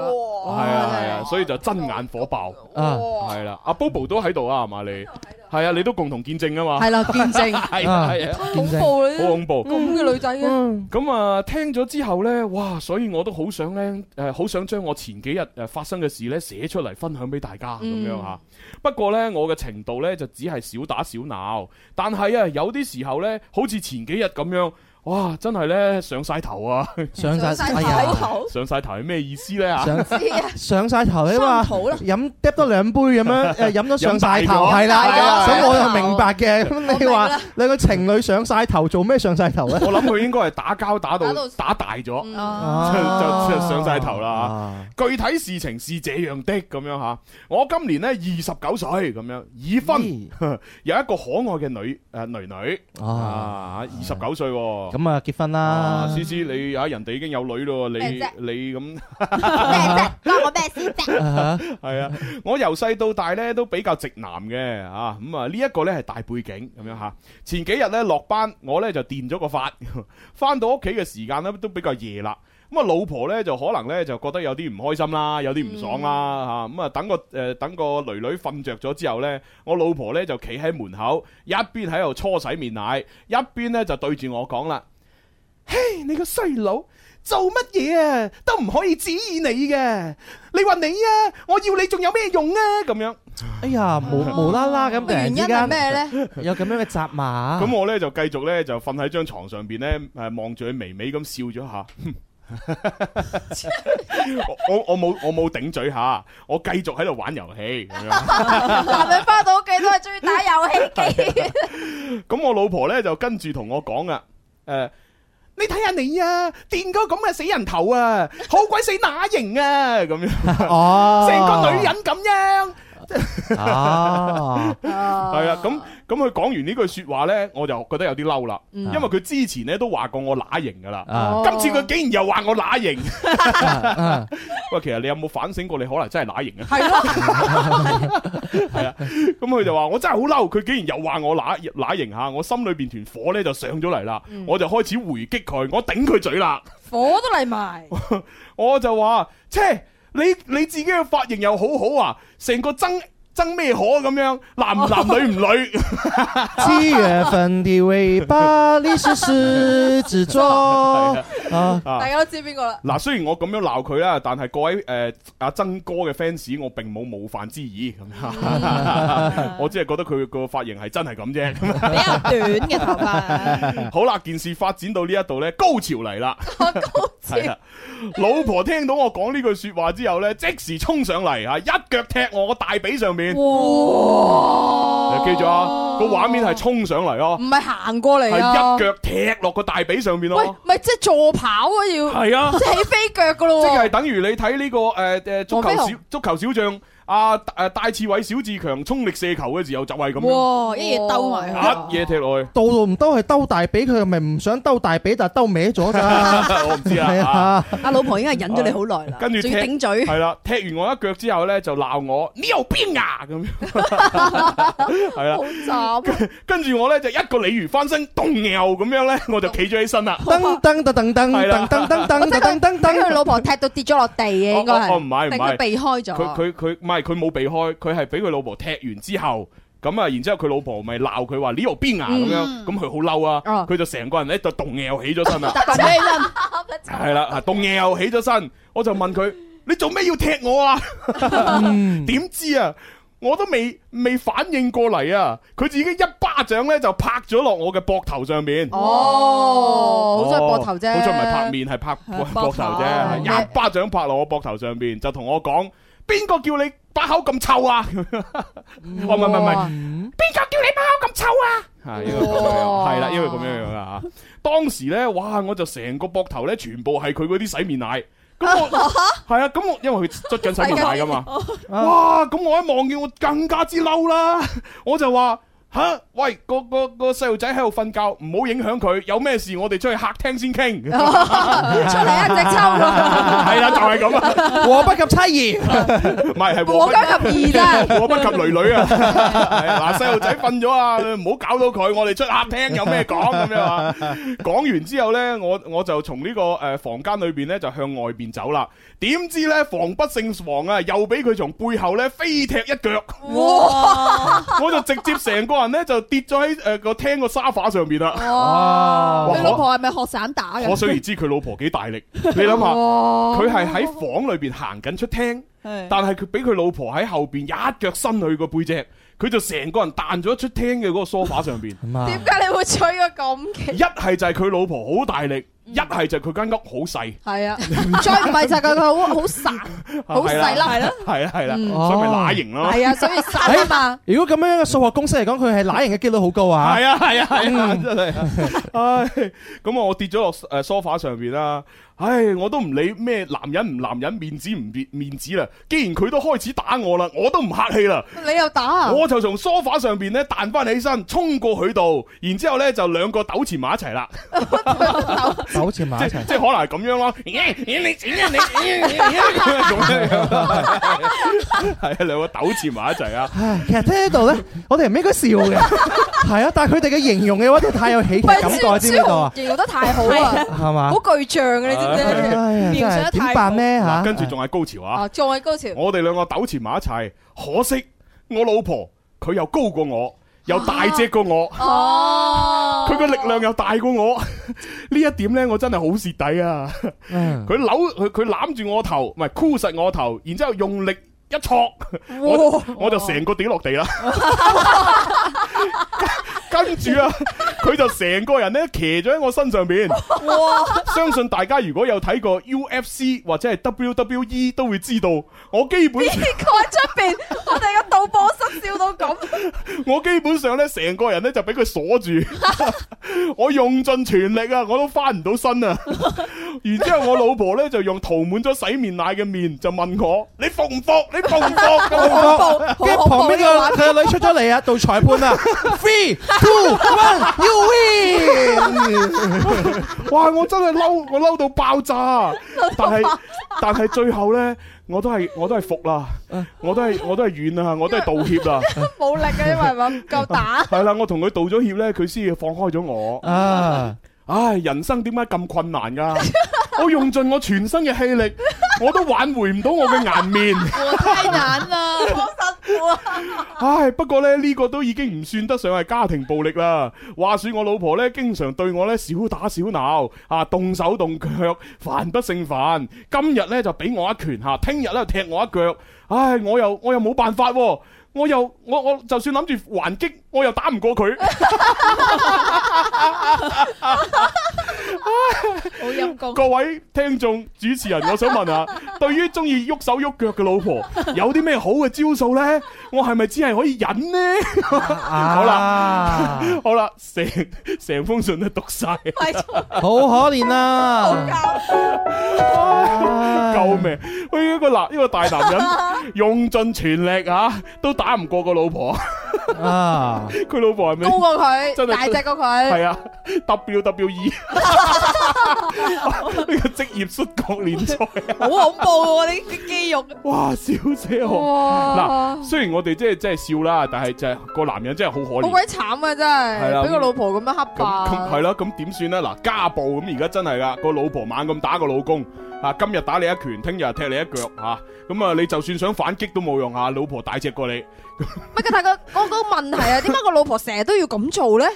Speaker 4: 啊係啊，所以就真眼火爆。
Speaker 5: 啊
Speaker 4: 系啦，阿 Bobo 都喺度啊，係嘛你？係啊，你都共同見證啊嘛。
Speaker 9: 係啦，見 證
Speaker 4: 係啊，係啊，
Speaker 5: 見證
Speaker 6: 怖啦
Speaker 4: 好恐怖。
Speaker 6: 咁嘅女仔嘅，
Speaker 4: 咁啊，聽咗之後呢，哇！所以我都好想呢，誒好想將我前幾日誒發生嘅事呢寫出嚟分享俾大家咁樣嚇。不過呢，我嘅程度呢就只係小打小鬧，但係啊，有啲時候呢，好似前幾日咁樣，哇！真係呢，上晒頭啊，
Speaker 5: 上晒
Speaker 2: 上
Speaker 5: 哎呀，
Speaker 2: 頭，
Speaker 4: 上晒頭係咩意思呢？啊？
Speaker 5: 上
Speaker 6: 知啊，
Speaker 5: 上晒頭啊嘛
Speaker 2: 上！肚啦，
Speaker 5: 飲嗒多兩杯咁樣，誒飲咗上晒頭
Speaker 4: 飲大咗
Speaker 5: 係
Speaker 4: 係啊
Speaker 5: 啦，
Speaker 2: 係啊
Speaker 5: 咁我又明白嘅。咁你
Speaker 6: 我明
Speaker 5: 話
Speaker 6: 啦
Speaker 5: 你個情侶上晒頭做咩上晒頭咧？
Speaker 4: 我諗佢應該係打交打
Speaker 6: 打
Speaker 4: 到
Speaker 6: 到
Speaker 4: 打大咗。
Speaker 5: 啊
Speaker 4: 就就上晒頭啦具體事情是這樣的咁樣吓，我今年呢，二十九歲咁樣，已婚，
Speaker 5: 咦
Speaker 4: 有一個可愛嘅女誒、呃、女女
Speaker 5: 啊！
Speaker 4: 啊，二十九歲喎。
Speaker 5: 咁啊，結婚
Speaker 4: 啊，
Speaker 5: 啦！
Speaker 4: 思思你啊，人哋已經有女咯，你
Speaker 6: 咩啫
Speaker 4: 你咁
Speaker 6: 關我咩事啫？
Speaker 5: 啊
Speaker 4: 係啊！我由細到大咧都比較直男嘅啊，咁啊呢一個咧係大背景咁樣吓。前幾日咧落班，我咧就電咗個發， 翻到屋企嘅時間咧都比較夜啦。咁啊，老婆咧就可能咧就覺得有啲唔開心啦，有啲唔爽啦嚇。咁啊，等個誒、呃等個女女瞓着咗之後咧，我老婆咧就企喺門口，一邊喺度搓洗面奶，一邊咧就對住我講啦：，嘿，你個衰佬！做乜嘢啊？都唔可以指意你嘅。你話你啊，我要你仲有咩用啊？咁樣，
Speaker 5: 哎呀，無無啦啦咁突
Speaker 6: 個原
Speaker 5: 然
Speaker 6: 因
Speaker 5: 之
Speaker 6: 係
Speaker 5: 間
Speaker 6: 咩咧？
Speaker 5: 有咁樣嘅雜馬，
Speaker 4: 咁我咧就繼續咧就瞓喺張床上邊咧，誒望住佢微微咁笑咗下。 我我我冇我冇頂嘴下，我繼續喺度玩遊戲咁樣。
Speaker 6: 男人翻到屋企都係中意打遊戲機。
Speaker 4: 咁我老婆咧就跟住同我講啊，誒、你睇下你啊，電個咁嘅死人頭啊，好鬼死乸型啊，咁樣
Speaker 5: 哦，
Speaker 4: 成個女人咁樣。
Speaker 5: 啊，
Speaker 4: 係
Speaker 6: 係
Speaker 4: 啊，咁咁佢講完呢句说話呢，我就覺得有啲嬲啦，因為佢之前呢都話過我乸型噶啦，
Speaker 6: 哦
Speaker 5: 啊
Speaker 4: 今次佢竟然又話我乸型，
Speaker 5: 啊
Speaker 4: 喂，其實你有冇反省過你可能真係乸型啊？係咯，係啊，咁佢就話我真係好嬲，佢竟然又話我乸乸型吓，我心裏邊團火呢就上咗嚟啦，我就開始回擊佢，我頂佢嘴啦。
Speaker 6: 火都嚟埋，
Speaker 4: 我就話：切，你你自己嘅髮型又好好啊，成個爭爭咩可咁樣，男唔男女唔女。
Speaker 5: 七月份的尾巴，你是獅子座啊，，
Speaker 4: 啊
Speaker 6: 大家都知邊個啦。
Speaker 4: 嗱，雖然我咁樣鬧佢啦，但係各位誒阿曾哥嘅 fans，我並冇冒犯之意咁樣， 我只係覺得佢個髮型係真係咁啫。咁
Speaker 2: 嗯比較短嘅頭髮，
Speaker 4: 好啦，件事發展到呢一度呢，高潮嚟 啦，
Speaker 6: 高
Speaker 4: 係
Speaker 6: 潮
Speaker 4: 啦，老婆聽到我講呢句説話之後呢，即時衝上嚟啊，一腳踢我個大髀上面，
Speaker 6: 哇！
Speaker 4: 記住啊，個畫面係衝上嚟哦
Speaker 6: 唔，係行過
Speaker 2: 嗯
Speaker 4: 係
Speaker 6: 嚟啊？
Speaker 4: 一腳踢落個大髀上面
Speaker 6: 喂
Speaker 4: 咯，，
Speaker 6: 咪即係助跑啊要，
Speaker 4: 係啊。
Speaker 6: 即係起飛腳噶
Speaker 9: 哦
Speaker 4: 即
Speaker 6: 咯
Speaker 4: 係
Speaker 6: 喎。
Speaker 4: 等於你睇呢、個誒誒、呃足球
Speaker 6: 黃飛
Speaker 4: 小
Speaker 6: 鴻
Speaker 4: 足球小將啊阿誒戴志偉、小志強衝力射球嘅時候就係咁樣，
Speaker 2: 哇，一夜兜埋佢，
Speaker 4: 一嘢踢落去
Speaker 5: 道路唔兜係兜大髀，佢係咪唔想兜大髀，但係兜歪咗咋？
Speaker 4: 我唔知
Speaker 5: 係
Speaker 4: 啦。啊
Speaker 5: 啊，
Speaker 9: 阿老婆已經係忍咗你好耐啦，
Speaker 4: 跟住
Speaker 9: 仲要
Speaker 4: 踢
Speaker 9: 頂嘴，
Speaker 4: 係啦，踢完我一腳之後咧就鬧我，你有病啊咁樣，係啦，
Speaker 6: 好慘啊，
Speaker 4: 跟住我咧就一個鯉魚翻身，動牛咁樣咧，我就企咗起身啦。
Speaker 5: 噔噔噔噔噔噔噔噔噔噔噔
Speaker 6: 俾佢
Speaker 5: 噔，
Speaker 6: 老婆踢到跌咗落地嘅
Speaker 4: 我
Speaker 6: 應該
Speaker 4: 我我
Speaker 6: 係
Speaker 4: 哦唔。係唔
Speaker 9: 定
Speaker 4: 係
Speaker 9: 佢，避開咗。
Speaker 4: 佢佢佢唔係佢冇避開，佢係俾佢老婆踢完之後，咁啊，然之後佢老婆咪鬧佢話你有邊牙啊咁樣，咁佢好嬲啊
Speaker 6: 哦，
Speaker 4: 佢就成個人咧就動搖起咗身啦。啊
Speaker 2: 揼起身，
Speaker 4: 系啦，啊，凍嘢又起咗身，我就問佢：你做咩要踢我啊？
Speaker 5: 嗯
Speaker 4: 點知啊？我都未未反應過嚟啊！佢已經一巴掌咧就拍咗落我嘅膊頭上面。
Speaker 6: 哦，好在膊頭啫，
Speaker 4: 好在唔係拍面，係拍
Speaker 2: 係
Speaker 4: 膊膊頭啫，
Speaker 6: 膊頭
Speaker 4: 一巴掌拍落我膊頭上邊，就同我講：邊個叫你把口咁臭啊？哦，唔係唔係唔係，
Speaker 6: 哇
Speaker 4: 邊個叫你把口咁臭啊？係因為咁樣樣，
Speaker 6: 哇
Speaker 4: 係啦，因為咁樣樣啊嚇。當時咧，哇！我就成個膊頭咧，全部係佢嗰啲洗面奶。咁我係啊，咁我因為佢捽緊洗面奶噶嘛。哇！咁我一望見我更加之嬲啦， 我就話。吓！喂，個個個細路仔喺度瞓覺，唔好影響佢。有咩事我哋出去客廳先傾。
Speaker 6: 出嚟啊，隻抽
Speaker 4: 係啦，就係咁啊，
Speaker 5: 禍不及妻兒，
Speaker 4: 唔係係
Speaker 6: 我
Speaker 4: 禍
Speaker 6: 家 及二
Speaker 4: 不禍不及女女啊！係啊嗱，細路仔瞓咗啊，唔好搞到佢，我哋出客廳有咩講咁樣啊？講完之後呢，我我就從呢個誒房間裏邊呢，就向外邊走啦。點知呢，防不勝防啊，又俾佢從背後呢飛踢一腳，
Speaker 2: 哇！
Speaker 4: 我就直接成個人呢，就跌咗喺誒個廳個沙發上邊啦。
Speaker 6: 咋，哇！
Speaker 4: 哇
Speaker 2: 你老婆係咪學散打嘅？
Speaker 4: 可想而知佢老婆幾大 力，你諗下，
Speaker 6: 哇
Speaker 4: 佢係喺房裏邊行緊出廳。
Speaker 2: 係
Speaker 4: 但係佢俾佢老婆喺後邊一腳伸去個背脊，佢就成個人彈咗出廳嘅嗰個梳化 上邊。
Speaker 5: 咁啊
Speaker 6: 點解你會吹個咁嘅？
Speaker 4: 一係就係佢老婆好大力，
Speaker 6: 嗯
Speaker 4: 一係就係佢間屋好細，
Speaker 6: 係 啊，再唔係就係佢佢好好散，好
Speaker 4: 係
Speaker 6: 細
Speaker 4: 啦，
Speaker 6: 粒，
Speaker 4: 係啦係啦，
Speaker 6: 嗯
Speaker 4: 所以咪乸型咯。
Speaker 6: 係啊，所以散啊嘛。
Speaker 5: 如果咁樣嘅數學公式嚟講，佢係乸型嘅機率好高啊！
Speaker 4: 係啊係啊係
Speaker 6: 嗯
Speaker 4: 啊，真係，唉，咁我跌咗落誒梳化上邊啦，唉，我都唔理咩男人唔男人面子唔面面子啦，既然佢都開始打我啦，我都唔客氣啦。
Speaker 6: 你又打啊？
Speaker 4: 我就從梳化上邊咧彈翻起身，衝過佢度，然之後咧就兩個糾纏埋一齊啦，
Speaker 5: 糾纏埋
Speaker 4: 即
Speaker 5: 啊一齊。
Speaker 4: 即可能係咁樣咯。 咦咦你咦你咦你咁樣樣，係啊，兩個糾纏埋一齊啊！
Speaker 5: 唉，其實聽喺度咧，我哋唔應該笑嘅， 係啊，但係佢哋嘅形容嘅話，都太有喜劇感覺，知唔知道啊？
Speaker 6: 形容得太好啊，
Speaker 5: 係嘛
Speaker 6: 好？具象嘅，你知唔
Speaker 4: 啊
Speaker 6: 知？
Speaker 5: 哎呀，真
Speaker 2: 描寫
Speaker 5: 係
Speaker 2: 得
Speaker 5: 點
Speaker 2: 太
Speaker 5: 辦呢？嚇？
Speaker 4: 嗱，跟住仲係高潮啊！
Speaker 6: 啊，仲係高潮，
Speaker 4: 我哋兩個糾纏埋一齊，可惜我老婆佢又高過我，又大隻過我，
Speaker 6: 哦，
Speaker 4: 佢嘅力量又大過我，呢一點呢，我真係好蝕底啊！
Speaker 5: 嗯
Speaker 4: 佢扭佢佢攬住我頭，唔係箍實我頭，然之後用力一戳，我
Speaker 6: 哇
Speaker 4: 我就成個跌落地啦。 跟跟住啊，佢就成個人咧騎咗喺我身上邊。相信大家如果有睇過 UFC 或者係 WWE 都會知道，我基本上
Speaker 6: 佢喺出邊， 我哋個導播室笑到 咁，
Speaker 4: 我基本上咧成個人咧就俾佢鎖 住，我用盡全力啊，我都翻唔到身啊。然之後我老婆咧就用塗滿咗洗面奶嘅面就問我：你服唔服？你服唔服？ 咁樣
Speaker 5: 跟住旁邊個佢個女出咗嚟啊，做裁判啊，three two one，you win。
Speaker 4: 哇！我真係嬲，我嬲到爆炸啊。但係但係最後咧，我都係我都係服啦，我都係我都係軟啊啦，我都係道歉 啦。
Speaker 6: 冇力嘅，因為係咪唔夠打？
Speaker 4: 係啦，我同佢道咗歉咧，佢先放開咗我。
Speaker 5: 啊，
Speaker 4: 唉，人生點解咁困難噶？我用盡我全身嘅氣力，我都挽回唔到我嘅顏面。
Speaker 2: 我太難啦，
Speaker 4: 唉，不過咧呢、個都已經唔算得上係家庭暴力啦。話說我老婆咧，經常對我咧小打小鬧，啊動手動腳，煩不勝煩。今日咧就俾我一拳吓，聽日咧就踢我一腳。唉，我又我又冇辦法、喎，我又我我就算諗住還擊，我又打唔過佢。
Speaker 2: 好陰公。
Speaker 4: 各位聽眾、主持人，我想問下，對於中意喐手喐腳嘅老婆，有啲咩好嘅招數呢？我係咪只係可以忍呢？
Speaker 5: 好啦，
Speaker 4: 好啦，成成封信都讀晒，
Speaker 5: 好可憐啊！ 唉
Speaker 4: 救！命！喂，一個男一個大男 人用盡全力啊，都打唔過個老婆，
Speaker 5: 啊，
Speaker 4: 佢老婆係咪
Speaker 6: 高？過 佢，
Speaker 4: 真係
Speaker 6: 大隻過佢，
Speaker 4: 係啊，WWE 呢個職業摔角聯賽，
Speaker 2: 好恐怖喎！你啲肌肉，
Speaker 4: 哇，笑死我！
Speaker 6: 哇
Speaker 4: 嗱，！雖然我哋即係真係笑啦，但係就係個男人真係好可
Speaker 6: 好
Speaker 4: 憐。
Speaker 6: 鬼慘啊！真
Speaker 4: 係啦
Speaker 6: 係，俾個老婆咁樣
Speaker 4: 咁咁
Speaker 6: 恰
Speaker 4: 係
Speaker 6: 爆，
Speaker 4: 啦，咁點算呢？嗱，家暴咁而家真係噶，個老婆猛咁打個老公，啊，今日打你一拳，聽日踢你一腳，吓、咁啊，你就算想反擊都冇用啊，老婆大隻過你。
Speaker 6: 乜嘅？但係個我個問題 啊，點解個老婆成日都要咁做咧？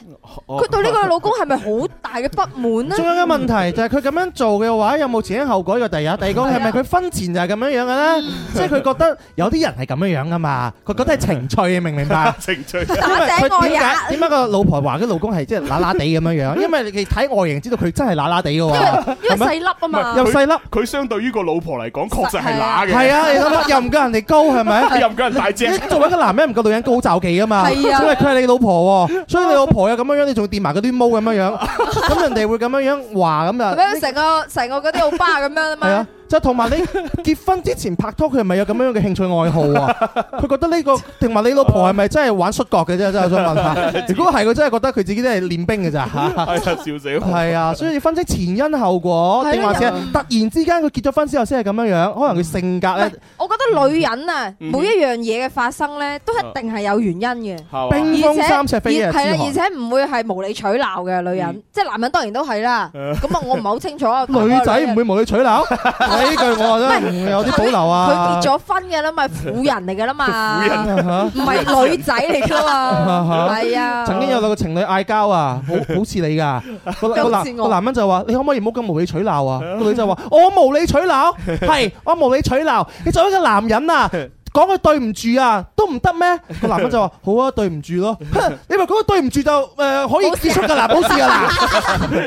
Speaker 6: 佢對呢個老公係咪好大嘅不滿咧？
Speaker 5: 仲有一個問問題就係佢咁樣做嘅話，有冇前因後果？呢個
Speaker 6: 嗯
Speaker 5: 第一，第二個係咪佢婚前就係咁樣樣
Speaker 6: 啊
Speaker 5: 嘅咧？即係佢覺得有啲人係咁樣樣噶嘛，佢覺得係情趣，明唔明白？
Speaker 4: 情趣
Speaker 5: 因為
Speaker 6: 打井
Speaker 5: 佢
Speaker 6: 愛也
Speaker 5: 點解點解個老婆話佢老公係即係乸乸地咁樣樣？因為你睇外形知道佢真係乸乸地嘅 喎，
Speaker 6: 因為細粒啊嘛，
Speaker 5: 又細粒，
Speaker 4: 佢相對於個老婆嚟講，確實係乸嘅，
Speaker 5: 係啊，你諗下又唔夠人哋高係咪？
Speaker 4: 又唔夠人大隻。
Speaker 5: 你作為一個男人唔夠女人高罩忌啊嘛，因為
Speaker 6: 係啊
Speaker 5: 佢係你老婆喎，所以你老婆又咁樣樣，你仲掂埋嗰啲毛咁樣樣，咁人哋會咁樣樣話咁
Speaker 6: 咁
Speaker 5: 啊，
Speaker 6: 樣成個成個嗰啲奧巴咁樣啊
Speaker 5: 係啊
Speaker 6: 嘛，。
Speaker 5: 就同 埋你結婚之前拍拖，佢係咪有咁樣樣嘅興趣愛好 啊？佢覺得呢個定埋你老婆係咪真係玩摔角嘅啫？真係我 想問下，如果係佢真係覺得佢自己真係練兵嘅咋
Speaker 4: 係啊，笑死我！
Speaker 5: 係啊，所以要分析前因後果，
Speaker 6: 係啊
Speaker 5: 定還是係
Speaker 6: 又
Speaker 5: 突然之間佢結咗婚之後先係咁樣樣，可能佢性格咧
Speaker 6: 喂我覺得女人啊，
Speaker 4: 嗯
Speaker 6: 每一樣嘢嘅發生咧，都一定係有原因嘅。
Speaker 4: 係嘛
Speaker 5: 冰封三尺啊非一日之
Speaker 6: 係啊啦，而
Speaker 5: 寒。
Speaker 6: 且唔會係無理取鬧嘅女人，即係男人當然都係啦。咁啊，我唔係好清楚。
Speaker 5: 女仔唔
Speaker 6: 會
Speaker 5: 會無理取 鬧，呢句我真係有啲保留啊
Speaker 6: 佢結。咗婚嘅啦嘛，係婦人嚟嘅啦嘛，
Speaker 4: 婦人
Speaker 5: 啊
Speaker 6: 唔係女仔嚟 噶嘛，係啊。
Speaker 5: 哈曾經有兩個情侶嗌交啊，好好似你㗎。個個
Speaker 6: 似
Speaker 5: 男
Speaker 6: 我
Speaker 5: 個男人就話：你可唔可以唔好咁無理取鬧啊？個女就話：我無理取鬧，係我無理取鬧。你作為一個男人啊。講佢對唔住啊，都唔得咩？個男人就話：好啊，對唔住咯。 哼你咪講佢對唔住就誒、呃可以結束㗎啦，冇事㗎啦，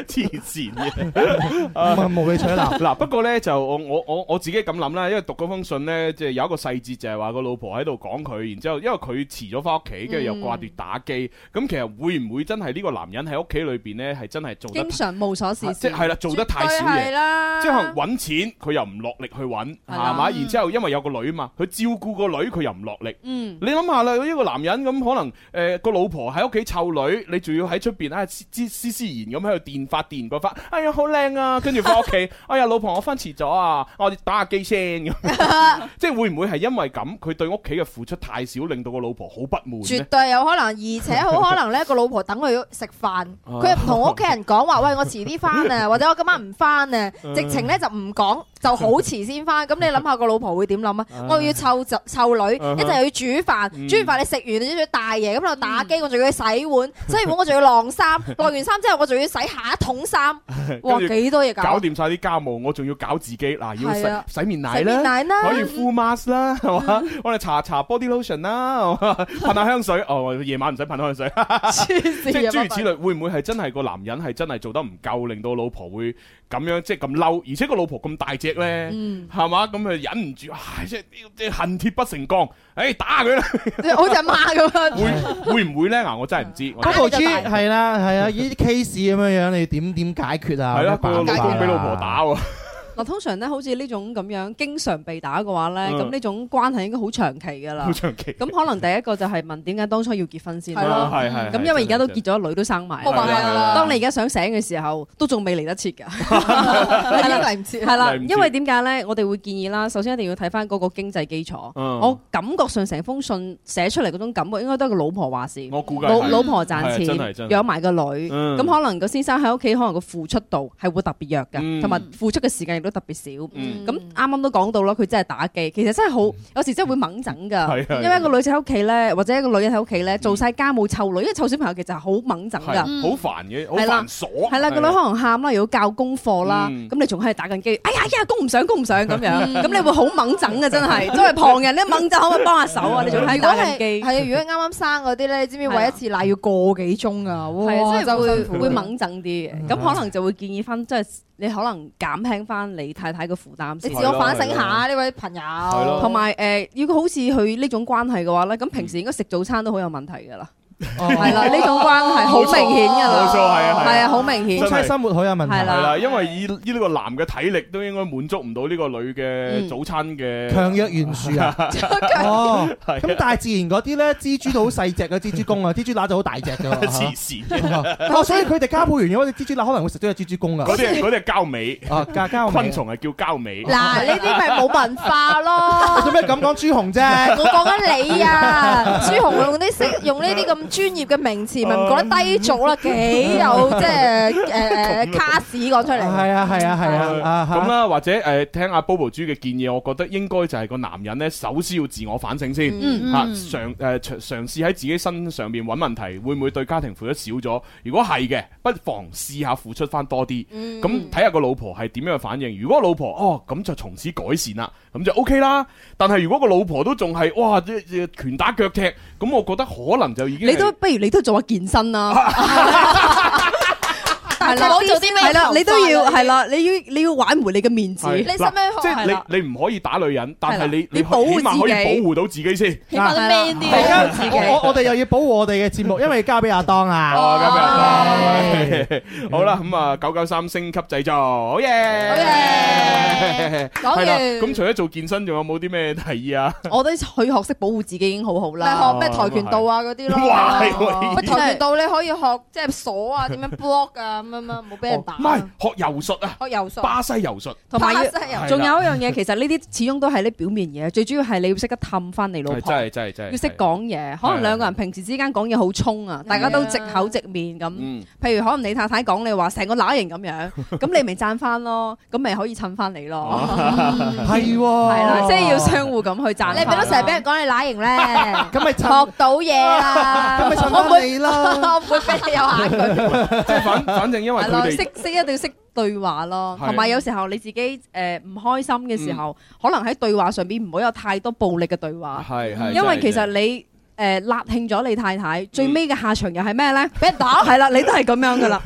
Speaker 4: 黐線嘅。
Speaker 5: 唔係無理 取鬧。
Speaker 4: 嗱，不過呢，就我我我我自己咁諗啦，因為讀嗰封信呢，即係有一個細節就係話個老婆喺度講佢，然之後因為佢遲咗翻屋企，
Speaker 9: 嗯
Speaker 4: 跟住又掛住打機，咁其實會唔會真係呢個男人喺屋企裏邊呢？係真係做得啊
Speaker 9: 經常無所事事，
Speaker 4: 即係係啦，做得太少
Speaker 6: 絕對係
Speaker 4: 嘢。
Speaker 6: 啦，
Speaker 4: 即係可能揾錢，佢又唔落力去揾，
Speaker 9: 係
Speaker 6: 啊
Speaker 4: 係
Speaker 9: 啦
Speaker 4: 嘛？然之後因為有個女嘛，佢照顧個女，佢又唔落力。
Speaker 9: 嗯，
Speaker 4: 你諗下啦，呢個男人咁可能呃誒個老婆喺屋企湊女，你仲要喺出邊啊斯斯斯斯然咁喺度電發電個發，哎呀好靚 啊！跟住翻屋企，哎呀老婆我翻遲咗啊，我哋打下機先咁。 即係會唔會係因為咁，佢對屋企嘅付出太少，令到個老婆好不滿
Speaker 6: 絕
Speaker 4: 呢？
Speaker 6: 對有可能，而且好可能咧，個老婆等佢食飯，
Speaker 4: 啊
Speaker 6: 佢唔同屋企人講話，喂，我遲啲 翻啊，或者我今晚唔翻啊，
Speaker 4: 嗯
Speaker 6: 直情咧就唔講，就好遲 先翻。咁你諗下個老婆會點諗啊？我又要湊就湊女，一陣又要煮
Speaker 4: 嗯
Speaker 6: 飯，煮完飯你食完你仲要大爺咁喺度打機，我仲要 洗碗，洗完碗我仲要晾衫，晾完衫之後我仲要洗下一桶衫，哇，
Speaker 4: 跟住
Speaker 6: 幾多嘢
Speaker 4: 搞
Speaker 6: 搞！
Speaker 4: 掂晒啲家務，我仲要搞自己嗱，要
Speaker 6: 係啊
Speaker 4: 洗洗面奶
Speaker 6: 食
Speaker 4: 啦。
Speaker 6: 面奶啦，
Speaker 4: 啊 可以
Speaker 9: 啊嗯
Speaker 4: full mask 啦，係嘛？我哋搽搽 body lotion 啦，係 嘛噴下香水。哦，夜晚唔使噴香水。即係諸如此類，會唔會係真係個男人係真係做得唔夠，令到老婆會咁樣即係咁嬲，而且個老婆咁大隻咧，
Speaker 9: 嗯
Speaker 4: 係嘛、咁佢忍唔住，唉，即係即係恨鐵不成鋼，唉，打佢啦！
Speaker 6: 好似阿媽咁 樣。
Speaker 4: 會會唔會咧？嗱，我真係唔知。
Speaker 9: 啊
Speaker 4: 我真係
Speaker 5: 嗰部機係啦，係啊，呢啲 case 咁樣樣，你點點解決啊？
Speaker 4: 係啦，個
Speaker 5: 有咩
Speaker 4: 老
Speaker 5: 辦法
Speaker 4: 公
Speaker 5: 啊
Speaker 4: 俾老
Speaker 9: 嗯
Speaker 4: 婆打喎，
Speaker 9: 嗱，通常咧，好似呢種咁樣經常被打嘅話咧，
Speaker 4: 嗯
Speaker 9: 咁呢種關係應該好長期㗎啦
Speaker 4: 好。長期。
Speaker 9: 咁可能第一個就係問點解當初要結婚先
Speaker 6: 係
Speaker 9: 啦
Speaker 6: 咯。
Speaker 4: 係係。
Speaker 9: 咁因為而家都結咗女都生埋啦，
Speaker 6: 冇辦法啦
Speaker 9: 當你而家想醒嘅時候，都仲未嚟得切㗎。
Speaker 6: 已經嚟唔切
Speaker 9: 係啦，
Speaker 4: 嚟唔切
Speaker 9: 因為點解咧？我哋會建議啦，首先一定要睇翻嗰個經濟基礎。
Speaker 4: 嗯
Speaker 9: 我感覺上成封信寫出嚟嗰種感覺，應該都係個老婆話事，
Speaker 4: 我估計
Speaker 9: 老
Speaker 4: 係
Speaker 9: 老婆賺
Speaker 4: 係
Speaker 9: 錢
Speaker 4: 真係真係
Speaker 9: 養埋個女，
Speaker 4: 嗯
Speaker 9: 咁可能個先生喺屋企可能個付出度係會特別弱
Speaker 4: 嗯
Speaker 9: 嘅，同埋付出嘅時間亦都特別少。
Speaker 4: 嗯
Speaker 9: 咁啱啱都講到啦，佢真係打機，其實真係好，有時真係會掹 整㗎。
Speaker 4: 係啊嗯
Speaker 9: 因為一個女仔喺屋企咧，或者一個女人喺屋企咧，做晒家務湊女，因為湊小朋友其實係好掹整
Speaker 4: 係
Speaker 9: 㗎。
Speaker 4: 好煩嘅，好
Speaker 9: 嗯係
Speaker 4: 繁
Speaker 9: 啦
Speaker 4: 瑣。
Speaker 9: 哦係啦，個女可能喊啦，如果教功課啦，
Speaker 4: 嗯
Speaker 9: 咁你仲喺度打緊機，哎呀哎呀，供唔上，供唔上咁樣，咁你會好掹整嗯嘅真係。作為旁人，你掹整可唔可以幫下手啊？你仲喺
Speaker 6: 如
Speaker 9: 度
Speaker 6: 果
Speaker 9: 打
Speaker 6: 係
Speaker 9: 緊
Speaker 6: 係
Speaker 9: 機，
Speaker 6: 啊，如果啱啱生嗰啲咧，你知唔知
Speaker 9: 係啊
Speaker 6: 喂一次奶要個幾鐘啊？哇，
Speaker 9: 係啊，即係
Speaker 6: 真
Speaker 9: 會
Speaker 6: 辛苦
Speaker 9: 會掹整啲嘅。咁可能就會建議翻，即係你可能減輕翻你太太嘅負擔
Speaker 6: 你
Speaker 9: 先
Speaker 4: 係
Speaker 6: 自。我
Speaker 4: 咯
Speaker 6: 反省
Speaker 4: 係咯
Speaker 6: 下呢位朋友，
Speaker 4: 咯
Speaker 9: 同埋誒，如果好似佢呢種關係嘅話咧，咁平時應該食早餐都好有問題㗎啦。
Speaker 5: 哦
Speaker 9: 係啦，呢種關係好明顯㗎
Speaker 4: 冇錯
Speaker 9: 啦，
Speaker 4: 係啊
Speaker 9: 係啊，好明顯
Speaker 4: 真
Speaker 5: 夫
Speaker 4: 係。
Speaker 5: 妻生活好有問題。啊
Speaker 9: 係
Speaker 4: 係
Speaker 9: 啦
Speaker 4: 啦，因為以以呢個男嘅體力都應該滿足唔到呢個女嘅
Speaker 9: 嗯
Speaker 4: 早餐嘅
Speaker 5: 強弱懸殊啊！ 哦，
Speaker 4: 啊
Speaker 5: 咁大自然嗰啲咧，蜘蛛都好細隻嘅蜘蛛公啊，蜘蛛乸就好大隻嘅
Speaker 4: 黐
Speaker 5: 喎。啊
Speaker 4: 線嘅，
Speaker 5: 哦，所以佢哋交配完咗，啲蜘蛛乸可能會食咗只蜘蛛
Speaker 4: 嗰
Speaker 5: 公 噶。
Speaker 4: 啲係嗰啲係膠尾，
Speaker 5: 啊哦啊，交交尾
Speaker 4: 昆蟲係叫膠尾。
Speaker 6: 嗱呢啲咪冇文化咯，
Speaker 5: 做咩咁講朱紅啫？
Speaker 6: 我講緊你啊，朱紅用啲識用呢啲咁專業嘅名詞，咪唔講得低俗啦，幾 有即係誒誒卡士講出嚟。
Speaker 5: 係啊係啊係啊啊！
Speaker 4: 咁啦，或者誒聽阿 Bobo 豬嘅建議，我覺得應該就係個男人咧，首先要自我反省先
Speaker 2: 嗯
Speaker 4: 嚇，嘗誒嘗嘗試喺自己身上面揾問題，會唔會對家庭付出少咗？如果係嘅，不妨試下付出翻多啲，
Speaker 9: 嗯
Speaker 4: 咁睇下個老婆係點樣反應。如果老婆哦咁就從此改善啦，咁就 OK 啦。但係如果個老婆都仲係哇即即拳打腳踢，咁我覺得可能就已經
Speaker 9: 你都
Speaker 4: 係
Speaker 9: 不如你都做下健 身啦，
Speaker 6: 係
Speaker 2: 唔好做啲咩
Speaker 9: 係啦，你都要
Speaker 2: 頭髮啊
Speaker 9: 係啦，你要你要挽回你嘅面子，
Speaker 4: 係
Speaker 6: 你使唔使學
Speaker 4: 即
Speaker 6: 係啦
Speaker 4: 係你你唔可以打女人，但
Speaker 9: 係啦
Speaker 4: 係你
Speaker 9: 你保護
Speaker 4: 起碼可以
Speaker 9: 自己
Speaker 4: 保護到自己先。
Speaker 2: 起碼都 man 啲
Speaker 5: 而
Speaker 2: 啊。
Speaker 5: 家我我我哋又要保護我哋嘅節目，因為交俾阿當啊。
Speaker 4: 哦，咁啊，好啦，咁啊，九九三升級製作，好嘢，好
Speaker 6: 嘢講完
Speaker 4: 係啦，咁除咗做健身，仲有冇啲咩提議啊？
Speaker 9: 我覺得去學識保護自己已經好好
Speaker 6: 咪
Speaker 9: 啦。
Speaker 6: 學咩跆拳道啊嗰啲
Speaker 4: 哇係
Speaker 6: 咯
Speaker 4: 喎，
Speaker 6: 乜跆拳道你可以學即係鎖啊，點樣 block 啊咁樣啊，冇俾人打
Speaker 4: 哦。唔係學柔術啊，
Speaker 6: 學游水，
Speaker 4: 巴西柔術，
Speaker 9: 同埋要
Speaker 6: 巴西人
Speaker 9: 仲有一樣 嘢，其實呢啲始終都係你表面嘢，最主要係你要識得氹翻你老
Speaker 4: 係
Speaker 9: 婆
Speaker 4: 真。係真係真係，
Speaker 9: 要識講嘢，可能兩個人平時之間講嘢好衝啊，大家都直口直面咁。
Speaker 4: 嗯，
Speaker 9: 譬如可能你太太講你話成個乸型咁樣，咁你咪讚翻咯，咁咪可以襯翻
Speaker 4: 哦
Speaker 9: 你咯，
Speaker 5: 係喎，
Speaker 9: 係啦，即係要相互咁去讚。
Speaker 6: 你咪都成日俾人講你乸型咧，
Speaker 5: 咁咪
Speaker 6: 學
Speaker 5: 趁
Speaker 6: 到嘢啦。
Speaker 5: 咁咪趁
Speaker 6: 我唔
Speaker 5: 翻
Speaker 6: 會，
Speaker 5: 你啦。
Speaker 6: 我唔會俾你有下句。
Speaker 4: 即係反反正因為
Speaker 9: 係
Speaker 4: 佢
Speaker 9: 咯，
Speaker 4: 哋
Speaker 9: 識識一定要識對話咯，
Speaker 4: 係
Speaker 9: 同埋有時候你自己誒唔開心嘅時候，
Speaker 6: 嗯
Speaker 9: 可能喺對話上邊唔好有太多暴力嘅對話，
Speaker 6: 啊
Speaker 4: 係係，
Speaker 9: 因
Speaker 4: 真係
Speaker 9: 為其實你誒辣慶咗你太太，最
Speaker 6: 嗯
Speaker 9: 尾嘅下場又係 咩呢？俾人打係啦，你都係咁樣噶啦。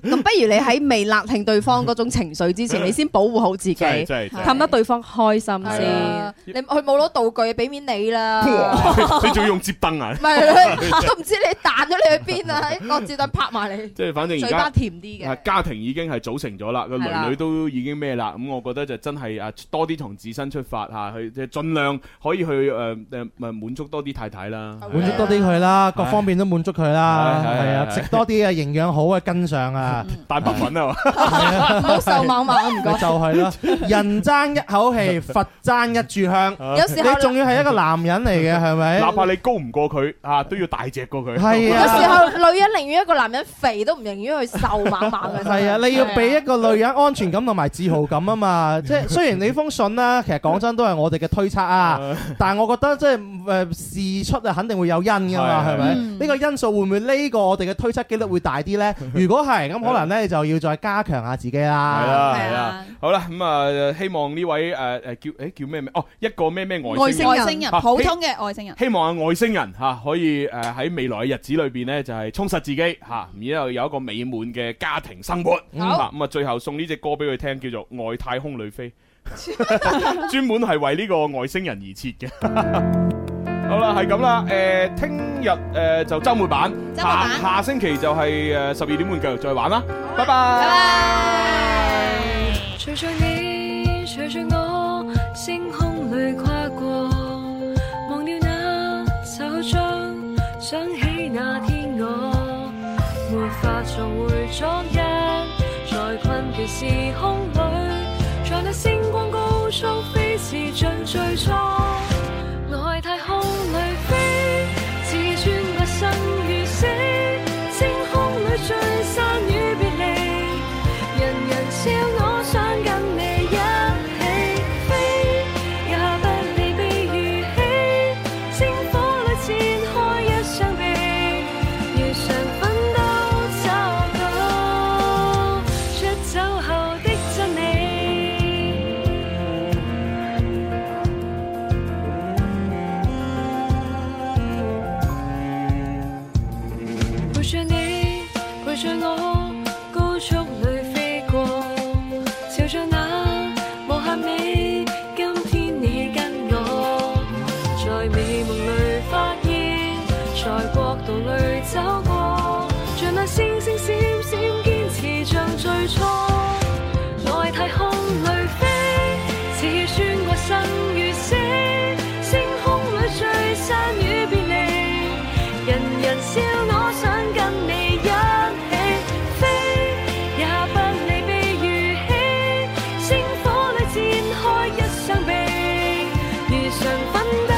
Speaker 9: 咁不如你喺未辣慶對方嗰種情緒之前，你先保護好自己，
Speaker 4: 真係
Speaker 9: 氹
Speaker 4: 真係真係
Speaker 6: 氹
Speaker 9: 得對方開心
Speaker 6: 係
Speaker 9: 先。
Speaker 6: 啊，你佢冇攞道具，俾面你啦。
Speaker 4: 哇你仲要用接燈啊
Speaker 6: 唔？係，你都唔知你彈咗你去 邊啊！個子彈拍埋你，
Speaker 4: 即係反正而
Speaker 9: 嘴
Speaker 4: 家
Speaker 9: 巴。甜啲
Speaker 4: 啊
Speaker 9: 嘅，
Speaker 4: 家庭已經係組成咗啦，個
Speaker 9: 係啦
Speaker 4: 女女都已經咩啦，咁我覺得就真係啊多啲從自身出發嚇，去即係盡量可以去誒誒咪滿足多啲太太啦，
Speaker 5: 滿足多啲佢啦，各方面都滿足佢啦，
Speaker 4: 係係
Speaker 5: 係啊，
Speaker 4: 係
Speaker 5: 食多啲啊，營養好啊，跟上啊，
Speaker 4: 蛋白粉啊 嘛，
Speaker 6: 唔好受猛猛唔
Speaker 5: 咪
Speaker 6: 該。
Speaker 5: 就係啦。 人爭一口 氣，佛爭一炷香。
Speaker 6: 有時候
Speaker 5: 你仲要係一個男人嚟嘅，係 咪？
Speaker 4: 哪怕你高唔過佢啊，都要大隻過佢。
Speaker 5: 哎係
Speaker 6: 有時
Speaker 5: 啊，
Speaker 6: 候女人寧願一個男人肥都唔寧願佢瘦猛猛嘅。
Speaker 5: 係啊，你要俾一個女人安全感同埋自豪感啊 嘛。即係雖然你封信啦，其實講真都係我哋嘅推測 啊，但係我覺得即係誒事出啊，肯定會有因㗎嘛，
Speaker 4: 係
Speaker 5: 係咪？
Speaker 2: 嗯
Speaker 5: 呢個因素會唔會呢個我哋嘅推測機率會大啲 呢？如果係咁，可能呢就要再加強下自己
Speaker 4: 係
Speaker 5: 啦。
Speaker 4: 啦，係啦，好啦，咁啊，希望呢位誒誒叫誒叫咩名？哦，一個咩咩外
Speaker 9: 外
Speaker 4: 星人，
Speaker 9: 星
Speaker 2: 外星人，
Speaker 4: 啊
Speaker 2: 普通嘅外星人。
Speaker 4: 希望啊外星人嚇可以誒喺未來嘅日子裏邊咧，就係充實自己嚇，然之後有一個美滿嘅家庭生活。啊咁啊，最後送呢只歌俾佢聽，叫做《外太空 旅飛》，專門係為呢個外星人而設嘅。好啦，係咁啦，誒，聽日誒就週末版，
Speaker 2: 週末版
Speaker 4: 下下星期就係誒十二點半繼續再玩啦，拜
Speaker 2: 拜
Speaker 4: 拜。
Speaker 2: 拜。
Speaker 8: 隨着你，隨着我，星空裏跨過，忘掉那手掌，想起那天我，沒法做回昨日，在困倦時空裏，在那星光高速飛馳像最初，外太空裏飛，自尊不生與死，星空裏聚散與別離。人人笑我想跟你一起飛，也不理悲與喜，星火裏展開一雙臂，如常奮鬥找到出走後的真理。陪着你，陪着我，高速裏飛過，朝着那無限美。今天你跟我，在美夢裏發現，在國度裏走過，像那星星閃閃堅持，像最初。外太空裏飛，似穿過生與死，星空裏聚散與別離。人人笑我想跟你一起飛，也不理悲與喜，星火裏展開一雙臂，如常粉都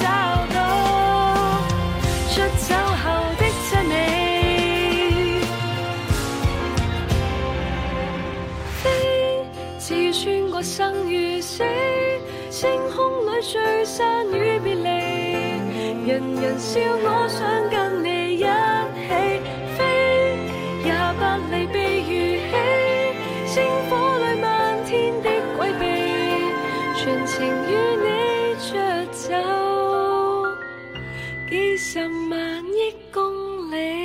Speaker 8: 找到，出走後的真你，飛自穿過生與死，星空裏聚散與別離，人人笑我想跟你一起飛，廿八里被如起，星火裏漫天的詭秘。全情與你着走，幾十萬億公里。